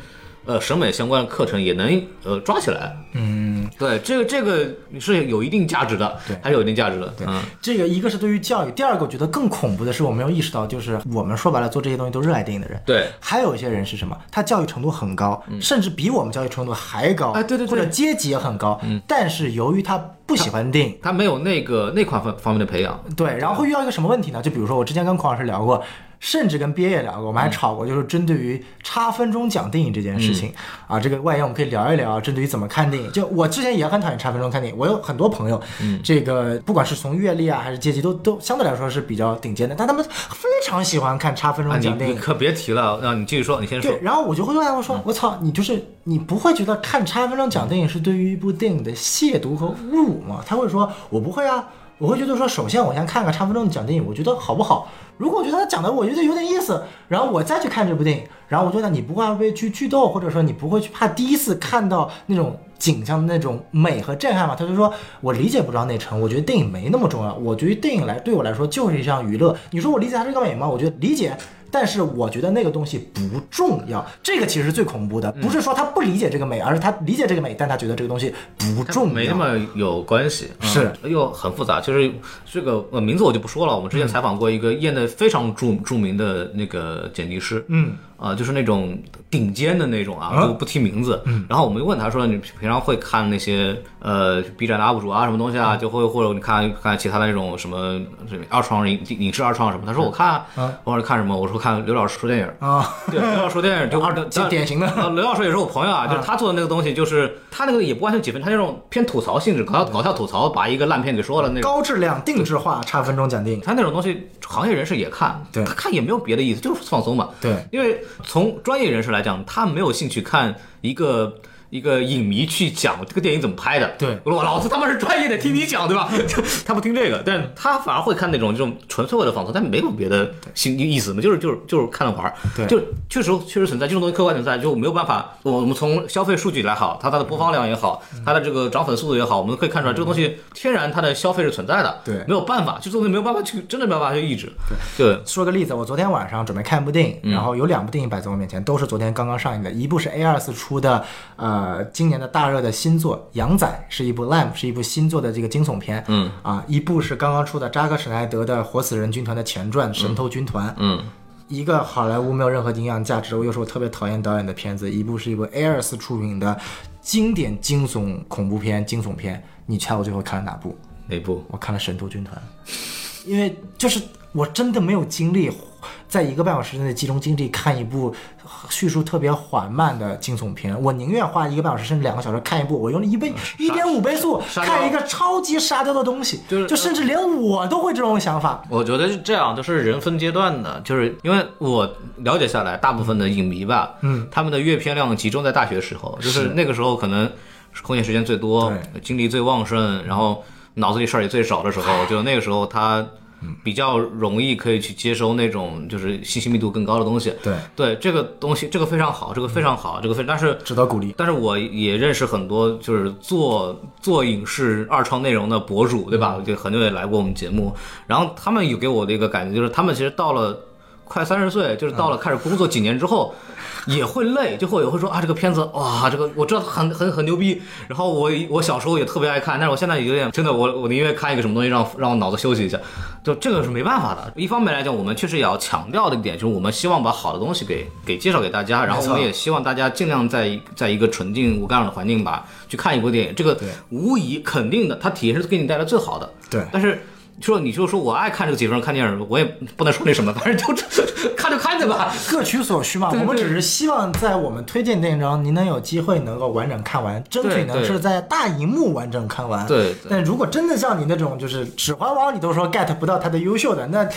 B: 呃审美相关的课程也能呃抓起来。嗯，对，这个这个是有一定价值的，
A: 对
B: 还是有一定价值的。嗯，
A: 这个一个是对于教育，第二个我觉得更恐怖的是我没有意识到，就是我们说白了做这些东西都热爱电影的人，
B: 对。嗯
A: 还有一些人是什么？他教育程度很高，甚至比我们教育程度还高，
B: 哎对对对嗯
A: 或者阶级也很高，但是由于他不喜欢电影，
B: 他没有那个那块方方面的培养，
A: 对，然后会遇到一个什么问题呢？就比如说我之前跟孔老师聊过。甚至跟憋也聊过，我
B: 嗯
A: 们还吵过，就是针对于插分钟讲电影这件事情、啊，这个外延我们可以聊一聊，针对于怎么看电影。就我之前也很讨厌插分钟看电影，我有很多朋友，
B: 嗯
A: 这个不管是从阅历啊还是阶级都，都相对来说是比较顶尖的，但他们非常喜欢看插分
B: 啊，
A: 钟
B: 你
A: 讲电
B: 你
A: 影。
B: 可别提了，让你继续说，你先说
A: 对，。然后我就会问他，我说：“我操，你就是你不会觉得看插分钟讲电影是对于一部电影的亵渎和侮辱吗？”他会说：“我不会啊，我会觉得说，首先我先看看插分钟讲电影，我觉得好不好？如果我觉得他讲的我觉得有点意思，然后我再去看这部电影，然后我觉得你不会被剧剧透，或者说你不会去怕第一次看到那种。”景象的那种美和震撼嘛，他就说，我理解不到内城，我觉得电影没那么重要，我觉得电影来对我来说就是一项娱乐。你说我理解它是个美吗？我觉得理解，但是我觉得那个东西不重要，这个其实是最恐怖的，
B: 嗯
A: 不是说他不理解这个美，而是他理解这个美，但他觉得这个东西不重要。
B: 没那么有关系，嗯
A: 是
B: 又很复杂。就是这个呃名字我就不说了，我们之前采访过一个业内非常著著名的那个剪辑师，嗯，啊，就是那种顶尖的那种啊，
A: 啊
B: 就不提名字。然后我们就问他说，你平常会看那些呃 B 站的 UP 主啊什么东西啊，就会或者你看看其他的那种什么呃什么二创影影视二创什么？他说我看啊，我说看什么？我说看刘老师说电影。
A: 啊，
B: 对，刘老师说电影就二
A: 这典型的
B: 呃，刘老师也是我朋友啊，就是他做的那个东西，就是他那个也不完全解分，他那种偏吐槽性质，搞笑搞笑吐槽，把一个烂片给说了那种。
A: 高质量定制化差分钟讲电影，
B: 他那种东西，行业人士也看，
A: 对
B: 他看也没有别的意思，就是放松嘛。
A: 对，
B: 因为从专业人士来讲，他没有兴趣看一个一个影迷去讲这个电影怎么拍的。
A: 对
B: 我老子他妈是专业的，听你讲，对吧？ 他不听这个，但他反而会看那种这种纯粹为了放松，但没有别的心意思嘛，就是就是就是看着玩儿。
A: 对
B: 就确实确实存在这种东西，客观存在，就没有办法。我们从消费数据来好，它它的播放量也好，它的这个涨粉速度也好，我们可以看出来这个东
A: 嗯
B: 西天然它的消费是存在的。
A: 对
B: 没有办法，这东西没有办法去，真的没有办法去抑制。对。
A: 说个例子，我昨天晚上准备看一部电影，
C: 嗯
A: 然后有两部电影摆在我面前，都是昨天刚刚上映的，一部是 A 二四出的，呃，今年的大热的新作《羊仔》，是一部 Lime，是一部新作的这个惊悚片，嗯，啊，一部是刚刚出的扎克施奈德的《活死人军团》的前传《神偷军团》，
C: 嗯，
A: 一个好莱坞没有任何营养价值，又是我特别讨厌导演的片子，一部是一部 A 二四出品的经典惊悚恐怖片、惊悚片，你猜我最后看了哪部？
D: 哪部？
A: 我看了《神都军团》，因为就是我真的没有精力，在一个半小时内集中精力看一部叙述特别缓慢的惊悚片，我宁愿花一个半小时甚至两个小时看一部，我用了一
B: 嗯
A: 倍一点五倍速
D: 沙雕
A: 看一个超级沙雕的东西，
B: 就是
A: 就甚至连我都会这种想法。
B: 我觉得是这样，就是人分阶段的，就是因为我了解下来，大部分的影迷吧，嗯，他们的阅片量集中在大学时候，就是那个时候可能空闲时间最多，精力最旺盛，然后脑子里事儿也最少的时候，就那个时候他比较容易可以去接收那种就是信息密度更高的东西。
A: 对，
B: 对，这个东西，这个非常好，这个非常好，这个非，但是
A: 值得鼓励。
B: 但是我也认识很多就是做做影视二创内容的博主，对
A: 嗯
B: 吧？就很久也来过我们节目，然后他们有给我的一个感觉就是，他们其实到了快三十岁，就是
A: 嗯
B: 到了开始工作几年之后。也会累，就会也会说啊，这个片子哇，这个我知道很很很牛逼。然后我我小时候也特别爱看，但是我现在有点真的，我我宁愿看一个什么东西让让我脑子休息一下，就这个是没办法的。一方面来讲，我们确实也要强调的一点就是，我们希望把好的东西给给介绍给大家，然后我们也希望大家尽量在在一个纯净无干扰的环境吧去看一部电影，这个无疑肯定的，它体验是给你带来最好的。
A: 对
B: 但是说你就说我爱看这个几分钟看电影，我也不能说那什么，反正就 看就看去吧。
A: 各取所需嘛，
B: 对
A: 我
B: 对
A: 们
B: 对
A: 只是希望在我们推荐电影中，您能有机会能够完整看完，争取
B: 对
A: 能
B: 对
A: 是在大荧幕完整看完。
B: 对对
A: 但如果真的像你那种，就是《指环王》，你都说 get 不到它的优秀的，嗯那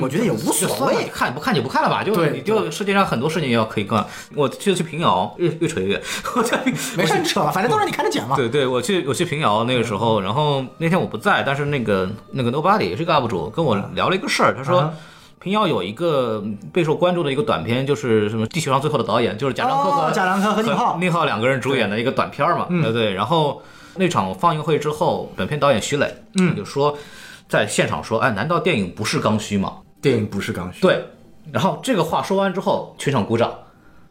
A: 我觉得也无
B: 就
A: 所
B: 算了
A: 谓。
B: 看不看就不看了吧，就
A: 对
B: 是你就世界上很多事情要可以干。我去去平遥，越越扯越远， 我在平
A: 没事，你扯吧，反正都让你看着讲嘛。
B: 对对，我去我去平遥那个时候，然后那天我不在，但是那个那个 Nobody 也是个 UP 主跟
A: 嗯
B: 我聊了一个事儿，他说。平遥有一个备受关注的一个短片，就是什么《地球上最后的导演》，就是贾樟柯和
A: 哦贾樟柯和宁浩嗯
B: 宁浩两个人主演的一个短片嘛，对对。然后那场放映会之后，本片导演徐磊嗯就说，在现场说，哎，难道电影不是刚需吗？
A: 电影不是刚需，
B: 对，然后这个话说完之后，全场鼓掌。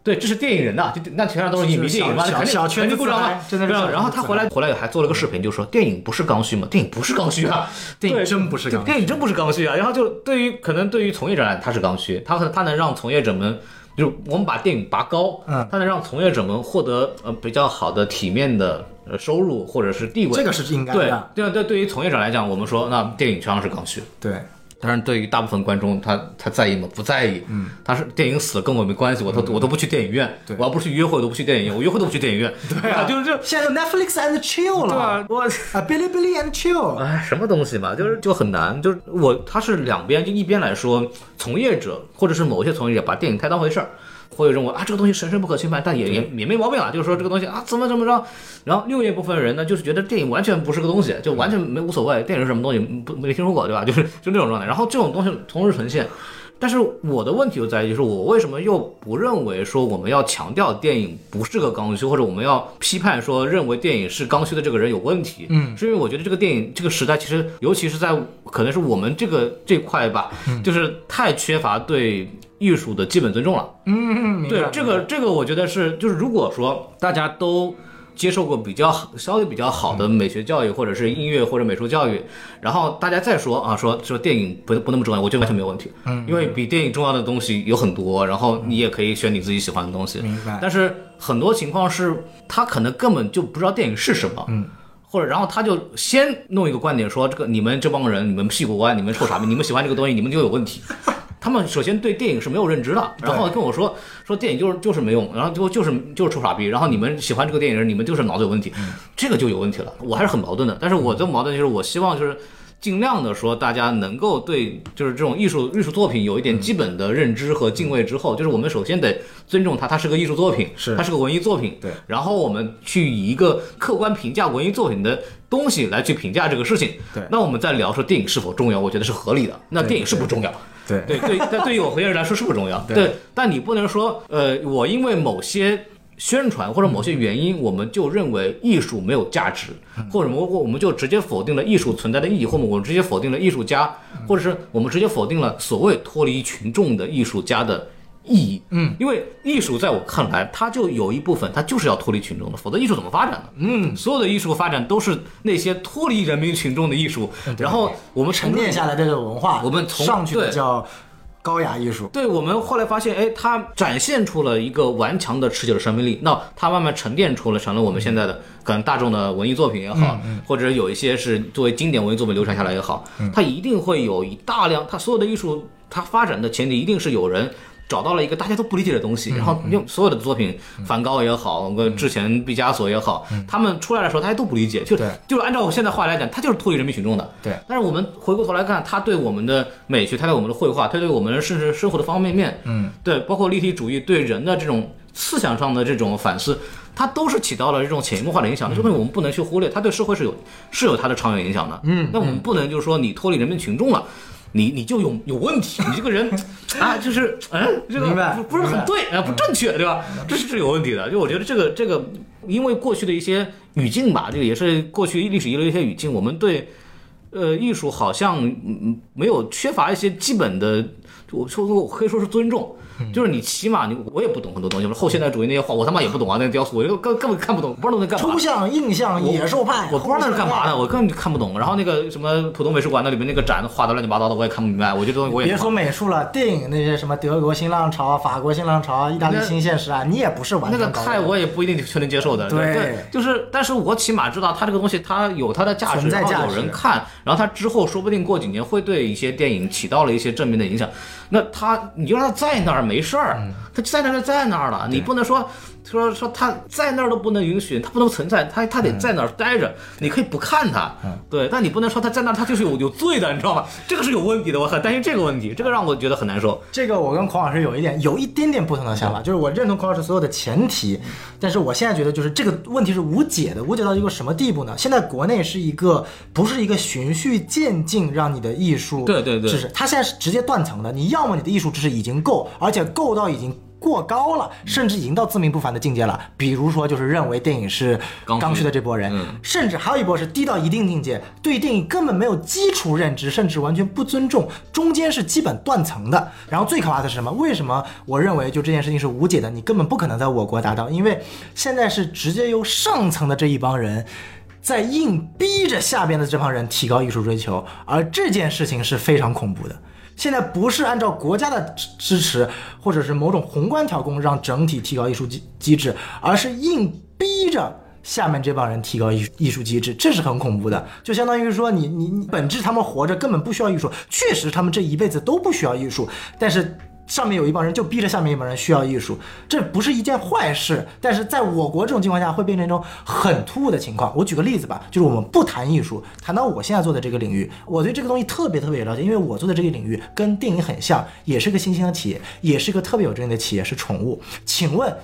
B: 对，这是电影人呐、这那全场都是影迷
A: 这是
B: 电影嘛，
A: 小
B: 肯
A: 小
B: 定
A: 圈
B: 肯
A: 子
B: 定鼓掌
A: 自
B: 嘛
A: 嗨，真的是
B: 对啊
A: 小圈子
B: 然后他
A: 自
B: 回来
A: 嗨
B: 回来还做了个视频，就说电影不是刚需嘛，电影不是刚需啊，
A: 电影
B: 对
A: 真不是刚需
B: 电影真不是刚需啊。然后就对于可能对于从业者来，它是刚需，它它能让从业者们。就是我们把电影拔高，
A: 嗯
B: 它能让从业者们获得呃比较好的、体面的呃收入或者是地位。
A: 这个是应该
B: 对
A: 的。
B: 对对，对于从业者来讲，我们说那电影实际上是刚需，
A: 对，
B: 但是对于大部分观众，他他在意吗？不在意。嗯，他是电影死了跟我没关系，我都我都不去电影院，
A: 对
B: 我要不是去约会，我都不去电影院，我约会都不去电影院。对啊， 就是这。
A: 现在有 Netflix and chill 了，啊，
B: 我
A: ，Billy Billy and chill，
B: 哎，什么东西嘛，就是就很难，就是我，它是两边，就一边来说，从业者或者是某些从业者把电影太当回事儿，会认为啊这个东西神圣不可侵犯，但也也也没毛病啊，就是说这个东西啊怎么怎么着，然后另一部分人呢，就是觉得电影完全不是个东西，就完全没无所谓，电影是什么东西不没听说过对吧？就是就那种状态，然后这种东西同时呈现。但是我的问题就在于，就是我为什么又不认为说我们要强调电影不是个刚需，或者我们要批判说认为电影是刚需的这个人有问题？嗯，是因为我觉得这个电影这个时代，其实尤其是在可能是我们这个这块吧，就是太缺乏对艺术的基本尊重了。
A: 嗯，明
B: 对
A: 白，
B: 这个这个，我觉得是就是如果说大家都接受过比较好稍微比较好
A: 嗯
B: 的美学教育，或者是音乐或者美术教育，然后大家再说啊说说电影不不那么重要，我觉得完全没有问题，嗯，因为比电影重要的东西有很多，然后你也可以选你自己喜欢的东西，
A: 嗯明白
B: 但是很多情况是他可能根本就不知道电影是什么，嗯。或者，然后他就先弄一个观点说，这个你们这帮人，你们屁股歪，你们臭傻逼，你们喜欢这个东西，你们就有问题。他们首先对电影是没有认知的，然后跟我说说电影就是就是没用，然后就就是就是臭傻逼，然后你们喜欢这个电影，你们就是脑子有问题，
A: 嗯
B: 这个就有问题了。我还是很矛盾的，但是我的矛盾就是我希望就是。尽量的说，大家能够对就是这种艺术艺术作品有一点基本的认知和敬畏之后，就是我们首先得尊重它，它是个艺术作品，
A: 嗯是
B: 它是个文艺作品，
A: 对。
B: 然后我们去以一个客观评价文艺作品的东西来去评价这个事情，
A: 对
B: 那我们再聊说电影是否重要，我觉得是合理的。那
A: 对
B: 电影是不重要，
A: 对
B: 对对，但对于我和别人来说是不重要。
A: 对
B: 对，但你不能说，呃，我因为某些宣传或者某些原因，我们就认为艺术没有价值，或者我我们就直接否定了艺术存在的意义，或者我们直接否定了艺术家，或者是我们直接否定了所谓脱离群众的艺术家的。意义，嗯，因为艺术在我看来，它就有一部分，它就是要脱离群众的，否则艺术怎么发展呢？嗯，所有的艺术发展都是那些脱离人民群众的艺术，然后我们
A: 沉淀下来这个文化，
B: 我们从
A: 上去比
B: 对
A: 较高雅艺术。
B: 对我们后来发现，哎，它展现出了一个顽强的持久的生命力。那它慢慢沉淀出了，成了我们现在的可能大众的文艺作品也好，或者有一些是作为经典文艺作品流传下来也好，它一定会有一大量，它所有的艺术它发展的前提一定是有人。找到了一个大家都不理解的东
A: 嗯
B: 西，然后用所有的作品，梵高也好，跟之前毕加索也好，他们出来的时候大家都不理解，就
A: 嗯对
B: 就是按照我现在话来讲，他就是脱离人民群众的。
A: 对
B: 但是我们回过头来看，他对我们的美学，他对我们的绘画，他对我们甚至生活的方方面面，嗯，对，包括立体主义对人的这种思想上的这种反思，它都是起到了这种潜移默化的影响。这东
A: 嗯
B: 西我们不能去忽略，它对社会是有是有它的长远影响的。嗯，那我们不能就是说你脱离人民群众了。你你就有有问题，你这个人啊，就是嗯，这
A: 明
B: 个
A: 白
B: 不不是很
A: 明白嗯
B: 对啊，不正确，对吧？这是有问题的。就我觉得这个这个，因为过去的一些语境吧，这个也是过去历史遗留的一些语境，我们对呃艺术好像嗯嗯没有缺乏一些基本的，我说我可以说是尊重。就是你起码你我也不懂很多东西，后现代主义那些画我他妈也不懂啊，那雕塑我就根根本看不懂，不知道那干嘛。
A: 抽象、印象、野兽派，
B: 我不知道那是干嘛的，我根本就看不懂。然后那个什么浦东美术馆那里面那个展画的乱七八糟的，我也看不明白。我觉得东西我也
A: 别说美术了，电影那些什么德国新浪潮啊、法国新浪潮啊、意大利
B: 那
A: 新现实啊，你也不是完
B: 那
A: 全
B: 个
A: 搞
B: 太
A: 懂
B: 我也不一定就能接受的。
A: 对
B: 就是，但是我起码知道它这个东西它有它的价值，
A: 存在
B: 然
A: 价
B: 后
A: 值
B: 有人看，然后它之后说不定过几年会对一些电影起到了一些正面的影响。那它你就让它在那儿没事儿，
A: 嗯
B: 它在那儿就在那儿了，你不能说。说说它在那儿都不能允许，它不能存在，它
A: 嗯
B: 它得在那儿待着。你可以不看它，对，但你不能说它在那儿，它就是有有罪的，你知道吗？这个是有问题的，我很担心这个问题，这个让我觉得很难受。
A: 这个我跟孔老师有一点有一点点不同的
B: 嗯
A: 想法，就是我认同孔老师所有的前提，但是我现在觉得就是这个问题是无解的，无解到一个什么地步呢？现在国内是一个不是一个循序渐进让你的艺术
B: 对对对
A: 知识，它现在是直接断层的，你要么你的艺术知识已经够，而且够到已经。过高了，
B: 嗯
A: 甚至已经到自命不凡的境界了。比如说，就是认为电影是
E: 刚需
A: 刚需的这波人，甚至还有一波是低到一定境界，对电影根本没有基础认知，甚至完全不尊重，中间是基本断层的。然后最可怕的是什么？为什么我认为就这件事情是无解的？你根本不可能在我国达到，因为现在是直接由上层的这一帮人。在硬逼着下边的这帮人提高艺术追求，而这件事情是非常恐怖的。现在不是按照国家的支支持，或者是某种宏观调控让整体提高艺术机机制，而是硬逼着下面这帮人提高艺术艺术机制，这是很恐怖的。就相当于说你你你本质他们活着根本不需要艺术，确实他们这一辈子都不需要艺术，但是。上面有一帮人就逼着下面一帮人需要艺术，这不是一件坏事，但是在我国这种情况下会变成一种很突兀的情况。我举个例子吧，就是我们不谈艺术，谈到我现在做的这个领域，我对这个东西特别特别了解，因为我做的这个领域跟电影很像，也是个新兴的企业，也是个特别有争议的企业，是宠物。请问？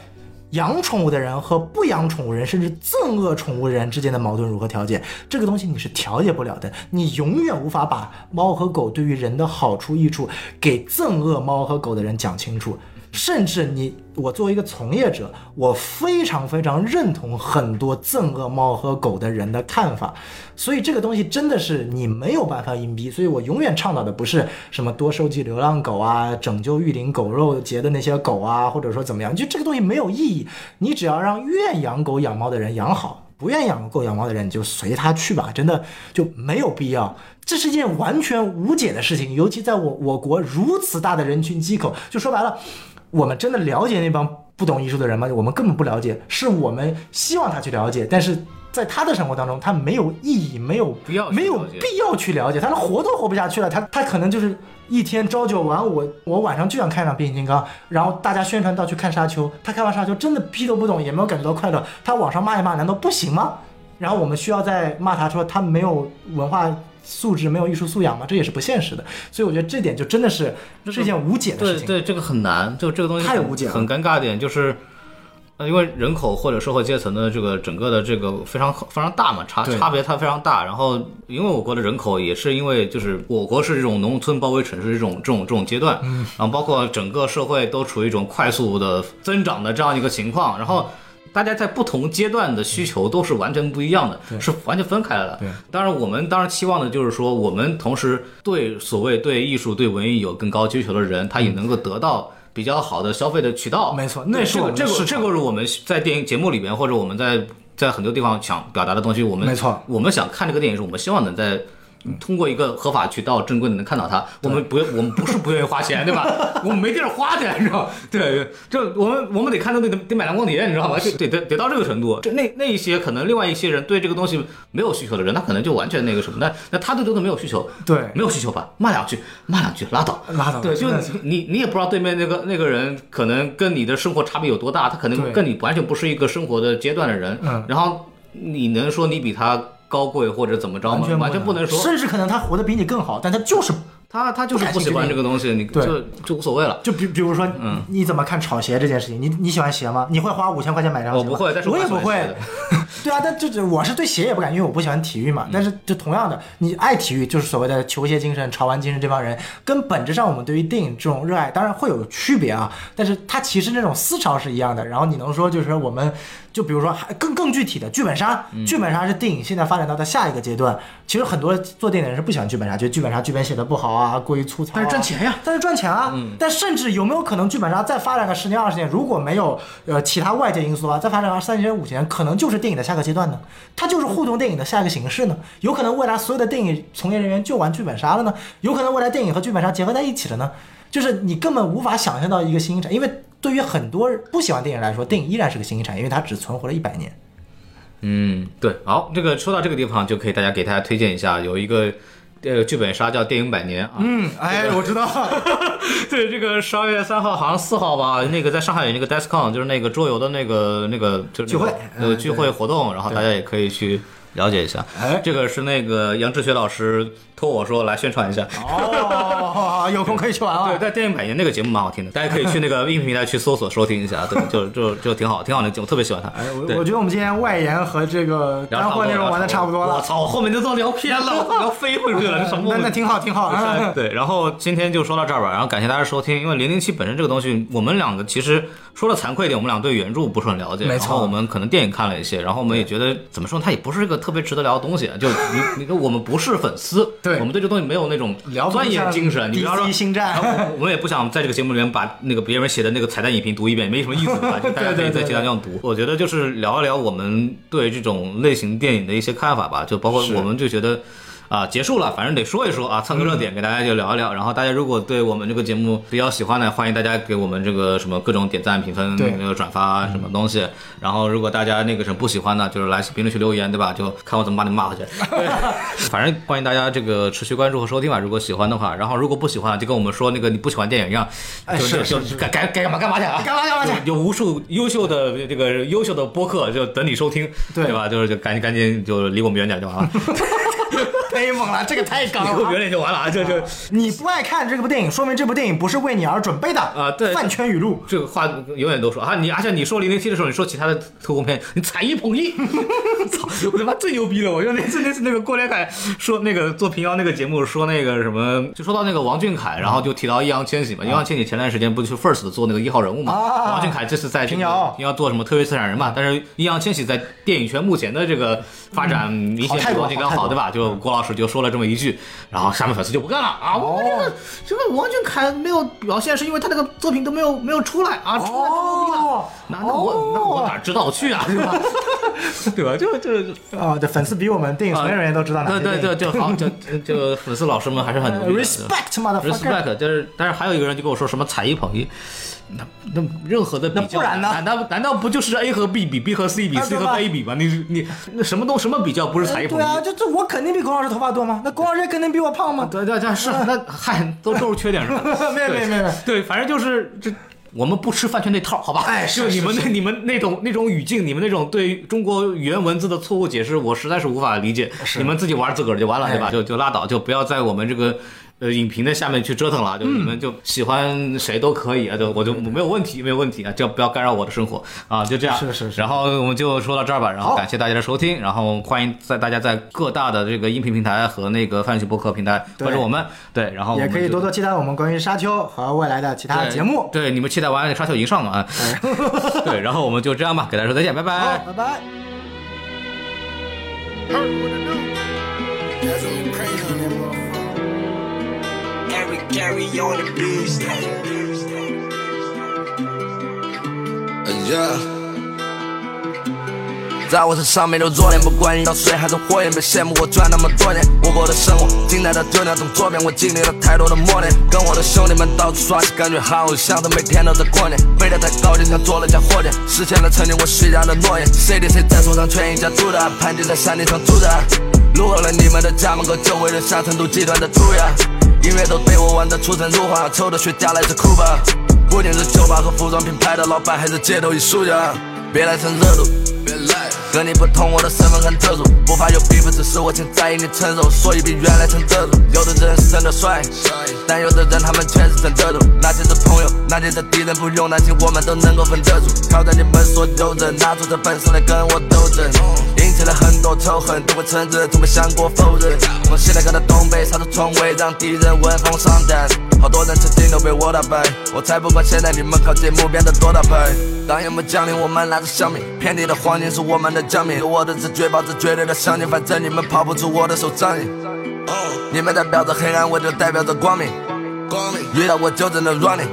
A: 养宠物的人和不养宠物人，甚至憎恶宠物人之间的矛盾如何调解？这个东西你是调节不了的，你永远无法把猫和狗对于人的好处益处给憎恶猫和狗的人讲清楚。甚至你，我作为一个从业者，我非常非常认同很多憎恶猫和狗的人的看法，所以这个东西真的是你没有办法硬逼。所以我永远倡导的不是什么多收集流浪狗啊，拯救玉林狗肉节的那些狗啊，或者说怎么样，就这个东西没有意义。你只要让愿养狗养猫的人养好，不愿养狗养猫的人你就随他去吧，真的就没有必要。这是一件完全无解的事情，尤其在我我国如此大的人群机口，就说白了，我们真的了解那帮不懂艺术的人吗？我们根本不了解，是我们希望他去了解，但是在他的生活当中，他没有意义，没有
B: 必要去
A: 没有
B: 了解
A: 必要去了解，他连活都活不下去了，他他可能就是一天朝九晚五，我晚上就想看一场变形金刚，然后大家宣传到去看沙丘，他看完沙丘真的屁都不懂，也没有感觉到快乐，他网上骂一骂难道不行吗？然后我们需要再骂他说他没有文化素质、没有艺术素养吗？这也是不现实的，所以我觉得这点就真的是
B: 这个
A: 是一件无解的
B: 对
A: 事情。
B: 对，这个很难，就这个东西
A: 太
B: 很
A: 无解了
B: 很尴尬的点就是，呃，因为人口或者社会阶层的这个整个的这个非常非常大嘛，差
A: 对
B: 差别它非常大。然后，因为我国的人口也是因为就是我国是这种农村包围城市这种这种这种阶段，嗯，然后包括整个社会都处于一种快速的增长的这样一个情况，然后。大家在不同阶段的需求都是完全不一样
A: 嗯
B: 的，是完全分开来的。当然，我们当然期望的就是说，我们同时对所谓对艺术、对文艺有更高需求的人，他也能够得到比较好的消费的渠道。
A: 嗯没错
B: 对
A: 那是
B: 这
A: 我
B: 个
A: 们
B: 这个
A: 市
B: 这
A: 场
B: 个是我们在电影节目里边，或者我们在在很多地方想表达的东西。我们
A: 没错嗯
B: 我们想看这个电影时，我们希望能在
F: 通过一个合法渠道、正规的能看到它。我们不，我们不是不愿意花钱，对 吧？我们没地儿花去，你知道吗？对，就我们我们得看到得得买蓝光碟，你知道吗？就得得得到这个程度。这那那一些可能另外一些人对这个东西没有需求的人，他可能就完全那个什么，那那他对这个没有需求，
A: 对
F: 没有需求吧？骂两句，骂两句，拉倒，
A: 拉倒
F: 对，就
A: 啊真的
F: 你你你也不知道对面那个那个人可能跟你的生活差别有多大，他可
A: 对
F: 能跟你完全不是一个生活的阶段的人。
A: 嗯
F: 然后你能说你比他高贵或者怎么着吗？完全不能说，
A: 甚至可能他活得比你更好，但他就是
F: 他他就是不喜欢这个东西，你
A: 对
F: 就就无所谓了。
A: 就比比如说，
F: 嗯
A: 你怎么看炒鞋这件事情？你你喜欢鞋吗？你会花五千块钱买双
F: 我
A: 鞋吗？
F: 不会但是
A: 我
F: 我
A: 也
F: 喜
A: 不
F: 欢
A: 会
F: 鞋的。
A: 对啊，但就是我是对鞋也不感，因为我不喜欢体育
F: 嗯
A: 嘛。但是就同样的，你爱体育就是所谓的球鞋精神、潮玩精神，这帮人跟本质上我们对于电影这种热爱当然会有区别啊，但是它其实那种思潮是一样的。然后你能说就是我们就比如说还更更具体的剧本杀，
F: 嗯
A: 剧本杀是电影现在发展到的下一个阶段。其实很多做电影的人是不喜欢剧本杀，觉得剧本杀剧本写的不好啊，过于粗糙、啊。
F: 但是赚钱呀，
A: 但是赚钱啊。但甚至有没有可能剧本杀再发展个十年二十年，如果没有呃其他外界因素啊，再发展个三十年五十年，可能就是电影的下个阶段呢？它就是互动电影的下一个形式呢？有可能未来所有的电影从业人员就玩剧本杀了呢？有可能未来电影和剧本杀结合在一起了呢？就是你根本无法想象到一个新兴产业，因为对于很多不喜欢电影来说，电影依然是个新兴产业，因为它只存活了一百年。
F: 嗯，
B: 对，好，这个说到这个地方，就可以大家给大家推荐一下，有一个呃剧本杀叫《电影百年》啊，
A: 嗯，哎，我知道，
B: 对，这个十二月三号好像四号吧，那个在上海有那个 DeskCon，就是那个桌游的那个那个就
A: 聚
B: 是那个
A: 会
B: 呃
A: 嗯
B: 聚会活动，然后大家也可以去了解一下。
A: 哎
B: 这个是那个杨志学老师托我说来宣传一下。
A: 哦，有空可以去玩啊。
B: 对，在电影百年那个节目蛮好听的，大家可以去那个 音频平台去搜索收听一下，对，就就就挺好，挺好的节目，特别喜欢它。
A: 哎，
B: 对
A: 我我觉得我们今天外延和这个
B: 然
A: 干
B: 后
A: 货内容玩的差不多了
B: 我。操，我后面就都聊 偏了，我要飞回去了，这什么
A: 那
B: 问
A: 那
B: 题？
A: 挺好，挺好。啊
B: 对，然后今天就说到这儿吧，然后感谢大家收听。因为零零七本身这个东西，我们两个其实说了惭愧一点，我们俩对原著不是很了解，
A: 没
B: 然
A: 错
B: 后我们可能电影看了一些，然后我们也觉得怎么说呢，它也不是一个特别值得聊的东西。啊就你你我们不是粉丝，
A: 对
B: 我们对这东西没有那种
A: 聊不
B: 钻研
A: 像
B: 精神。你比方说
A: DC 星战
B: 然后我我们也不想在这个节目里面把那个别人写的那个彩蛋影评读一遍，没什么意思， 对吧？就大家可以在其他地方读。我觉得就是聊一聊我们对这种类型电影的一些看法吧，就包括我们就觉得。啊，结束了，反正得说一说啊，蹭个热点给大家就聊一聊。然后大家如果对我们这个节目比较喜欢的，欢迎大家给我们这个什么各种点赞、评分、
A: 对
B: 那个转发什么东西。然后如果大家那个什么不喜欢呢，就是来评论区留言，对吧？就看我怎么把你 骂回去。反正欢迎大家这个持续关注和收听吧，如果喜欢的话，然后如果不喜欢，就跟我们说那个你不喜欢电影一样，
A: 哎
B: 就是就是
A: 是
B: 该该该干嘛干嘛去啊，
A: 干嘛干嘛去
B: 有有无数优秀的这个优秀的播客就等你收听，
A: 对
B: 对吧？就是就赶紧赶紧就离我们远点就完了，
A: 太猛了，这个太
B: 离
A: 刚
B: 我们
A: 了。
B: 远点就完了啊，就就
A: 你不爱看这部电影，说明这部电影不是为你而准备的
B: 啊对
A: 饭圈语录。
B: 这个话永远都说啊，你而且你说零零七的时候，你说其他的特工片，你踩一 捧一，操，我他妈最牛逼了！我就那次那次那个郭连凯说那个做平遥那个节目说那个什么，就说到那个王俊凯，然后就提到易烊千玺嘛，易烊千玺前段时间不去 First 做那个一号人物嘛，
A: 啊
B: 王俊凯这次在这
A: 平
B: 个
A: 遥
B: 要做什么特别资产人嘛，但是易烊千玺在电影圈目前的这个发展明
A: 嗯好
B: 显
A: 泰
B: 比
A: 国
B: 王俊凯
A: 好泰
B: 好，
A: 国
B: 对吧？就郭老师就说了这么一句，然后下面粉丝就不干了啊，我这
A: 哦
B: 个这个王俊凯没有表现是因为他那个作品都没有没有出来啊，出来都牛逼了。
A: 哦
B: 那那我那我哪知道去啊，对吧？ 对吧？就就
A: 啊，这粉丝比我们电影从业人员都知道哪
B: 对
A: 些
B: 对对，就好，就就就粉丝老师们还是很牛逼的。
A: Respect motherfucker。
B: respect 就是，但是还有一个人就跟我说什么踩一捧一，那那任何的比较，
A: 那不然呢
B: 难道难道不就是 A 和 B 比，B 和 C 比
A: 啊
B: ，C
A: 对
B: 和
A: 吧
B: A 比吗？你你那什么东什么比较不是踩一捧
A: 对
B: 一？
A: 啊，就这我肯定比孔老师头发多嘛，那孔老师肯定比我胖嘛。
B: 啊对对对，是那嗨，都都是缺点是吧？
A: 啊 没有没有没有没有，
B: 对，反正就是这。我们不吃饭圈那套，好吧？
A: 哎是
B: 就是你们那、你们那种那种语境，你们那种对中国原文字的错误解释，我实在是无法理解。你们自己玩自个儿就完了，对吧？
A: 哎
B: 就就拉倒，就不要在我们这个呃影评的下面去折腾了。就
A: 嗯
B: 你们就喜欢谁都可以啊，就我就没有问题，没有问题啊，就不要干扰我的生活啊，就这样。
A: 是是是
B: 然后我们就说到这儿吧，然
A: 好
B: 后感谢大家的收听，然后欢迎在大家在各大的这个音频平台和那个泛学播客平台关注我们。对，然后我
A: 也
B: 们
A: 可以
B: 就
A: 多多期待我们关于沙丘和未来的其他
B: 对
A: 节目。嗯
B: 对，你们期待完《沙丘》已经上了啊。 对，然后我们就这样吧，给大家说再见，拜拜。
A: 好，拜拜。
G: That's what I'm crazy on that motherfucker. Gary, Gary on the beat.
H: Uh, Yeah. 在我身上没留弱点，不管遇到谁还是火焰，别羡慕我赚那么多年，我过的生活精彩的就那种作品，我经历了太多的磨练，跟我的兄弟们到处耍起，感觉好像是每天都在过年，飞得太高就像做了假货点，实现了曾经我许下的诺言，谁的谁在手上全一家住的，盘踞在山顶上住的，路过了你们的家门口，就会留下成都集团的猪呀，音乐都被我玩得出神入化，抽的雪茄来自 Cuba。不仅是酒吧和服装品牌的老板，还是街头艺术家。别来蹭热度，别来。跟你不同，我的身份很特殊，不怕有 beef，只是我挺在意你成熟，所以比原来成这种。有的人是真的帅，但有的人他们确实成这种。那些是朋友，那些是敌人，不用担心，我们都能够分得出。挑战你们所有人，拿出这本事来跟我斗争。引起了很多仇恨，都会承认，从没想过否认。我们现在搁在东北，杀出重围，让敌人闻风丧胆。好多人曾经都被我打败，我才不管现在你们靠近目标的多大牌。当夜幕降临，我们拿着香米，遍地的黄金是我们的奖品。有我的直觉，保持绝对的相信，反正你们跑不出我的手掌心。
G: Uh,
H: 你们代表着黑暗，我就代表着光明。遇到我就只能 running。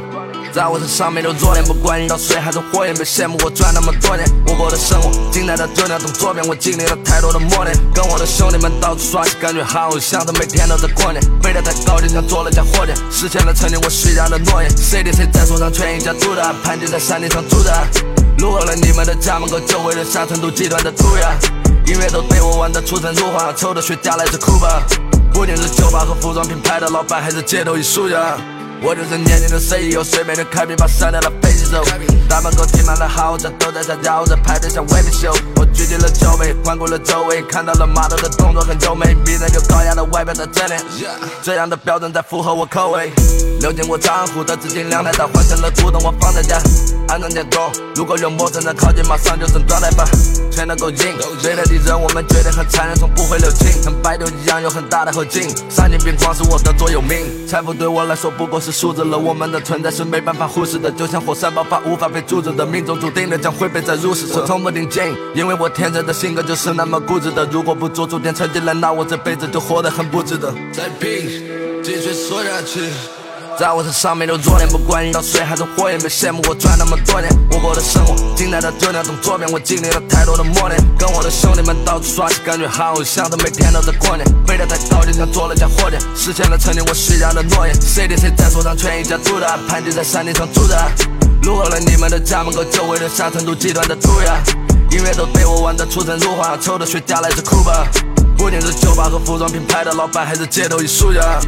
H: 在我身上没留弱点，不管遇到谁还是火焰，别羡慕我赚那么多年。我过的生活精彩的就那种作品，我经历了太多的磨练，跟我的兄弟们到处耍起，感觉好像是每天都在过年。飞得太高就像做了假货点，实现了曾经我许下的诺言。谁的谁在手上全一家住的，盘踞在山顶上住的。路过了你们的家门口，就会留下成都集团的猪呀。音乐都被我玩得出神入化，抽的雪茄来自 Cuba。不仅是酒吧和服装品牌的老板，还是街头艺术家。我就是年轻的 CEO，随便就开屏把删掉了背景走。大门口停满了豪宅，都在这绕着排队想未必秀。我聚集了酒杯，环顾了周围，看到了马头的动作很优美，迷人又高雅的外表在这里。这样的标准才符合我口味。流进我账户的资金两台它换成了古董，我放在家，安装监控。如果有陌生人靠近，马上就整装来吧，全都够硬。对待敌人，我们绝对很残忍，从不会留情，跟白牛一样有很大的后劲。三斤并光是我的座右铭，财富对我来说不过是数字了，我们的存在是没办法忽视的，就像火山爆发无法被阻止的，命中注定的将会被再入室。我从不顶进，因为我天真的性格就是那么固执的，如果不做出点成绩来，那我这辈子就活得很不值得。再拼，继续说下去。在我身上没留弱点，不管遇到谁还是火焰，别羡慕我赚那么多年。我过的生活精彩的就那种作品，我经历了太多的磨练，跟我的兄弟们到处耍起，感觉好像是每天都在过年。飞得太高就像做了假货点，实现了曾经我许下的诺言。谁的谁在手上全一家住的，盘踞在山顶上住的。路过了你们的家门口，就会留下成都集团的猪呀。音乐都被我玩得出神入化，抽的雪茄来自 Cuba。不仅是酒吧和服装品牌的老板，还是街头艺术家。